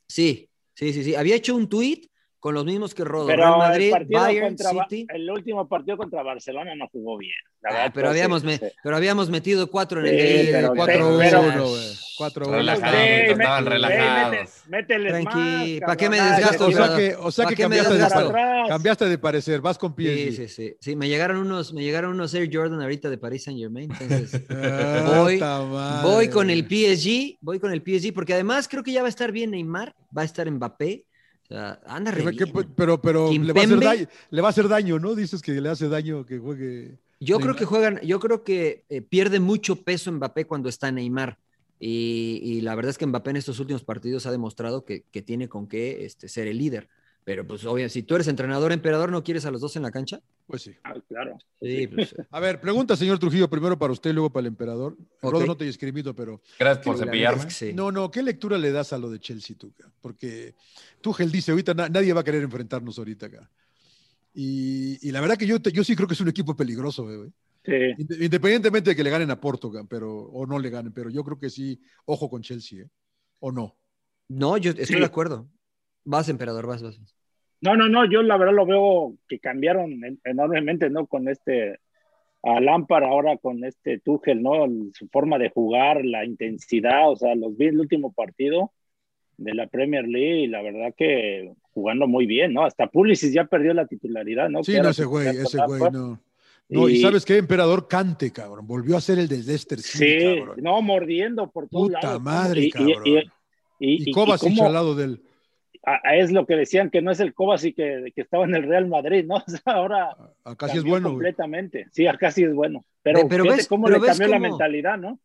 [SPEAKER 4] Sí, sí, sí, sí. Había hecho un tuit con los mismos que Rodo.
[SPEAKER 3] Pero
[SPEAKER 4] Real Madrid,
[SPEAKER 3] el, partido
[SPEAKER 4] Bayern,
[SPEAKER 3] contra Ba-
[SPEAKER 4] City.
[SPEAKER 3] el último partido contra Barcelona no jugó bien. La
[SPEAKER 4] Ah,
[SPEAKER 3] verdad,
[SPEAKER 4] pero,
[SPEAKER 3] pues,
[SPEAKER 4] habíamos
[SPEAKER 3] sí,
[SPEAKER 4] me-
[SPEAKER 3] sí.
[SPEAKER 4] pero habíamos metido cuatro en el
[SPEAKER 3] Sí,
[SPEAKER 1] Eh,
[SPEAKER 4] de ida,
[SPEAKER 3] pero-
[SPEAKER 4] cuatro
[SPEAKER 3] pero-
[SPEAKER 4] uno, güey.
[SPEAKER 1] Cuatro
[SPEAKER 4] uno.
[SPEAKER 2] Relajados, estaban relajados.
[SPEAKER 3] Mételes
[SPEAKER 4] Tranqui,
[SPEAKER 3] más,
[SPEAKER 4] ¿para qué me
[SPEAKER 3] cabrón?
[SPEAKER 4] desgasto?
[SPEAKER 1] O sea
[SPEAKER 4] Rodo?
[SPEAKER 1] que, o sea
[SPEAKER 4] ¿Para
[SPEAKER 1] que
[SPEAKER 4] qué me
[SPEAKER 1] cambiaste, de,
[SPEAKER 4] desgasto?
[SPEAKER 1] pa- cambiaste de parecer. Vas con PSG.
[SPEAKER 4] Sí, sí, sí, sí. Me llegaron unos, me llegaron unos Air Jordan ahorita de Paris Saint Germain. Entonces,
[SPEAKER 1] Ah,
[SPEAKER 4] voy,
[SPEAKER 1] ta madre.
[SPEAKER 4] voy con el PSG, voy con el PSG, porque además creo que ya va a estar bien Neymar, va a estar Mbappé. O sea, anda re
[SPEAKER 1] Pero,
[SPEAKER 4] bien.
[SPEAKER 1] que- pero, pero le, va a hacer
[SPEAKER 4] Kimpembe.
[SPEAKER 1] daño, le va a hacer daño, ¿no? Dices que le hace daño que juegue.
[SPEAKER 4] Yo creo
[SPEAKER 1] Neymar.
[SPEAKER 4] que juegan, yo creo que eh, pierde mucho peso Mbappé cuando está Neymar. Y, y la verdad es que Mbappé en estos últimos partidos ha demostrado que, que tiene con qué este, ser el líder. Pero pues obviamente, si tú eres entrenador, emperador, ¿no quieres a los dos en la cancha?
[SPEAKER 1] Pues sí.
[SPEAKER 3] Ah, claro.
[SPEAKER 4] Sí, pues,
[SPEAKER 1] A ver, pregunta, señor Trujillo, primero para usted y luego para el emperador.
[SPEAKER 4] Ok.
[SPEAKER 1] Rodo, no te discrimino, pero.
[SPEAKER 2] Gracias por
[SPEAKER 1] ¿Qué-
[SPEAKER 2] cepillarme.
[SPEAKER 1] No, no, ¿qué lectura le das a lo de Chelsea, tú? ca? Porque Tuchel dice, ahorita na- nadie va a querer enfrentarnos ahorita acá. Y, y la verdad que yo, te- yo sí creo que es un equipo peligroso, eh, güey. Inde- Independientemente de que le ganen a Porto, ca, pero, o no le ganen, pero yo creo que sí, ojo con Chelsea, ¿eh? ¿O no?
[SPEAKER 4] no, yo estoy
[SPEAKER 1] Sí.
[SPEAKER 4] de acuerdo. Vas, emperador, vas, vas. vas.
[SPEAKER 3] No, no, no, yo la verdad lo veo que cambiaron en- enormemente, ¿no? Con este a Lampard ahora con este Tuchel, ¿no? El- Su forma de jugar, la intensidad, o sea, los vi en el último partido de la Premier League y la verdad que jugando muy bien, ¿no? Hasta Pulisic ya perdió la titularidad, ¿no?
[SPEAKER 1] Sí,
[SPEAKER 3] Que era
[SPEAKER 1] no, ese güey,
[SPEAKER 3] titular
[SPEAKER 1] ese
[SPEAKER 3] con
[SPEAKER 1] güey,
[SPEAKER 3] Lampard.
[SPEAKER 1] no. No, y,
[SPEAKER 3] Y-
[SPEAKER 1] ¿sabes qué? Emperador cante, cabrón. Volvió a ser el del Leicester City,
[SPEAKER 3] Sí,
[SPEAKER 1] cabrón.
[SPEAKER 3] no, mordiendo por todos
[SPEAKER 1] Puta
[SPEAKER 3] lados.
[SPEAKER 1] madre,
[SPEAKER 3] Y- y-
[SPEAKER 1] cabrón.
[SPEAKER 3] y- y-
[SPEAKER 1] Y
[SPEAKER 3] y
[SPEAKER 1] Kovacic
[SPEAKER 3] cómo-
[SPEAKER 1] al lado del...
[SPEAKER 3] a- a- es lo que decían, que no es el Kovacic que, que estaba en el Real Madrid, ¿no? O sea, ahora
[SPEAKER 1] acá
[SPEAKER 3] sí es bueno. Completamente, sí, acá sí es bueno. Pero,
[SPEAKER 4] Ve- pero
[SPEAKER 3] fíjate
[SPEAKER 4] ves-
[SPEAKER 3] cómo
[SPEAKER 4] pero
[SPEAKER 3] le
[SPEAKER 4] ves
[SPEAKER 3] cambió la
[SPEAKER 4] cómo-
[SPEAKER 3] mentalidad, ¿no?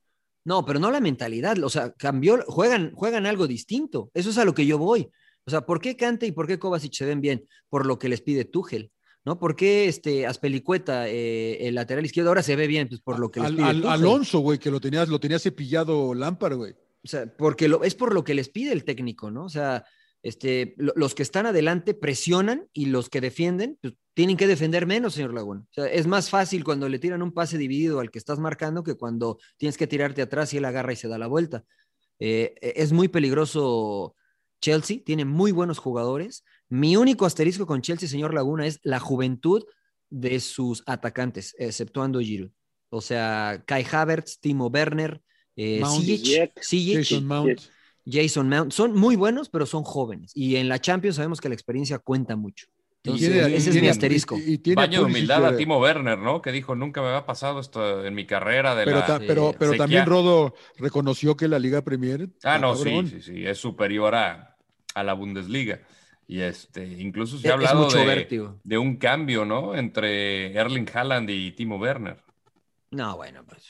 [SPEAKER 4] No, pero no la mentalidad, o sea, cambió, juegan, juegan algo distinto. Eso es a lo que yo voy. O sea, ¿por qué Kante y por qué Kovacic se ven bien? Por lo que les pide Tuchel, ¿no? ¿Por qué este Aspelicueta, eh, el lateral izquierdo, ahora se ve bien? Pues por lo que les
[SPEAKER 1] Al-
[SPEAKER 4] pide
[SPEAKER 1] al-
[SPEAKER 4] Tuchel.
[SPEAKER 1] Alonso, güey, que lo tenía, lo tenía cepillado Lampard, güey.
[SPEAKER 4] O sea, porque lo, es por lo que les pide el técnico, ¿no? O sea, este, lo- los que están adelante presionan y los que defienden pues, tienen que defender menos, señor Laguna. O sea, es más fácil cuando le tiran un pase dividido al que estás marcando que cuando tienes que tirarte atrás y él agarra y se da la vuelta. Eh, e- es muy peligroso Chelsea, tiene muy buenos jugadores. Mi único asterisco con Chelsea, señor Laguna, es la juventud de sus atacantes, exceptuando Giroud. O sea, Kai Havertz, Timo Werner, eh,
[SPEAKER 1] Mount,
[SPEAKER 4] Ziyech,
[SPEAKER 1] Ziyech,
[SPEAKER 4] Ziyech,
[SPEAKER 1] Jason Mount.
[SPEAKER 4] Jason Mount. Son muy buenos, pero son jóvenes. Y en la Champions sabemos que la experiencia cuenta mucho. Entonces,
[SPEAKER 2] tiene-
[SPEAKER 4] ese es mi
[SPEAKER 2] tiene-
[SPEAKER 4] asterisco.
[SPEAKER 1] y- y tiene a
[SPEAKER 2] Baño de
[SPEAKER 1] Pulisic,
[SPEAKER 2] humildad a
[SPEAKER 1] eh.
[SPEAKER 2] Timo Werner, ¿no? Que dijo, nunca me había pasado esto en mi carrera de
[SPEAKER 1] Pero,
[SPEAKER 2] la
[SPEAKER 1] ta- pero, pero
[SPEAKER 2] sequía".
[SPEAKER 1] también Rodo reconoció que la Liga Premier.
[SPEAKER 2] Ah, no, sí,
[SPEAKER 1] cabrón.
[SPEAKER 2] sí, sí, es superior a, a la Bundesliga. Y este, incluso se
[SPEAKER 1] Es-
[SPEAKER 2] ha
[SPEAKER 1] es
[SPEAKER 2] hablado
[SPEAKER 1] mucho
[SPEAKER 2] de,
[SPEAKER 1] vértigo.
[SPEAKER 2] de un cambio, ¿no? Entre Erling Haaland y Timo Werner.
[SPEAKER 4] No, bueno, pues.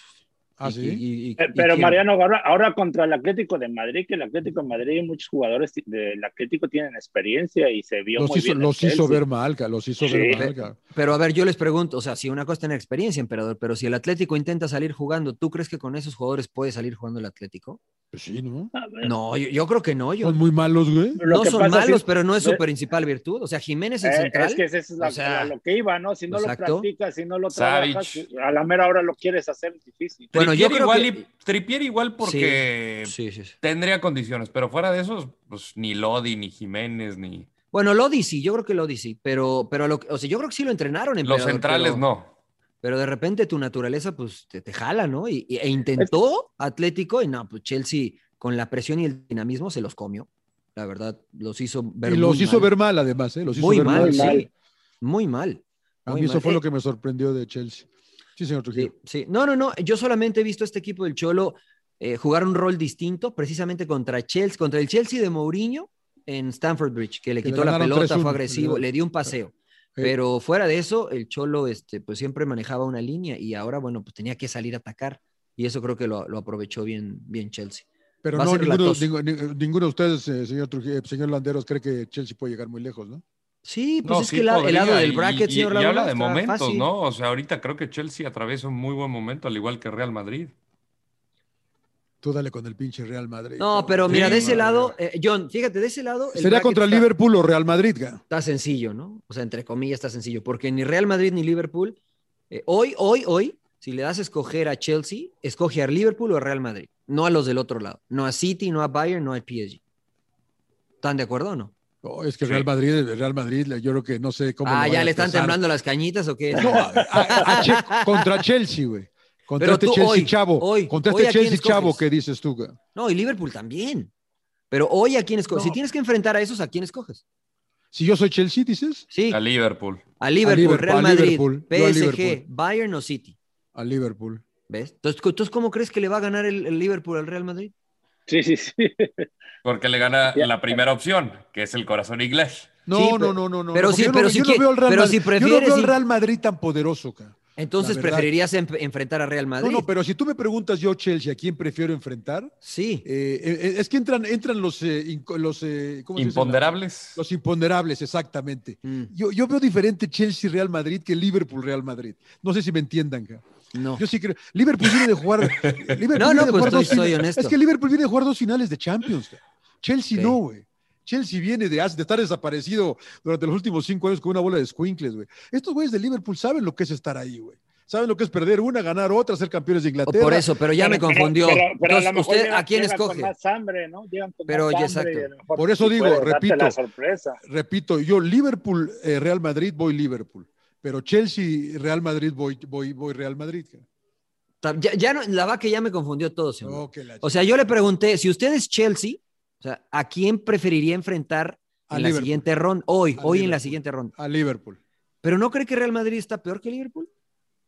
[SPEAKER 1] ¿Ah,
[SPEAKER 4] Y-
[SPEAKER 1] sí?
[SPEAKER 4] y- y-
[SPEAKER 3] Pe-
[SPEAKER 4] y
[SPEAKER 3] Pero
[SPEAKER 4] quién-
[SPEAKER 3] Mariano, ahora, ahora contra el Atlético de Madrid, que el Atlético de Madrid, muchos jugadores del Atlético tienen experiencia y se vio
[SPEAKER 1] Los
[SPEAKER 3] muy
[SPEAKER 1] hizo,
[SPEAKER 3] bien. el
[SPEAKER 1] los hizo
[SPEAKER 3] Chelsea.
[SPEAKER 1] ver mal, ca, los hizo
[SPEAKER 3] Sí.
[SPEAKER 1] ver mal. ca.
[SPEAKER 4] Pero a ver, yo les pregunto, o sea, si una cosa es tener experiencia, emperador, pero si el Atlético intenta salir jugando, ¿tú crees que con esos jugadores puede salir jugando el Atlético?
[SPEAKER 1] Pues sí, ¿no?
[SPEAKER 3] Ah,
[SPEAKER 4] No, yo, yo creo que no. Yo.
[SPEAKER 1] Son muy malos, güey.
[SPEAKER 4] No son
[SPEAKER 3] Pues, pasa es-
[SPEAKER 4] malos, pero no es su
[SPEAKER 3] ve-
[SPEAKER 4] principal virtud. O sea, Jiménez
[SPEAKER 3] Eh,
[SPEAKER 4] en central.
[SPEAKER 3] es que esa es la-
[SPEAKER 4] o sea,
[SPEAKER 3] la- lo que iba, ¿no? Si no
[SPEAKER 4] exacto.
[SPEAKER 3] lo practicas, si no lo
[SPEAKER 4] Savic.
[SPEAKER 3] trabajas, a la mera hora lo quieres hacer difícil.
[SPEAKER 4] Bueno, Bueno, yo creo
[SPEAKER 2] igual
[SPEAKER 4] que-
[SPEAKER 2] y- Trippier igual porque tendría condiciones, pero fuera de esos, pues ni Lodi, ni Jiménez, ni...
[SPEAKER 4] Bueno, Lodi sí, yo creo que Lodi sí, pero, pero lo, que- o sea, yo creo que sí lo entrenaron.
[SPEAKER 2] Los
[SPEAKER 4] emperador,
[SPEAKER 2] centrales
[SPEAKER 4] pero-
[SPEAKER 2] no.
[SPEAKER 4] Pero de repente tu naturaleza pues te, te jala, ¿no? Y, y- e intentó Atlético y no, pues Chelsea con la presión y el dinamismo se los comió. La verdad, los hizo ver
[SPEAKER 1] y los
[SPEAKER 4] muy
[SPEAKER 1] hizo
[SPEAKER 4] mal.
[SPEAKER 1] ver mal, además. ¿eh? Los hizo
[SPEAKER 4] muy
[SPEAKER 1] ver
[SPEAKER 4] mal,
[SPEAKER 1] mal.
[SPEAKER 4] sí. Muy mal.
[SPEAKER 1] A
[SPEAKER 4] muy
[SPEAKER 1] mí eso
[SPEAKER 4] mal.
[SPEAKER 1] fue
[SPEAKER 4] Eh,
[SPEAKER 1] lo que me sorprendió de Chelsea. Sí, señor Trujillo.
[SPEAKER 4] Sí, no, no, no. Yo solamente he visto a este equipo del Cholo eh, jugar un rol distinto, precisamente contra Chelsea, contra el Chelsea de Mourinho en Stamford Bridge, que le
[SPEAKER 1] Que le
[SPEAKER 4] quitó la
[SPEAKER 1] ganaron
[SPEAKER 4] pelota,
[SPEAKER 1] 3-1,
[SPEAKER 4] fue agresivo,
[SPEAKER 1] le-
[SPEAKER 4] le dio
[SPEAKER 2] Eh,
[SPEAKER 4] un paseo. Pero fuera de eso, el Cholo este, pues siempre manejaba una línea y ahora, bueno, pues tenía que salir a atacar. Y eso creo que lo, lo aprovechó bien, bien Chelsea.
[SPEAKER 1] Pero
[SPEAKER 4] Va a
[SPEAKER 1] no,
[SPEAKER 4] ser
[SPEAKER 1] ninguno,
[SPEAKER 4] latoso.
[SPEAKER 1] ninguno, ninguno de ustedes, eh, señor, Trujillo- eh, señor Landeros, cree que Chelsea puede llegar muy lejos, ¿no?
[SPEAKER 4] Sí, pues
[SPEAKER 2] No, sí podría, y- y- y habla de momentos, ¿no? O sea, ahorita creo que Chelsea atraviesa un muy buen momento, al igual que Real Madrid.
[SPEAKER 1] Tú dale con el pinche Real Madrid.
[SPEAKER 4] No, pero mira,
[SPEAKER 1] Sí,
[SPEAKER 4] de ese
[SPEAKER 1] madre.
[SPEAKER 4] lado, eh, John, fíjate, de ese lado. el
[SPEAKER 1] Será
[SPEAKER 4] bracket
[SPEAKER 1] contra
[SPEAKER 4] está-
[SPEAKER 1] Liverpool o Real Madrid, ga.
[SPEAKER 4] está sencillo, ¿no? O sea, entre comillas está sencillo, porque ni Real Madrid ni Liverpool, eh, hoy, hoy, hoy, si le das a escoger a Chelsea, escoge a Liverpool o a Real Madrid, no a los del otro lado, no a City, no a Bayern, no al PSG. ¿Están de acuerdo o no?
[SPEAKER 1] No, Oh, es que Real Madrid, el Real Madrid, yo creo que no sé cómo.
[SPEAKER 4] ah,
[SPEAKER 1] lo
[SPEAKER 4] ya
[SPEAKER 1] van a
[SPEAKER 4] le están
[SPEAKER 1] pasar.
[SPEAKER 4] temblando las cañitas o qué.
[SPEAKER 1] No, a- a- a Che- contra Chelsea, güey. Contra
[SPEAKER 4] Pero
[SPEAKER 1] este
[SPEAKER 4] tú
[SPEAKER 1] Chelsea
[SPEAKER 4] hoy,
[SPEAKER 1] chavo.
[SPEAKER 4] hoy,
[SPEAKER 1] contra
[SPEAKER 4] hoy
[SPEAKER 1] este
[SPEAKER 4] ¿a quién
[SPEAKER 1] Chelsea chavo
[SPEAKER 4] escoges?
[SPEAKER 1] que dices tú, ga.
[SPEAKER 4] No, y Liverpool también. Pero hoy a quién escoges. Si tienes que enfrentar a esos, ¿a quién escoges?
[SPEAKER 1] Si yo soy Chelsea, dices.
[SPEAKER 4] Sí.
[SPEAKER 2] A Liverpool.
[SPEAKER 4] A Liverpool, Real
[SPEAKER 1] a
[SPEAKER 4] Madrid,
[SPEAKER 1] Liverpool, yo a
[SPEAKER 4] PSG,
[SPEAKER 1] Liverpool.
[SPEAKER 4] Bayern o City.
[SPEAKER 1] A Liverpool.
[SPEAKER 4] ¿Ves? Entonces, ¿cu- entonces, ¿cómo crees que le va a ganar el, el Liverpool al Real Madrid?
[SPEAKER 3] Sí, sí, sí.
[SPEAKER 2] Porque le gana la primera opción, que es el corazón inglés.
[SPEAKER 1] No,
[SPEAKER 4] Sí,
[SPEAKER 1] no,
[SPEAKER 4] pero-
[SPEAKER 1] no, no, no.
[SPEAKER 4] pero
[SPEAKER 1] no,
[SPEAKER 4] sí,
[SPEAKER 1] yo no-
[SPEAKER 4] pero sí
[SPEAKER 1] yo no
[SPEAKER 4] que-
[SPEAKER 1] veo al Real
[SPEAKER 4] pero
[SPEAKER 1] Madrid-
[SPEAKER 4] si
[SPEAKER 1] Yo no
[SPEAKER 4] prefieres
[SPEAKER 1] veo al
[SPEAKER 4] ir-
[SPEAKER 1] Real Madrid tan poderoso, ca.
[SPEAKER 4] Entonces,
[SPEAKER 1] La verdad.
[SPEAKER 4] preferirías enf- enfrentar a Real Madrid.
[SPEAKER 1] No, no, pero si tú me preguntas yo, Chelsea, ¿a quién prefiero enfrentar? Eh,
[SPEAKER 4] Sí.
[SPEAKER 1] es que entran, entran los, eh, inco- los eh, ¿cómo se dice?
[SPEAKER 2] Imponderables.
[SPEAKER 1] Los imponderables, exactamente.
[SPEAKER 4] Mm,
[SPEAKER 1] Yo, yo veo diferente Chelsea-Real Madrid que Liverpool-Real Madrid. No sé si me entiendan. ca.
[SPEAKER 4] No.
[SPEAKER 1] Yo sí creo. Liverpool viene de jugar. Liverpool
[SPEAKER 4] No, no,
[SPEAKER 1] viene de
[SPEAKER 4] pues
[SPEAKER 1] jugar
[SPEAKER 4] estoy-
[SPEAKER 1] dos fina-
[SPEAKER 4] soy honesto.
[SPEAKER 1] Es que Liverpool viene de jugar dos finales de Champions. ca. Chelsea
[SPEAKER 4] Ok.
[SPEAKER 1] no, güey. Chelsea viene de, as- de estar desaparecido durante los últimos cinco años con una bola de squinkles, güey. Estos güeyes de Liverpool saben lo que es estar ahí, güey. Saben lo que es perder una, ganar otra, ser campeones de Inglaterra.
[SPEAKER 4] Por eso, pero ya me confundió.
[SPEAKER 3] a lo
[SPEAKER 4] Entonces,
[SPEAKER 3] mejor
[SPEAKER 4] ¿usted
[SPEAKER 3] llegan-
[SPEAKER 4] a quién
[SPEAKER 3] llegan
[SPEAKER 4] escoge?
[SPEAKER 3] Con más hambre, ¿no? Llegan con
[SPEAKER 4] Pero,
[SPEAKER 3] más
[SPEAKER 4] ya, exacto.
[SPEAKER 3] hambre y a lo mejor
[SPEAKER 1] Por eso
[SPEAKER 3] sí
[SPEAKER 1] digo,
[SPEAKER 3] pueden darte
[SPEAKER 1] repito.
[SPEAKER 3] la sorpresa.
[SPEAKER 1] repito, yo Liverpool, eh, Real Madrid, voy Liverpool. Pero Chelsea, Real Madrid, voy, voy, voy Real Madrid.
[SPEAKER 4] Ta- Ya, ya no- la vaca ya me confundió todo, señor.
[SPEAKER 1] Oh, que la
[SPEAKER 4] O sea, yo le pregunté, si usted es Chelsea, o sea, ¿a quién preferiría enfrentar
[SPEAKER 1] A
[SPEAKER 4] en la
[SPEAKER 1] Liverpool.
[SPEAKER 4] siguiente ronda? Hoy, hoy
[SPEAKER 1] A
[SPEAKER 4] en la
[SPEAKER 1] Liverpool.
[SPEAKER 4] siguiente ronda.
[SPEAKER 1] A Liverpool.
[SPEAKER 4] ¿Pero no cree que Real Madrid está peor que Liverpool?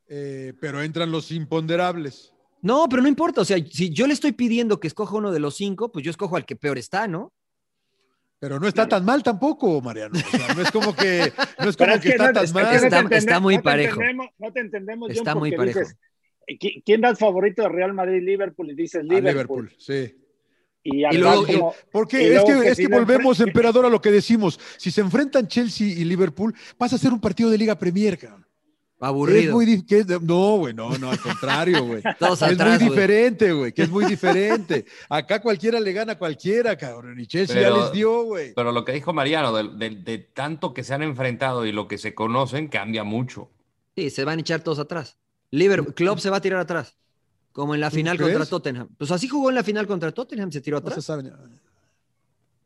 [SPEAKER 1] Eh, pero entran los imponderables.
[SPEAKER 4] No, pero no importa. O sea, si yo le estoy pidiendo que escoja uno de los cinco, pues yo escojo al que peor está, ¿no?
[SPEAKER 1] Pero no está tan mal tampoco, Mariano. O sea, no es como que, no es como
[SPEAKER 3] Pero es
[SPEAKER 1] que
[SPEAKER 3] que
[SPEAKER 1] está
[SPEAKER 3] no-
[SPEAKER 1] tan
[SPEAKER 3] es que
[SPEAKER 1] mal.
[SPEAKER 3] no te
[SPEAKER 4] Está-
[SPEAKER 3] entendemos-
[SPEAKER 4] está muy
[SPEAKER 3] no te
[SPEAKER 4] parejo.
[SPEAKER 3] entendemos- No te entendemos, John,
[SPEAKER 4] Está muy
[SPEAKER 3] porque
[SPEAKER 4] parejo.
[SPEAKER 3] dices, "¿Qui- ¿Quién das favorito de Real Madrid-Liverpool? Y dices
[SPEAKER 1] A
[SPEAKER 3] Liverpool.
[SPEAKER 1] Ah, Liverpool, sí.
[SPEAKER 3] Y, al
[SPEAKER 4] Y luego-
[SPEAKER 3] rato-
[SPEAKER 4] y-
[SPEAKER 3] y
[SPEAKER 1] Porque es
[SPEAKER 3] luego
[SPEAKER 1] que, es
[SPEAKER 3] si
[SPEAKER 1] que
[SPEAKER 3] no
[SPEAKER 1] volvemos,
[SPEAKER 3] enfre-
[SPEAKER 1] emperador, a lo que decimos. Si se enfrentan Chelsea y Liverpool, vas a ser un partido de Liga Premier, cabrón. Es
[SPEAKER 4] Aburrido.
[SPEAKER 1] muy dif- que es de- no, güey, no, no, al contrario, güey.
[SPEAKER 4] Todos
[SPEAKER 1] Que es
[SPEAKER 4] atrás,
[SPEAKER 1] muy
[SPEAKER 4] güey.
[SPEAKER 1] diferente, güey, que es muy diferente. Acá cualquiera le gana a cualquiera, cabrón. Y Chelsea
[SPEAKER 2] Pero-
[SPEAKER 1] ya les dio, güey.
[SPEAKER 2] Pero lo que dijo Mariano, del- del- de, tanto que se han enfrentado y lo que se conocen, cambia mucho.
[SPEAKER 4] Sí, se van a echar todos atrás. Liverpool, Klopp se va a tirar atrás. Como en la
[SPEAKER 1] Mm, ¿Tú
[SPEAKER 4] final
[SPEAKER 1] crees?
[SPEAKER 4] contra Tottenham. Pues así jugó en la final contra Tottenham, se tiró
[SPEAKER 1] No se
[SPEAKER 4] atrás.
[SPEAKER 1] saben.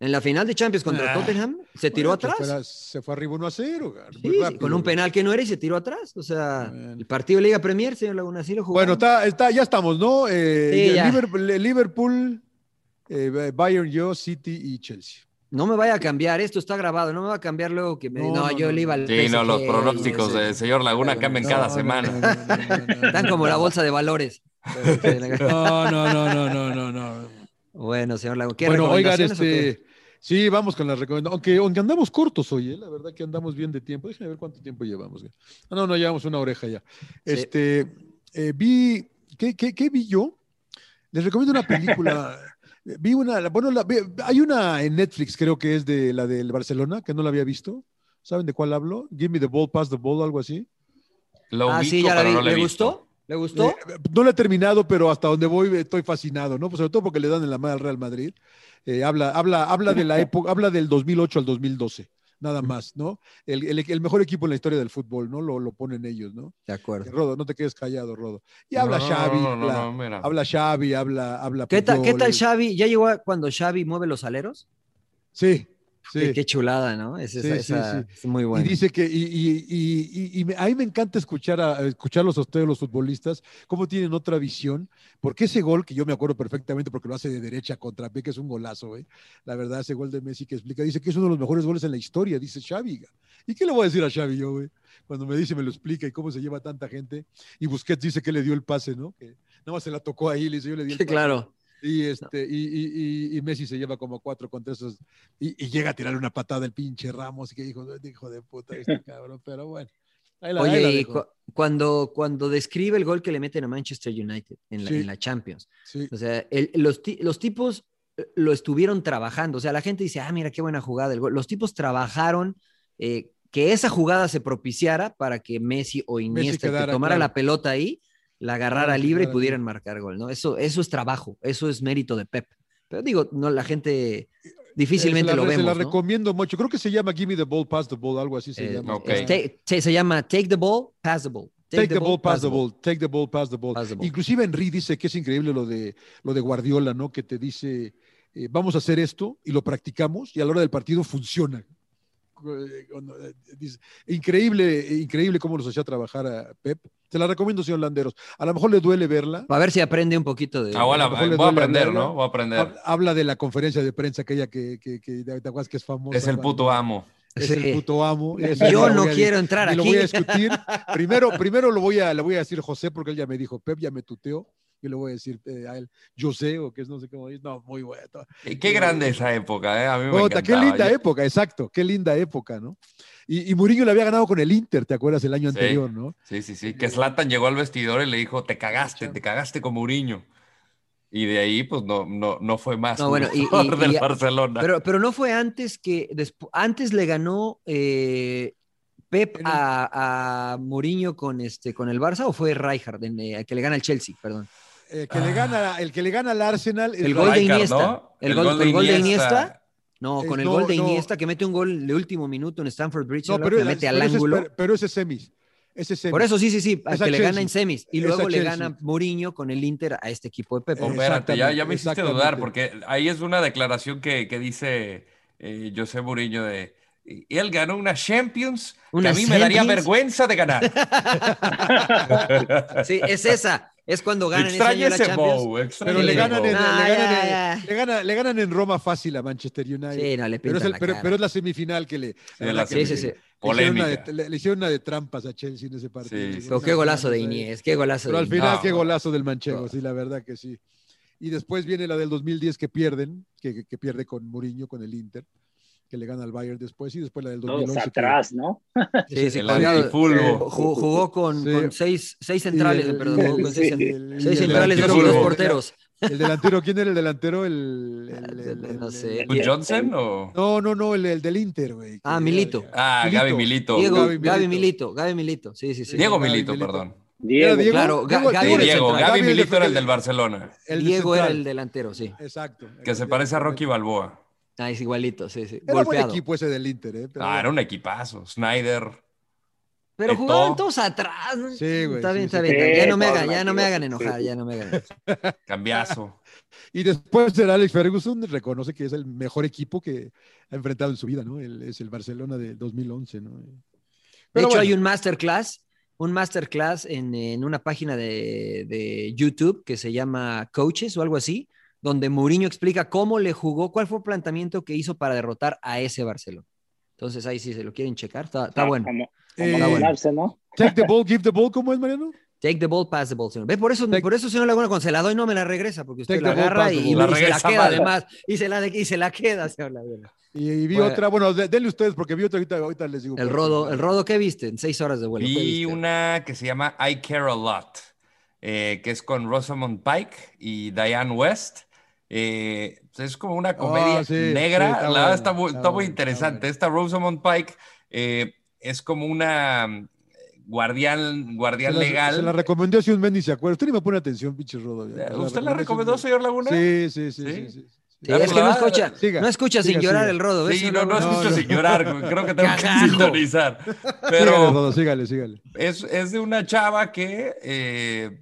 [SPEAKER 4] En la final de Champions contra
[SPEAKER 1] Ah,
[SPEAKER 4] Tottenham, se tiró
[SPEAKER 1] Bueno, pues
[SPEAKER 4] atrás.
[SPEAKER 1] fuera- se fue arriba 1 a 0, güey,
[SPEAKER 4] Sí,
[SPEAKER 1] muy
[SPEAKER 4] sí,
[SPEAKER 1] rápido,
[SPEAKER 4] con un
[SPEAKER 1] güey.
[SPEAKER 4] penal que no era y se tiró atrás. O sea, el partido de Liga Premier, señor Laguna, así lo jugó.
[SPEAKER 1] Bueno, está, está, ya estamos, ¿no? Eh,
[SPEAKER 4] Sí, ya.
[SPEAKER 1] Liverpool, Liverpool, eh, Bayern, yo, City y Chelsea.
[SPEAKER 4] No me vaya a cambiar, esto está grabado, no me va a cambiar luego que me... No,
[SPEAKER 1] No, no,
[SPEAKER 4] yo
[SPEAKER 1] no,
[SPEAKER 4] le iba al
[SPEAKER 2] Sí, no,
[SPEAKER 4] PSG,
[SPEAKER 2] los pronósticos
[SPEAKER 4] no sé.
[SPEAKER 2] del señor Laguna cambian cada semana.
[SPEAKER 4] Están como la bolsa de valores. Este,
[SPEAKER 1] No, no, no, no, no, no, no.
[SPEAKER 4] bueno, señor Laguna, ¿qué
[SPEAKER 1] Bueno, oigan,
[SPEAKER 4] recomendaciones o qué?
[SPEAKER 1] este. Sí, vamos con las recomendaciones. Aunque, aunque andamos cortos hoy, ¿eh? la verdad que andamos bien de tiempo. Déjenme ver cuánto tiempo llevamos. güey. Ah, no, no, llevamos una oreja ya. Este, eh, vi, ¿qué, qué, qué vi yo? Les recomiendo una película. Eh, vi una, la- bueno, la- vi- hay una en Netflix, creo que es de la del Barcelona, que no la había visto. ¿Saben de cuál hablo? Give me the ball, pass the ball, algo así.
[SPEAKER 2] Lo
[SPEAKER 4] Ah, sí,
[SPEAKER 2] ubico,
[SPEAKER 4] ya la
[SPEAKER 2] pero
[SPEAKER 4] vi.
[SPEAKER 2] no lo he
[SPEAKER 4] ¿Le
[SPEAKER 2] visto.
[SPEAKER 4] gustó? ¿Le gustó?
[SPEAKER 1] Eh, no la he terminado, pero hasta donde voy eh, estoy fascinado, ¿no? Pues sobre todo porque le dan en la madre al Real Madrid. Eh, habla, habla, habla de la época, habla del 2008 al 2012. nada más, ¿no? El, el- el mejor equipo en la historia del fútbol, ¿no? Lo, lo ponen ellos, ¿no?
[SPEAKER 4] De acuerdo.
[SPEAKER 1] Rodo, no te quedes callado, Rodo. Y
[SPEAKER 4] No,
[SPEAKER 1] habla
[SPEAKER 4] no,
[SPEAKER 1] Xavi,
[SPEAKER 4] no, no,
[SPEAKER 1] habla,
[SPEAKER 4] no, mira.
[SPEAKER 1] habla Xavi, habla, habla
[SPEAKER 4] ¿Qué, tal- ¿Qué
[SPEAKER 1] Puyol.
[SPEAKER 4] tal Xavi? ¿Ya llegó a cuando Xavi mueve los aleros?
[SPEAKER 1] Sí, sí.
[SPEAKER 4] Qué, qué chulada, ¿no? Es, esa-
[SPEAKER 1] Sí, sí,
[SPEAKER 4] esa-
[SPEAKER 1] sí.
[SPEAKER 4] es muy buena.
[SPEAKER 1] Y dice que, y, y- y- y- y me- a mí me encanta escuchar a, a escucharlos a ustedes, los futbolistas, cómo tienen otra visión, porque ese gol, que yo me acuerdo perfectamente porque lo hace de derecha contra pie, que es un golazo, ¿eh? la verdad, ese gol de Messi que explica, dice que es uno de los mejores goles en la historia, dice Xavi. ¿Y qué le voy a decir a Xavi yo, güey? Cuando me dice, me lo explica y cómo se lleva tanta gente. Y Busquets dice que le dio el pase, ¿no? Que nada más se la tocó ahí, le dice, yo le di el
[SPEAKER 4] Sí,
[SPEAKER 1] pase.
[SPEAKER 4] claro.
[SPEAKER 1] Y, este, y, y- y- y Messi se lleva como cuatro contra esos. Y, y llega a tirarle una patada el pinche Ramos, que hijo, de- hijo de puta este cabrón, pero bueno. Ahí la- ahí la
[SPEAKER 4] Oye, y
[SPEAKER 1] dejo.
[SPEAKER 4] cu- cuando, cuando describe el gol que le meten a Manchester United en la,
[SPEAKER 1] Sí.
[SPEAKER 4] en la Champions,
[SPEAKER 1] Sí.
[SPEAKER 4] o sea, el- los, ti- los tipos eh, lo estuvieron trabajando, o sea, la gente dice, ah, mira qué buena jugada el gol. Los tipos trabajaron eh, que esa jugada se propiciara para que Messi o Iniesta, el que
[SPEAKER 1] quedara,
[SPEAKER 4] tomara
[SPEAKER 1] claro.
[SPEAKER 4] la pelota ahí, la agarrara
[SPEAKER 1] Claro, sí,
[SPEAKER 4] libre y
[SPEAKER 1] claro,
[SPEAKER 4] pudieran marcar gol, ¿no? Eso, eso es trabajo, eso es mérito de Pep. Pero digo, no, la gente difícilmente
[SPEAKER 1] Eh, se la,
[SPEAKER 4] lo
[SPEAKER 1] se
[SPEAKER 4] vemos. ¿no?
[SPEAKER 1] la recomiendo mucho. Creo que se llama Give me the ball, pass the ball, algo así se
[SPEAKER 4] Eh,
[SPEAKER 1] llama. Este,
[SPEAKER 4] es take- take- se llama Take the ball, pass the ball.
[SPEAKER 1] Take the ball, pass the ball. Take the ball, pass the ball. Inclusive Henry dice que es increíble lo de, lo de Guardiola, ¿no? Que te dice, eh, vamos a hacer esto y lo practicamos y a la hora del partido funciona. Eh, cuando, eh, dice, increíble, eh, increíble cómo los hacía trabajar a Pep. Te la recomiendo, señor Landeros. A lo mejor le duele verla.
[SPEAKER 4] A ver si aprende un poquito de.
[SPEAKER 2] Ah, hola,
[SPEAKER 1] A lo mejor le
[SPEAKER 2] voy a
[SPEAKER 1] duele
[SPEAKER 2] aprender,
[SPEAKER 1] verla.
[SPEAKER 2] ¿no? Voy a aprender.
[SPEAKER 1] Hab- Habla de la conferencia de prensa aquella que, que, que, ¿te acuerdas que es famosa.
[SPEAKER 2] Es el puto amo.
[SPEAKER 1] Es
[SPEAKER 4] Sí.
[SPEAKER 1] el puto amo.
[SPEAKER 4] Yo
[SPEAKER 1] Eso lo
[SPEAKER 4] no
[SPEAKER 1] voy a-
[SPEAKER 4] quiero entrar
[SPEAKER 1] ni Lo
[SPEAKER 4] aquí.
[SPEAKER 1] voy a discutir. Primero, primero lo voy a, le voy a decir José, porque él ya me dijo, Pep ya me tuteó. Yo le voy a decir eh, a él, José, o que es no sé cómo dice. No, muy bueno.
[SPEAKER 2] Eh, Qué grande esa época, ¿eh? A mí me
[SPEAKER 1] Puta, qué
[SPEAKER 2] encantaba.
[SPEAKER 1] linda
[SPEAKER 2] Yo-
[SPEAKER 1] época, exacto. Qué linda época, ¿no? Y, y Mourinho le había ganado con el Inter, ¿te acuerdas? El año
[SPEAKER 2] Sí.
[SPEAKER 1] anterior, ¿no?
[SPEAKER 2] Sí, sí, sí.
[SPEAKER 1] Este,
[SPEAKER 2] Que Slatan llegó al vestidor y le dijo, te cagaste, te cagaste como Uriño. Y de ahí, pues, no, no, no fue más
[SPEAKER 4] No, bueno, y- y-
[SPEAKER 2] jugador del
[SPEAKER 4] y-
[SPEAKER 2] Barcelona.
[SPEAKER 4] Pero, pero no fue antes que. despu- Antes le ganó eh, Pep a, a Mourinho con, este, con el Barça o fue Rijkaard en, eh, que le gana al Chelsea, perdón.
[SPEAKER 1] El que, le
[SPEAKER 2] Ah.
[SPEAKER 1] gana, el que le gana al Arsenal. es
[SPEAKER 4] El gol de
[SPEAKER 1] Rijkaard,
[SPEAKER 4] Iniesta.
[SPEAKER 1] ¿no?
[SPEAKER 4] El, gol, el gol de Iniesta. No,
[SPEAKER 1] Es-
[SPEAKER 4] con el
[SPEAKER 1] Eh, no,
[SPEAKER 4] gol de
[SPEAKER 1] no.
[SPEAKER 4] Iniesta que mete un gol de último minuto en Stanford Bridge,
[SPEAKER 1] No, pero,
[SPEAKER 4] que mete al
[SPEAKER 1] pero ese es-
[SPEAKER 4] ángulo.
[SPEAKER 1] pero- pero ese es semis. Ese es semis.
[SPEAKER 4] Por eso sí, sí, sí, a
[SPEAKER 1] Es a
[SPEAKER 4] que le
[SPEAKER 1] Chelsea.
[SPEAKER 4] gana en semis. Y
[SPEAKER 1] Es
[SPEAKER 4] luego
[SPEAKER 1] a
[SPEAKER 4] le
[SPEAKER 1] Chelsea.
[SPEAKER 4] gana Mourinho con el Inter a este equipo de Pep.
[SPEAKER 2] Oh, espérate, ya, ya me hiciste dudar, porque ahí es una declaración que, que dice eh, José Mourinho de... "Y Él ganó una Champions
[SPEAKER 4] Una
[SPEAKER 2] que a mí me daría
[SPEAKER 4] Champions.
[SPEAKER 2] vergüenza de ganar.
[SPEAKER 4] Sí, es esa. Es cuando ganan ese
[SPEAKER 2] Extraña
[SPEAKER 4] año la
[SPEAKER 2] ese
[SPEAKER 4] Champions.
[SPEAKER 2] Bow, extraña
[SPEAKER 1] Pero le
[SPEAKER 2] Sí,
[SPEAKER 1] ganan, en, le,
[SPEAKER 4] no. Ah,
[SPEAKER 1] ganan
[SPEAKER 4] ya,
[SPEAKER 1] en-
[SPEAKER 4] ya.
[SPEAKER 1] le gana- le ganan en Roma fácil a Manchester United.
[SPEAKER 4] Sí, no, le
[SPEAKER 1] pero, es
[SPEAKER 4] pintan
[SPEAKER 1] el-
[SPEAKER 4] la
[SPEAKER 1] pero-
[SPEAKER 4] cara.
[SPEAKER 1] pero es la semifinal que le.
[SPEAKER 2] Sí, la
[SPEAKER 1] que le-
[SPEAKER 4] semifinal. Sí, sí, sí.
[SPEAKER 1] le hicieron una de-
[SPEAKER 2] Polémica.
[SPEAKER 1] Le, le hicieron una de trampas a Chelsea en ese partido.
[SPEAKER 2] Sí, sí.
[SPEAKER 4] Pero qué golazo de Iniesta, qué golazo
[SPEAKER 1] Pero
[SPEAKER 4] de
[SPEAKER 1] al final,
[SPEAKER 4] Iniesta.
[SPEAKER 1] qué
[SPEAKER 4] No,
[SPEAKER 1] golazo del Manchego, sí, la verdad que sí. Y después viene la del 2010 que pierden, que, que- que pierde con Mourinho, con el Inter, que le gana al Bayern después, y después la del
[SPEAKER 3] Todos
[SPEAKER 1] 2011. que-
[SPEAKER 3] atrás, ¿no?
[SPEAKER 4] Sí, sí,
[SPEAKER 2] El
[SPEAKER 4] con-
[SPEAKER 1] Eh,
[SPEAKER 2] antifulgo.
[SPEAKER 4] ju- jugó con,
[SPEAKER 1] Sí.
[SPEAKER 4] con seis, seis
[SPEAKER 1] Y
[SPEAKER 4] centrales, eh,
[SPEAKER 1] el-
[SPEAKER 4] perdón, jugó con seis,
[SPEAKER 1] y el-
[SPEAKER 4] seis
[SPEAKER 1] y el
[SPEAKER 4] centrales, dos,
[SPEAKER 1] delantero-
[SPEAKER 4] dos porteros.
[SPEAKER 1] El delantero, ¿quién era el delantero? El, el- el- el-
[SPEAKER 4] No sé.
[SPEAKER 2] ¿Con Johnson
[SPEAKER 1] eh,
[SPEAKER 2] o...?
[SPEAKER 1] no, no, no, el, el del Inter, güey.
[SPEAKER 4] Ah, Milito.
[SPEAKER 2] Ah,
[SPEAKER 1] Milito.
[SPEAKER 2] Gaby Milito.
[SPEAKER 4] Diego,
[SPEAKER 1] Gaby
[SPEAKER 4] Gaby
[SPEAKER 1] Milito.
[SPEAKER 4] Milito. Gaby Milito, sí, sí, sí.
[SPEAKER 2] Diego
[SPEAKER 1] Gaby
[SPEAKER 2] Milito,
[SPEAKER 1] Milito.
[SPEAKER 2] perdón.
[SPEAKER 1] ¿Era
[SPEAKER 3] Diego,
[SPEAKER 1] Diego?
[SPEAKER 4] claro, Ga-
[SPEAKER 1] Diego-
[SPEAKER 4] Gaby era
[SPEAKER 1] Diego
[SPEAKER 4] el
[SPEAKER 2] Diego,
[SPEAKER 4] central.
[SPEAKER 2] Gaby
[SPEAKER 1] Gaby
[SPEAKER 2] Milito era el
[SPEAKER 1] el-
[SPEAKER 2] del Barcelona,
[SPEAKER 1] El de
[SPEAKER 4] Diego era
[SPEAKER 1] central.
[SPEAKER 4] el delantero, sí.
[SPEAKER 1] Exacto.
[SPEAKER 2] que se parece a Rocky Balboa.
[SPEAKER 4] Ah, es igualito, sí, sí.
[SPEAKER 1] Era buen
[SPEAKER 4] golpeado.
[SPEAKER 1] equipo ese del Inter, ¿eh? Pero
[SPEAKER 2] Ah,
[SPEAKER 1] bueno.
[SPEAKER 2] era un equipazo. Snyder.
[SPEAKER 4] Pero
[SPEAKER 2] Eto'o.
[SPEAKER 4] jugaban todos atrás. ¿no?
[SPEAKER 1] Sí, güey,
[SPEAKER 4] Está
[SPEAKER 1] sí,
[SPEAKER 4] bien,
[SPEAKER 1] sí.
[SPEAKER 4] está bien. Ya no me
[SPEAKER 3] Sí,
[SPEAKER 4] hagan, ya no me
[SPEAKER 3] sí.
[SPEAKER 4] hagan enojar, ya no me hagan. enojar.
[SPEAKER 2] Cambiazo.
[SPEAKER 1] Y después el Alex Ferguson reconoce que es el mejor equipo que ha enfrentado en su vida, ¿no? El- es el Barcelona de 2011, ¿no?
[SPEAKER 4] De
[SPEAKER 1] Pero
[SPEAKER 4] hecho,
[SPEAKER 1] bueno.
[SPEAKER 4] hay un masterclass, un masterclass en, en una página de, de YouTube que se llama Coaches o algo así, donde Mourinho explica cómo le jugó, cuál fue el planteamiento que hizo para derrotar a ese Barcelona. Entonces, ahí sí se lo quieren checar, está, está
[SPEAKER 3] Ah,
[SPEAKER 4] bueno.
[SPEAKER 3] Como, como
[SPEAKER 1] Eh,
[SPEAKER 4] Está bueno.
[SPEAKER 3] ganarse, ¿no?
[SPEAKER 1] Take the ball, give the ball, ¿cómo es, Mariano?
[SPEAKER 4] Take the ball, pass the ball, señor. Ve, por eso,
[SPEAKER 1] Take-
[SPEAKER 4] por eso, señor Laguna, cuando se la doy, no me la regresa, porque usted
[SPEAKER 1] Take
[SPEAKER 4] la
[SPEAKER 1] the ball,
[SPEAKER 4] agarra
[SPEAKER 1] pass the
[SPEAKER 4] y, y
[SPEAKER 1] ball. La
[SPEAKER 4] se la
[SPEAKER 2] regresa
[SPEAKER 4] queda
[SPEAKER 2] mal.
[SPEAKER 4] además, y se la, y se la queda, señor Laguna.
[SPEAKER 1] Y, y vi
[SPEAKER 4] Bueno.
[SPEAKER 1] otra, bueno, de- denle ustedes porque vi otra ahorita, ahorita les digo.
[SPEAKER 4] El
[SPEAKER 1] cuál.
[SPEAKER 4] rodo, el rodo, ¿qué viste? En seis horas de vuelo. ¿qué
[SPEAKER 2] Vi
[SPEAKER 4] viste?
[SPEAKER 2] una que se llama I Care a Lot, eh, que es con Rosamund Pike y Diane West. Eh, es como una comedia
[SPEAKER 1] Ah, sí,
[SPEAKER 2] negra.
[SPEAKER 1] sí, está
[SPEAKER 2] la verdad
[SPEAKER 1] buena,
[SPEAKER 2] está muy,
[SPEAKER 1] está
[SPEAKER 2] está muy
[SPEAKER 1] buena, está
[SPEAKER 2] interesante.
[SPEAKER 1] buena.
[SPEAKER 2] Esta Rosamund Pike eh, es como una mm, guardián,
[SPEAKER 1] Se
[SPEAKER 2] guardián
[SPEAKER 1] la,
[SPEAKER 2] legal.
[SPEAKER 1] Se la recomendé hace un mes, ni se acuerda. Usted ni me pone atención, pinche rodo.
[SPEAKER 2] Eh, ¿Usted la recomendó, señor Laguna?
[SPEAKER 1] Sí, sí, sí.
[SPEAKER 2] Sí.
[SPEAKER 1] sí, sí, sí.
[SPEAKER 4] es que no escucha, no escucha sin llorar el rodo. ¿ves?
[SPEAKER 2] Sí, no, no, escucho sin llorar, güey. creo que tengo
[SPEAKER 4] Carajo.
[SPEAKER 2] que sintonizar.
[SPEAKER 1] Sígale,
[SPEAKER 2] Pero
[SPEAKER 1] Rodo, sígale, sígale.
[SPEAKER 2] es, es de una chava que eh,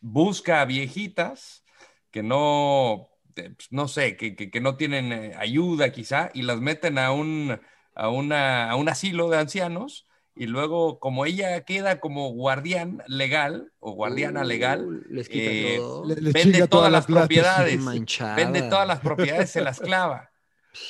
[SPEAKER 2] busca a viejitas que no, eh, pues, no sé, que, que- que no tienen eh, ayuda quizá y las meten a un, a, una, a un asilo de ancianos y luego como ella queda como guardián legal o guardiana
[SPEAKER 4] Uh,
[SPEAKER 2] legal,
[SPEAKER 4] les quita
[SPEAKER 2] eh,
[SPEAKER 4] todo.
[SPEAKER 1] Uh, Le- les
[SPEAKER 2] vende
[SPEAKER 1] chinga
[SPEAKER 2] todas
[SPEAKER 1] toda la
[SPEAKER 2] las
[SPEAKER 1] plata, sí.
[SPEAKER 2] propiedades.
[SPEAKER 4] Manchada.
[SPEAKER 2] Vende todas las propiedades, se las clava.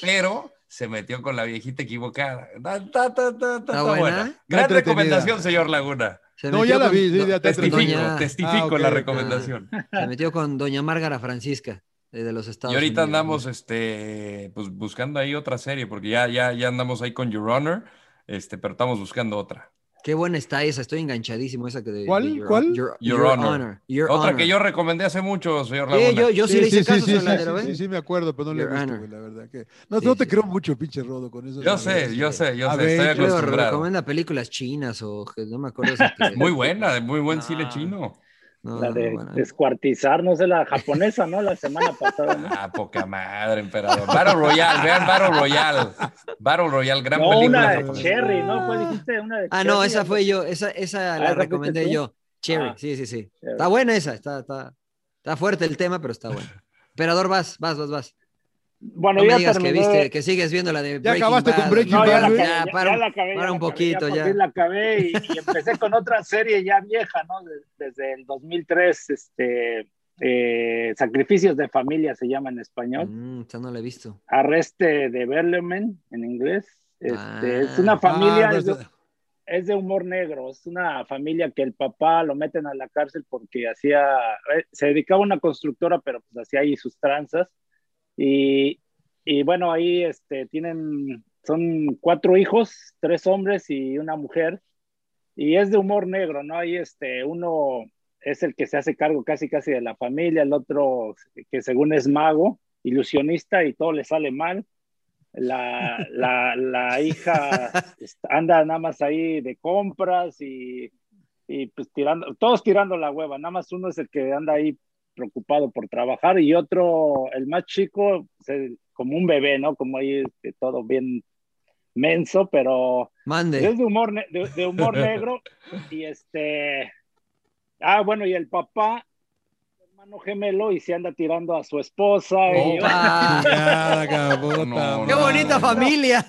[SPEAKER 2] Pero se metió con la viejita equivocada. Ta, ta, ta, ta, ta, está
[SPEAKER 4] buena?
[SPEAKER 2] buena.
[SPEAKER 1] Está
[SPEAKER 2] Gran
[SPEAKER 1] entretenida.
[SPEAKER 2] recomendación, señor Laguna.
[SPEAKER 4] Se
[SPEAKER 1] No,
[SPEAKER 4] metió
[SPEAKER 1] ya la
[SPEAKER 4] con-
[SPEAKER 1] vi, sí, ya te
[SPEAKER 2] Testifico,
[SPEAKER 4] Doña-
[SPEAKER 2] testifico
[SPEAKER 1] Ah, ok,
[SPEAKER 2] la
[SPEAKER 1] ok.
[SPEAKER 2] recomendación.
[SPEAKER 4] Se metió con Doña Márgara Francisca, eh, de los Estados
[SPEAKER 2] Y ahorita
[SPEAKER 4] Unidos.
[SPEAKER 2] andamos este, pues, buscando ahí otra serie, porque ya, ya, ya andamos ahí con Your Honor, este, pero estamos buscando otra.
[SPEAKER 4] Qué buena está esa, estoy enganchadísimo esa que de.
[SPEAKER 1] ¿Cuál?
[SPEAKER 4] de Your,
[SPEAKER 1] ¿Cuál?
[SPEAKER 4] Your,
[SPEAKER 2] Your
[SPEAKER 4] Your
[SPEAKER 2] Honor.
[SPEAKER 4] honor. Your
[SPEAKER 2] otra
[SPEAKER 4] Honor.
[SPEAKER 2] que yo recomendé hace mucho, señor Laguna.
[SPEAKER 4] Eh, yo, yo sí, le hice caso
[SPEAKER 1] sí,
[SPEAKER 4] a Solandero,
[SPEAKER 1] sí,
[SPEAKER 4] ¿eh?
[SPEAKER 1] sí, me acuerdo, pero no le he
[SPEAKER 4] Your
[SPEAKER 1] visto,
[SPEAKER 4] Honor.
[SPEAKER 1] güey, la verdad que. No,
[SPEAKER 4] Sí,
[SPEAKER 1] no te
[SPEAKER 4] sí.
[SPEAKER 1] creo mucho, pinche Rodo, con eso.
[SPEAKER 2] Yo sé, yo sé, yo
[SPEAKER 1] A
[SPEAKER 2] sé, estoy
[SPEAKER 1] ver,
[SPEAKER 4] Yo
[SPEAKER 2] acostumbrado.
[SPEAKER 4] recomienda películas chinas o que no me acuerdo. esas que-
[SPEAKER 2] Muy buena, de muy buen cine
[SPEAKER 4] Ah.
[SPEAKER 2] chino.
[SPEAKER 4] No,
[SPEAKER 3] La
[SPEAKER 4] no,
[SPEAKER 3] de
[SPEAKER 4] Ah, bueno.
[SPEAKER 3] descuartizar, no sé, la japonesa, ¿no? La semana pasada, ¿no?
[SPEAKER 2] Ah, poca madre, emperador. Battle Royale, vean Battle Royale. Battle Royale, gran
[SPEAKER 3] No,
[SPEAKER 2] película.
[SPEAKER 3] una de
[SPEAKER 2] japonesa.
[SPEAKER 3] Cherry, ¿no? Fue, dijiste, una de
[SPEAKER 4] Ah, no,
[SPEAKER 3] Cherry,
[SPEAKER 4] esa
[SPEAKER 3] algo
[SPEAKER 4] fue yo, esa, esa la
[SPEAKER 3] ¿esa fuiste
[SPEAKER 4] recomendé
[SPEAKER 3] Ah, tú?
[SPEAKER 4] yo. Cherry,
[SPEAKER 3] Ah.
[SPEAKER 4] sí, sí, sí.
[SPEAKER 3] Cherry.
[SPEAKER 4] Está buena esa, está, está, está fuerte el tema, pero está buena. Emperador, vas, vas, vas, vas.
[SPEAKER 3] Bueno,
[SPEAKER 4] No me
[SPEAKER 3] ya
[SPEAKER 4] digas
[SPEAKER 3] terminé.
[SPEAKER 4] que viste, que sigues viendo la de Breaking
[SPEAKER 1] acabaste con
[SPEAKER 4] Bad.
[SPEAKER 1] Breaking
[SPEAKER 3] No, ya la
[SPEAKER 1] Bad,
[SPEAKER 3] acabé,
[SPEAKER 1] güey.
[SPEAKER 4] Ya,
[SPEAKER 3] ya,
[SPEAKER 4] para
[SPEAKER 3] ya
[SPEAKER 4] un-
[SPEAKER 3] la acabé, ya
[SPEAKER 4] para
[SPEAKER 3] la
[SPEAKER 4] un
[SPEAKER 3] acabé,
[SPEAKER 4] poquito, ya.
[SPEAKER 3] ya. por fin la acabé y, y empecé con otra serie ya vieja, ¿no? De- desde el 2003, este, eh, Sacrificios de Familia se llama en español.
[SPEAKER 4] Mm, esa no la he visto.
[SPEAKER 3] Arreste de Berlemen en inglés. Este,
[SPEAKER 4] Ah.
[SPEAKER 3] es una familia,
[SPEAKER 1] Ah,
[SPEAKER 3] es, de, es de humor negro, es una familia que el papá lo meten a la cárcel porque hacía, eh, se dedicaba a una constructora, pero pues hacía ahí sus tranzas. Y, y bueno, ahí este, tienen, son cuatro hijos, tres hombres y una mujer. Y es de humor negro, ¿no? Ahí este, uno es el que se hace cargo casi casi de la familia, el otro que según es mago, ilusionista y todo le sale mal. La, la, la hija anda nada más ahí de compras y, y pues tirando, todos tirando la hueva, nada más uno es el que anda ahí preocupado por trabajar y otro, el más chico, se- como un bebé, ¿no? Como ahí este, todo bien menso, pero pues
[SPEAKER 4] Mande.
[SPEAKER 3] Es de humor, ne- de, de humor negro. Y este. Ah, bueno, y el papá, hermano gemelo, y se anda tirando a su esposa.
[SPEAKER 4] Oh,
[SPEAKER 3] y-
[SPEAKER 4] Opa.
[SPEAKER 1] Chingada, Ah, cabrón,
[SPEAKER 2] No,
[SPEAKER 1] puta
[SPEAKER 2] no,
[SPEAKER 4] Ah, ¡Qué
[SPEAKER 2] no,
[SPEAKER 1] madre.
[SPEAKER 4] bonita
[SPEAKER 2] no.
[SPEAKER 4] familia!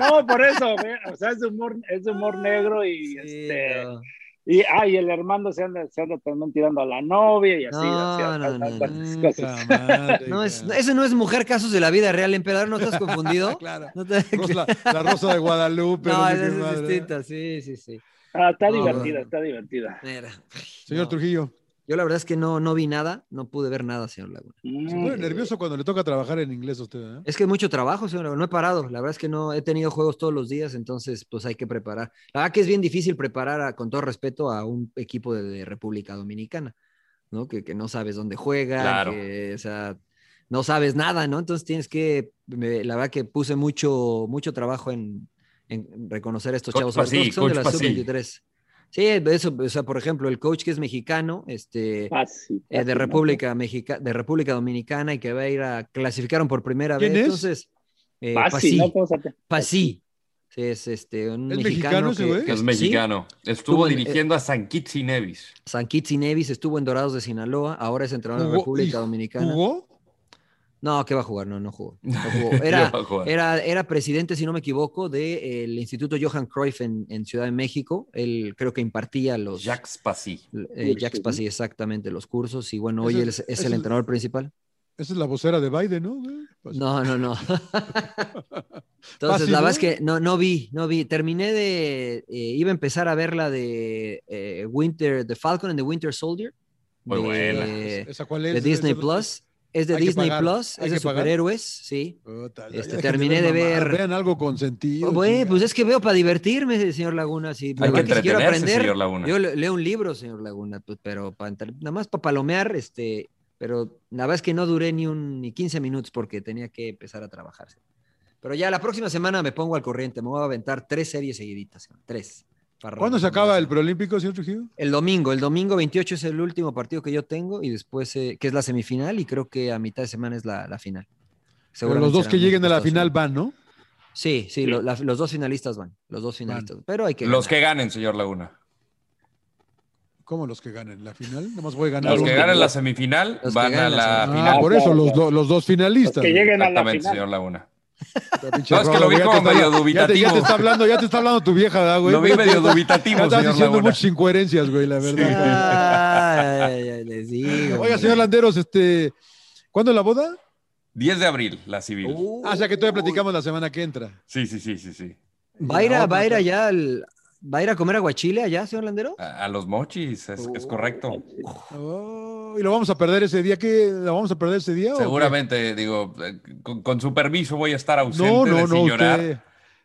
[SPEAKER 3] no, por eso, ve, o sea, es de humor, es de humor negro y este.
[SPEAKER 4] Ah, Sí,
[SPEAKER 3] Y, ah, y el hermano se anda, se anda también tirando a la novia y así.
[SPEAKER 4] No,
[SPEAKER 3] así,
[SPEAKER 4] no,
[SPEAKER 3] tantas
[SPEAKER 4] no,
[SPEAKER 1] Puta
[SPEAKER 3] cosas.
[SPEAKER 1] madre,
[SPEAKER 4] no, es-
[SPEAKER 1] cabrón.
[SPEAKER 4] eso no es mujer casos de la vida real, emperador, ¿no estás
[SPEAKER 1] Ah,
[SPEAKER 4] confundido?
[SPEAKER 1] Claro.
[SPEAKER 4] No, te-
[SPEAKER 1] Rosa- la rosa de Guadalupe.
[SPEAKER 4] No,
[SPEAKER 1] sé
[SPEAKER 4] eso
[SPEAKER 1] qué
[SPEAKER 4] es
[SPEAKER 1] madre.
[SPEAKER 4] distinta, sí, sí, sí.
[SPEAKER 3] Ah, está
[SPEAKER 4] No,
[SPEAKER 3] divertida,
[SPEAKER 4] no.
[SPEAKER 3] está divertida.
[SPEAKER 4] Mira,
[SPEAKER 1] Señor
[SPEAKER 4] no.
[SPEAKER 1] Trujillo,
[SPEAKER 4] Yo la verdad es que no, no vi nada, no pude ver nada, señor Laguna.
[SPEAKER 1] se
[SPEAKER 3] Mm.
[SPEAKER 1] pone nervioso cuando le toca trabajar en inglés a usted, ¿eh?
[SPEAKER 4] Es que es mucho trabajo, señor. No he parado. La verdad es que no he tenido juegos todos los días, entonces pues hay que preparar. La verdad que es bien difícil preparar, a- con todo respeto, a un equipo de, de República Dominicana, ¿no? Que, que no sabes dónde juega,
[SPEAKER 2] Claro.
[SPEAKER 4] que, o sea, no sabes nada, ¿no? Entonces tienes que, me- la verdad que puse mucho, mucho trabajo en, en reconocer a estos
[SPEAKER 2] Coach
[SPEAKER 4] chavos, sobre todo
[SPEAKER 2] Pasí,
[SPEAKER 4] que son de
[SPEAKER 2] Coach
[SPEAKER 4] la
[SPEAKER 2] Pasí.
[SPEAKER 4] sub-23. Sí, eso, o sea, por ejemplo, el coach que es mexicano, este,
[SPEAKER 3] Fácil,
[SPEAKER 4] eh, de
[SPEAKER 3] fácil, ¿no?
[SPEAKER 4] República Mexica, de República Dominicana y que va a ir a clasificaron por primera
[SPEAKER 1] ¿Quién
[SPEAKER 4] vez.
[SPEAKER 1] es?
[SPEAKER 4] Entonces, eh,
[SPEAKER 3] Fácil,
[SPEAKER 4] Pasí,
[SPEAKER 3] ¿no? Pues, ¿Cómo se llama?
[SPEAKER 4] Pasí. Sí, es este un
[SPEAKER 1] ¿Es mexicano
[SPEAKER 4] mexicano,
[SPEAKER 1] ese
[SPEAKER 4] que-
[SPEAKER 1] güey?
[SPEAKER 4] que-
[SPEAKER 2] Es
[SPEAKER 4] sí,
[SPEAKER 2] mexicano.
[SPEAKER 4] Estuvo
[SPEAKER 2] Estuvo
[SPEAKER 4] en-
[SPEAKER 2] dirigiendo a San Kitts y Nevis.
[SPEAKER 4] San Kitts y Nevis estuvo en Dorados de Sinaloa, ahora es entrenador de
[SPEAKER 1] Jugó-
[SPEAKER 4] República
[SPEAKER 1] y
[SPEAKER 4] Dominicana.
[SPEAKER 1] ¿Jugó?
[SPEAKER 4] No, ¿qué va a jugar? No, no jugó. No jugó. Era,
[SPEAKER 2] Yo, Juan.
[SPEAKER 4] era, era presidente, si no me equivoco, del Instituto Johan Cruyff en, en Ciudad de México. Él creo que impartía los
[SPEAKER 2] Jacques Passy.
[SPEAKER 4] eh, Jacks
[SPEAKER 3] Cursos, ¿no?
[SPEAKER 4] Pasí, exactamente, los cursos. Y bueno,
[SPEAKER 1] Ese
[SPEAKER 4] hoy él
[SPEAKER 1] es-
[SPEAKER 4] es, es
[SPEAKER 1] ese
[SPEAKER 4] el
[SPEAKER 1] es-
[SPEAKER 4] entrenador principal.
[SPEAKER 1] Esa es la vocera de Biden, ¿no? güey? Pues-
[SPEAKER 4] No, no, no. Entonces,
[SPEAKER 1] Fácil,
[SPEAKER 4] la
[SPEAKER 1] ¿no?
[SPEAKER 4] verdad es que no, no vi, no vi. Terminé de. eh, iba a empezar a ver la de eh, Winter, The Falcon and the Winter Soldier.
[SPEAKER 2] Muy
[SPEAKER 4] de,
[SPEAKER 2] buena.
[SPEAKER 4] de
[SPEAKER 1] ¿Esa cuál es? Esa-
[SPEAKER 4] Disney
[SPEAKER 1] esa-
[SPEAKER 4] Plus. Es de
[SPEAKER 1] Hay que
[SPEAKER 4] Disney
[SPEAKER 1] pagar,
[SPEAKER 4] Plus,
[SPEAKER 1] hay
[SPEAKER 4] es de
[SPEAKER 1] que pagar.
[SPEAKER 4] superhéroes, sí.
[SPEAKER 1] Puta,
[SPEAKER 4] Este,
[SPEAKER 1] ya dejen
[SPEAKER 4] terminé de
[SPEAKER 1] mamadas,
[SPEAKER 4] ver-
[SPEAKER 1] Vean algo con sentido.
[SPEAKER 4] Bueno,
[SPEAKER 1] chingada.
[SPEAKER 4] pues es que veo para divertirme, señor Laguna. Si,
[SPEAKER 2] Hay que
[SPEAKER 4] si quiero
[SPEAKER 2] entretenerse,
[SPEAKER 4] aprender,
[SPEAKER 2] señor Laguna.
[SPEAKER 4] yo le- leo un libro, señor Laguna, pues, pero para entrar- nada más para palomear, este, pero la verdad es que no duré ni un ni 15 minutos porque tenía que empezar a trabajar. Pero ya la próxima semana me pongo al corriente, me voy a aventar tres series seguiditas, señor, tres.
[SPEAKER 1] ¿Cuándo se acaba el preolímpico, señor Trujillo?
[SPEAKER 4] El domingo, el domingo 28 es el último partido que yo tengo y después, eh, que es la semifinal y creo que a mitad de semana es la, la final.
[SPEAKER 1] Pero los dos que lleguen a la final van, ¿no?
[SPEAKER 4] Sí, sí, lo- la- los dos finalistas van, los dos finalistas. Pero hay que
[SPEAKER 2] Los
[SPEAKER 4] ganar.
[SPEAKER 2] que ganen, señor Laguna.
[SPEAKER 1] ¿Cómo los que ganen la final? Nada más voy a ganar.
[SPEAKER 2] Los que
[SPEAKER 1] uno.
[SPEAKER 2] ganen la semifinal
[SPEAKER 1] Los que
[SPEAKER 2] van a
[SPEAKER 1] ganen la
[SPEAKER 2] la
[SPEAKER 1] semifinal.
[SPEAKER 2] final.
[SPEAKER 1] Ah, por eso, los, do- los dos finalistas.
[SPEAKER 2] Exactamente, señor Laguna.
[SPEAKER 1] Pinche
[SPEAKER 2] No, es que
[SPEAKER 1] Rodo,
[SPEAKER 2] lo vi
[SPEAKER 1] ya te
[SPEAKER 2] como
[SPEAKER 1] está-
[SPEAKER 2] medio
[SPEAKER 1] ya te, ya
[SPEAKER 2] dubitativo.
[SPEAKER 1] te está hablando, ya te está hablando tu vieja, ¿verdad, güey.
[SPEAKER 2] Lo vi
[SPEAKER 1] Ya te
[SPEAKER 2] medio
[SPEAKER 1] está-
[SPEAKER 2] dubitativo,
[SPEAKER 1] Ya estás
[SPEAKER 2] señor
[SPEAKER 1] diciendo
[SPEAKER 2] Laguna.
[SPEAKER 1] muchas incoherencias, güey, la verdad.
[SPEAKER 4] Ay, ay, les digo.
[SPEAKER 1] Oiga, señor Landeros, este, ¿cuándo es la boda?
[SPEAKER 2] 10 de abril, la civil.
[SPEAKER 4] Uh.
[SPEAKER 1] Ah, o sea que todavía platicamos la semana que entra.
[SPEAKER 2] Sí, sí, sí, sí, sí.
[SPEAKER 4] ¿Va a ir, a, va a ir allá al- ¿Va a ir a comer aguachile allá, señor Landero?
[SPEAKER 2] A, a los mochis, es, es correcto.
[SPEAKER 1] Oh, ¿Y lo vamos a perder ese día? ¿Qué? ¿La vamos a perder ese día? o qué?
[SPEAKER 2] Seguramente, digo, eh, con, con su permiso voy a estar ausente
[SPEAKER 1] No, no,
[SPEAKER 2] de
[SPEAKER 1] no,
[SPEAKER 2] sin llorar.
[SPEAKER 1] usted.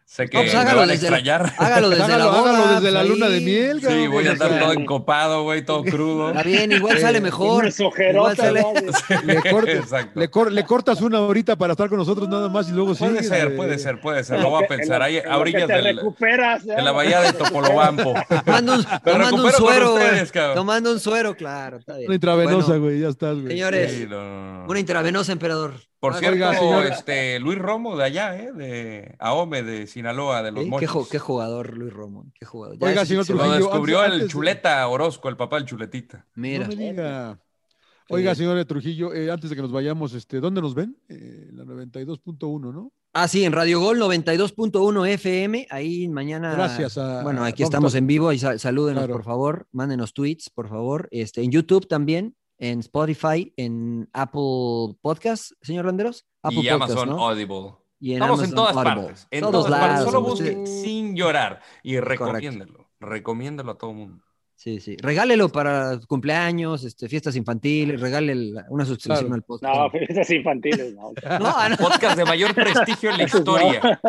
[SPEAKER 2] Sé que
[SPEAKER 4] No, pues
[SPEAKER 2] me
[SPEAKER 4] hágalo
[SPEAKER 2] van a
[SPEAKER 4] desde la-
[SPEAKER 2] extrañar.
[SPEAKER 4] hágalo desde la
[SPEAKER 1] Hágalo, hágalo
[SPEAKER 4] boda,
[SPEAKER 1] desde la
[SPEAKER 4] pues,
[SPEAKER 1] luna
[SPEAKER 4] ahí.
[SPEAKER 1] de miel,
[SPEAKER 2] Sí,
[SPEAKER 1] cabrón.
[SPEAKER 2] voy a estar
[SPEAKER 1] O sea,
[SPEAKER 2] todo encopado, güey, todo crudo.
[SPEAKER 4] Está bien, igual sale mejor.
[SPEAKER 3] Unas ojerotas,
[SPEAKER 4] Igual sale-
[SPEAKER 3] ¿no?
[SPEAKER 1] Le, cortas,
[SPEAKER 2] Exacto.
[SPEAKER 1] le, cor- le cortas una horita para estar con nosotros nada más y luego sí.
[SPEAKER 2] Puede ser, puede ser, puede ser. Lo voy a pensar. Ahí,
[SPEAKER 3] En lo
[SPEAKER 2] a orillas
[SPEAKER 3] que te
[SPEAKER 2] del-
[SPEAKER 3] recuperas, ¿no?
[SPEAKER 2] de la bahía de Topolobampo.
[SPEAKER 4] Tomando un, tomando un
[SPEAKER 2] recupero con
[SPEAKER 4] suero, güey.
[SPEAKER 2] ustedes, cabrón.
[SPEAKER 4] Tomando un suero, claro. Está bien.
[SPEAKER 1] Una intravenosa,
[SPEAKER 4] Bueno,
[SPEAKER 1] güey, ya estás, güey.
[SPEAKER 4] Señores,
[SPEAKER 2] Sí, no, no, no.
[SPEAKER 4] una intravenosa, emperador.
[SPEAKER 2] Por
[SPEAKER 4] Ah,
[SPEAKER 2] cierto,
[SPEAKER 1] Oiga, señor.
[SPEAKER 2] este, Luis Romo de allá, ¿eh? de Ahome, de Sinaloa, de los
[SPEAKER 4] ¿eh? ¿Qué,
[SPEAKER 2] Mochis.
[SPEAKER 4] jo- qué jugador, Luis Romo. Qué jugador.
[SPEAKER 1] Oiga,
[SPEAKER 4] ese sí
[SPEAKER 1] señor
[SPEAKER 4] se
[SPEAKER 2] Lo
[SPEAKER 4] va.
[SPEAKER 1] Trujillo,
[SPEAKER 2] descubrió
[SPEAKER 1] antes-
[SPEAKER 2] el
[SPEAKER 1] antes de-
[SPEAKER 2] chuleta Orozco, el papá del chuletita.
[SPEAKER 4] Mira,
[SPEAKER 1] No me diga. Oiga, señores Trujillo, eh, antes de que nos vayamos, este, ¿dónde nos ven? Eh, la 92.1, ¿no?
[SPEAKER 4] Ah, sí, en Radio Gol 92.1 FM. Ahí mañana.
[SPEAKER 1] Gracias a-
[SPEAKER 4] Ah, Bueno, aquí
[SPEAKER 1] vamos
[SPEAKER 4] estamos
[SPEAKER 1] a-
[SPEAKER 4] en vivo. Ahí sa- salúdenos,
[SPEAKER 1] Claro.
[SPEAKER 4] por favor. Mándenos tweets, por favor. Este, en YouTube también, en Spotify, en Apple Podcast, señor Landeros. Apple
[SPEAKER 2] y
[SPEAKER 4] Podcast,
[SPEAKER 2] Amazon
[SPEAKER 4] ¿no?
[SPEAKER 2] Audible.
[SPEAKER 4] Y en
[SPEAKER 2] Estamos en
[SPEAKER 4] Amazon
[SPEAKER 2] todas
[SPEAKER 4] Audible.
[SPEAKER 2] partes. En
[SPEAKER 4] Todos
[SPEAKER 2] todas partes.
[SPEAKER 4] lados,
[SPEAKER 2] Solo
[SPEAKER 4] usted-
[SPEAKER 2] busquen sin llorar y recomiéndelo. Recomiéndelo a todo el mundo.
[SPEAKER 4] Sí, sí. Regálelo para cumpleaños, este, fiestas infantiles, regale la- una suscripción
[SPEAKER 1] Claro. Este,
[SPEAKER 4] al podcast.
[SPEAKER 3] No, esas infantiles, no.
[SPEAKER 4] No, ah, no.
[SPEAKER 2] Podcast de mayor prestigio en la historia.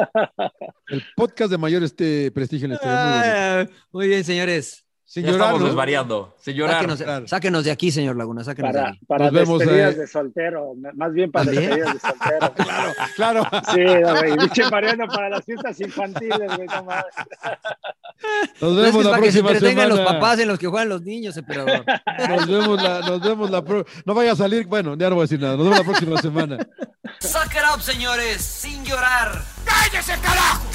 [SPEAKER 1] El podcast de mayor este, prestigio en la historia. muy bonito.
[SPEAKER 4] Ah, Muy bien, señores.
[SPEAKER 1] Sin
[SPEAKER 2] Ya estamos
[SPEAKER 1] ¿no?
[SPEAKER 2] desvariando. Sin llorar.
[SPEAKER 4] Sáquenos,
[SPEAKER 1] claro.
[SPEAKER 4] sáquenos de aquí, señor Laguna, sáquenos de
[SPEAKER 3] Para,
[SPEAKER 4] aquí.
[SPEAKER 3] para
[SPEAKER 1] Nos vemos,
[SPEAKER 3] despedidas
[SPEAKER 1] eh.
[SPEAKER 3] de soltero, más bien para
[SPEAKER 4] ¿También?
[SPEAKER 3] despedidas de soltero. Claro.
[SPEAKER 1] Claro.
[SPEAKER 3] Sí, no, güey. Pinche Mariano para las fiestas infantiles, güey, no mames.
[SPEAKER 1] Nos
[SPEAKER 4] Pero es que
[SPEAKER 1] vemos
[SPEAKER 4] es
[SPEAKER 1] la
[SPEAKER 4] para que se
[SPEAKER 1] próxima
[SPEAKER 4] entretengan
[SPEAKER 1] semana.
[SPEAKER 4] los papás en los que juegan los niños, emperador.
[SPEAKER 1] Nos vemos la, nos vemos la pro- No vaya a salir. Bueno, ya no voy a decir nada. Nos vemos la próxima semana.
[SPEAKER 4] Suck it up, señores, sin llorar.
[SPEAKER 6] ¡Cállese, carajo!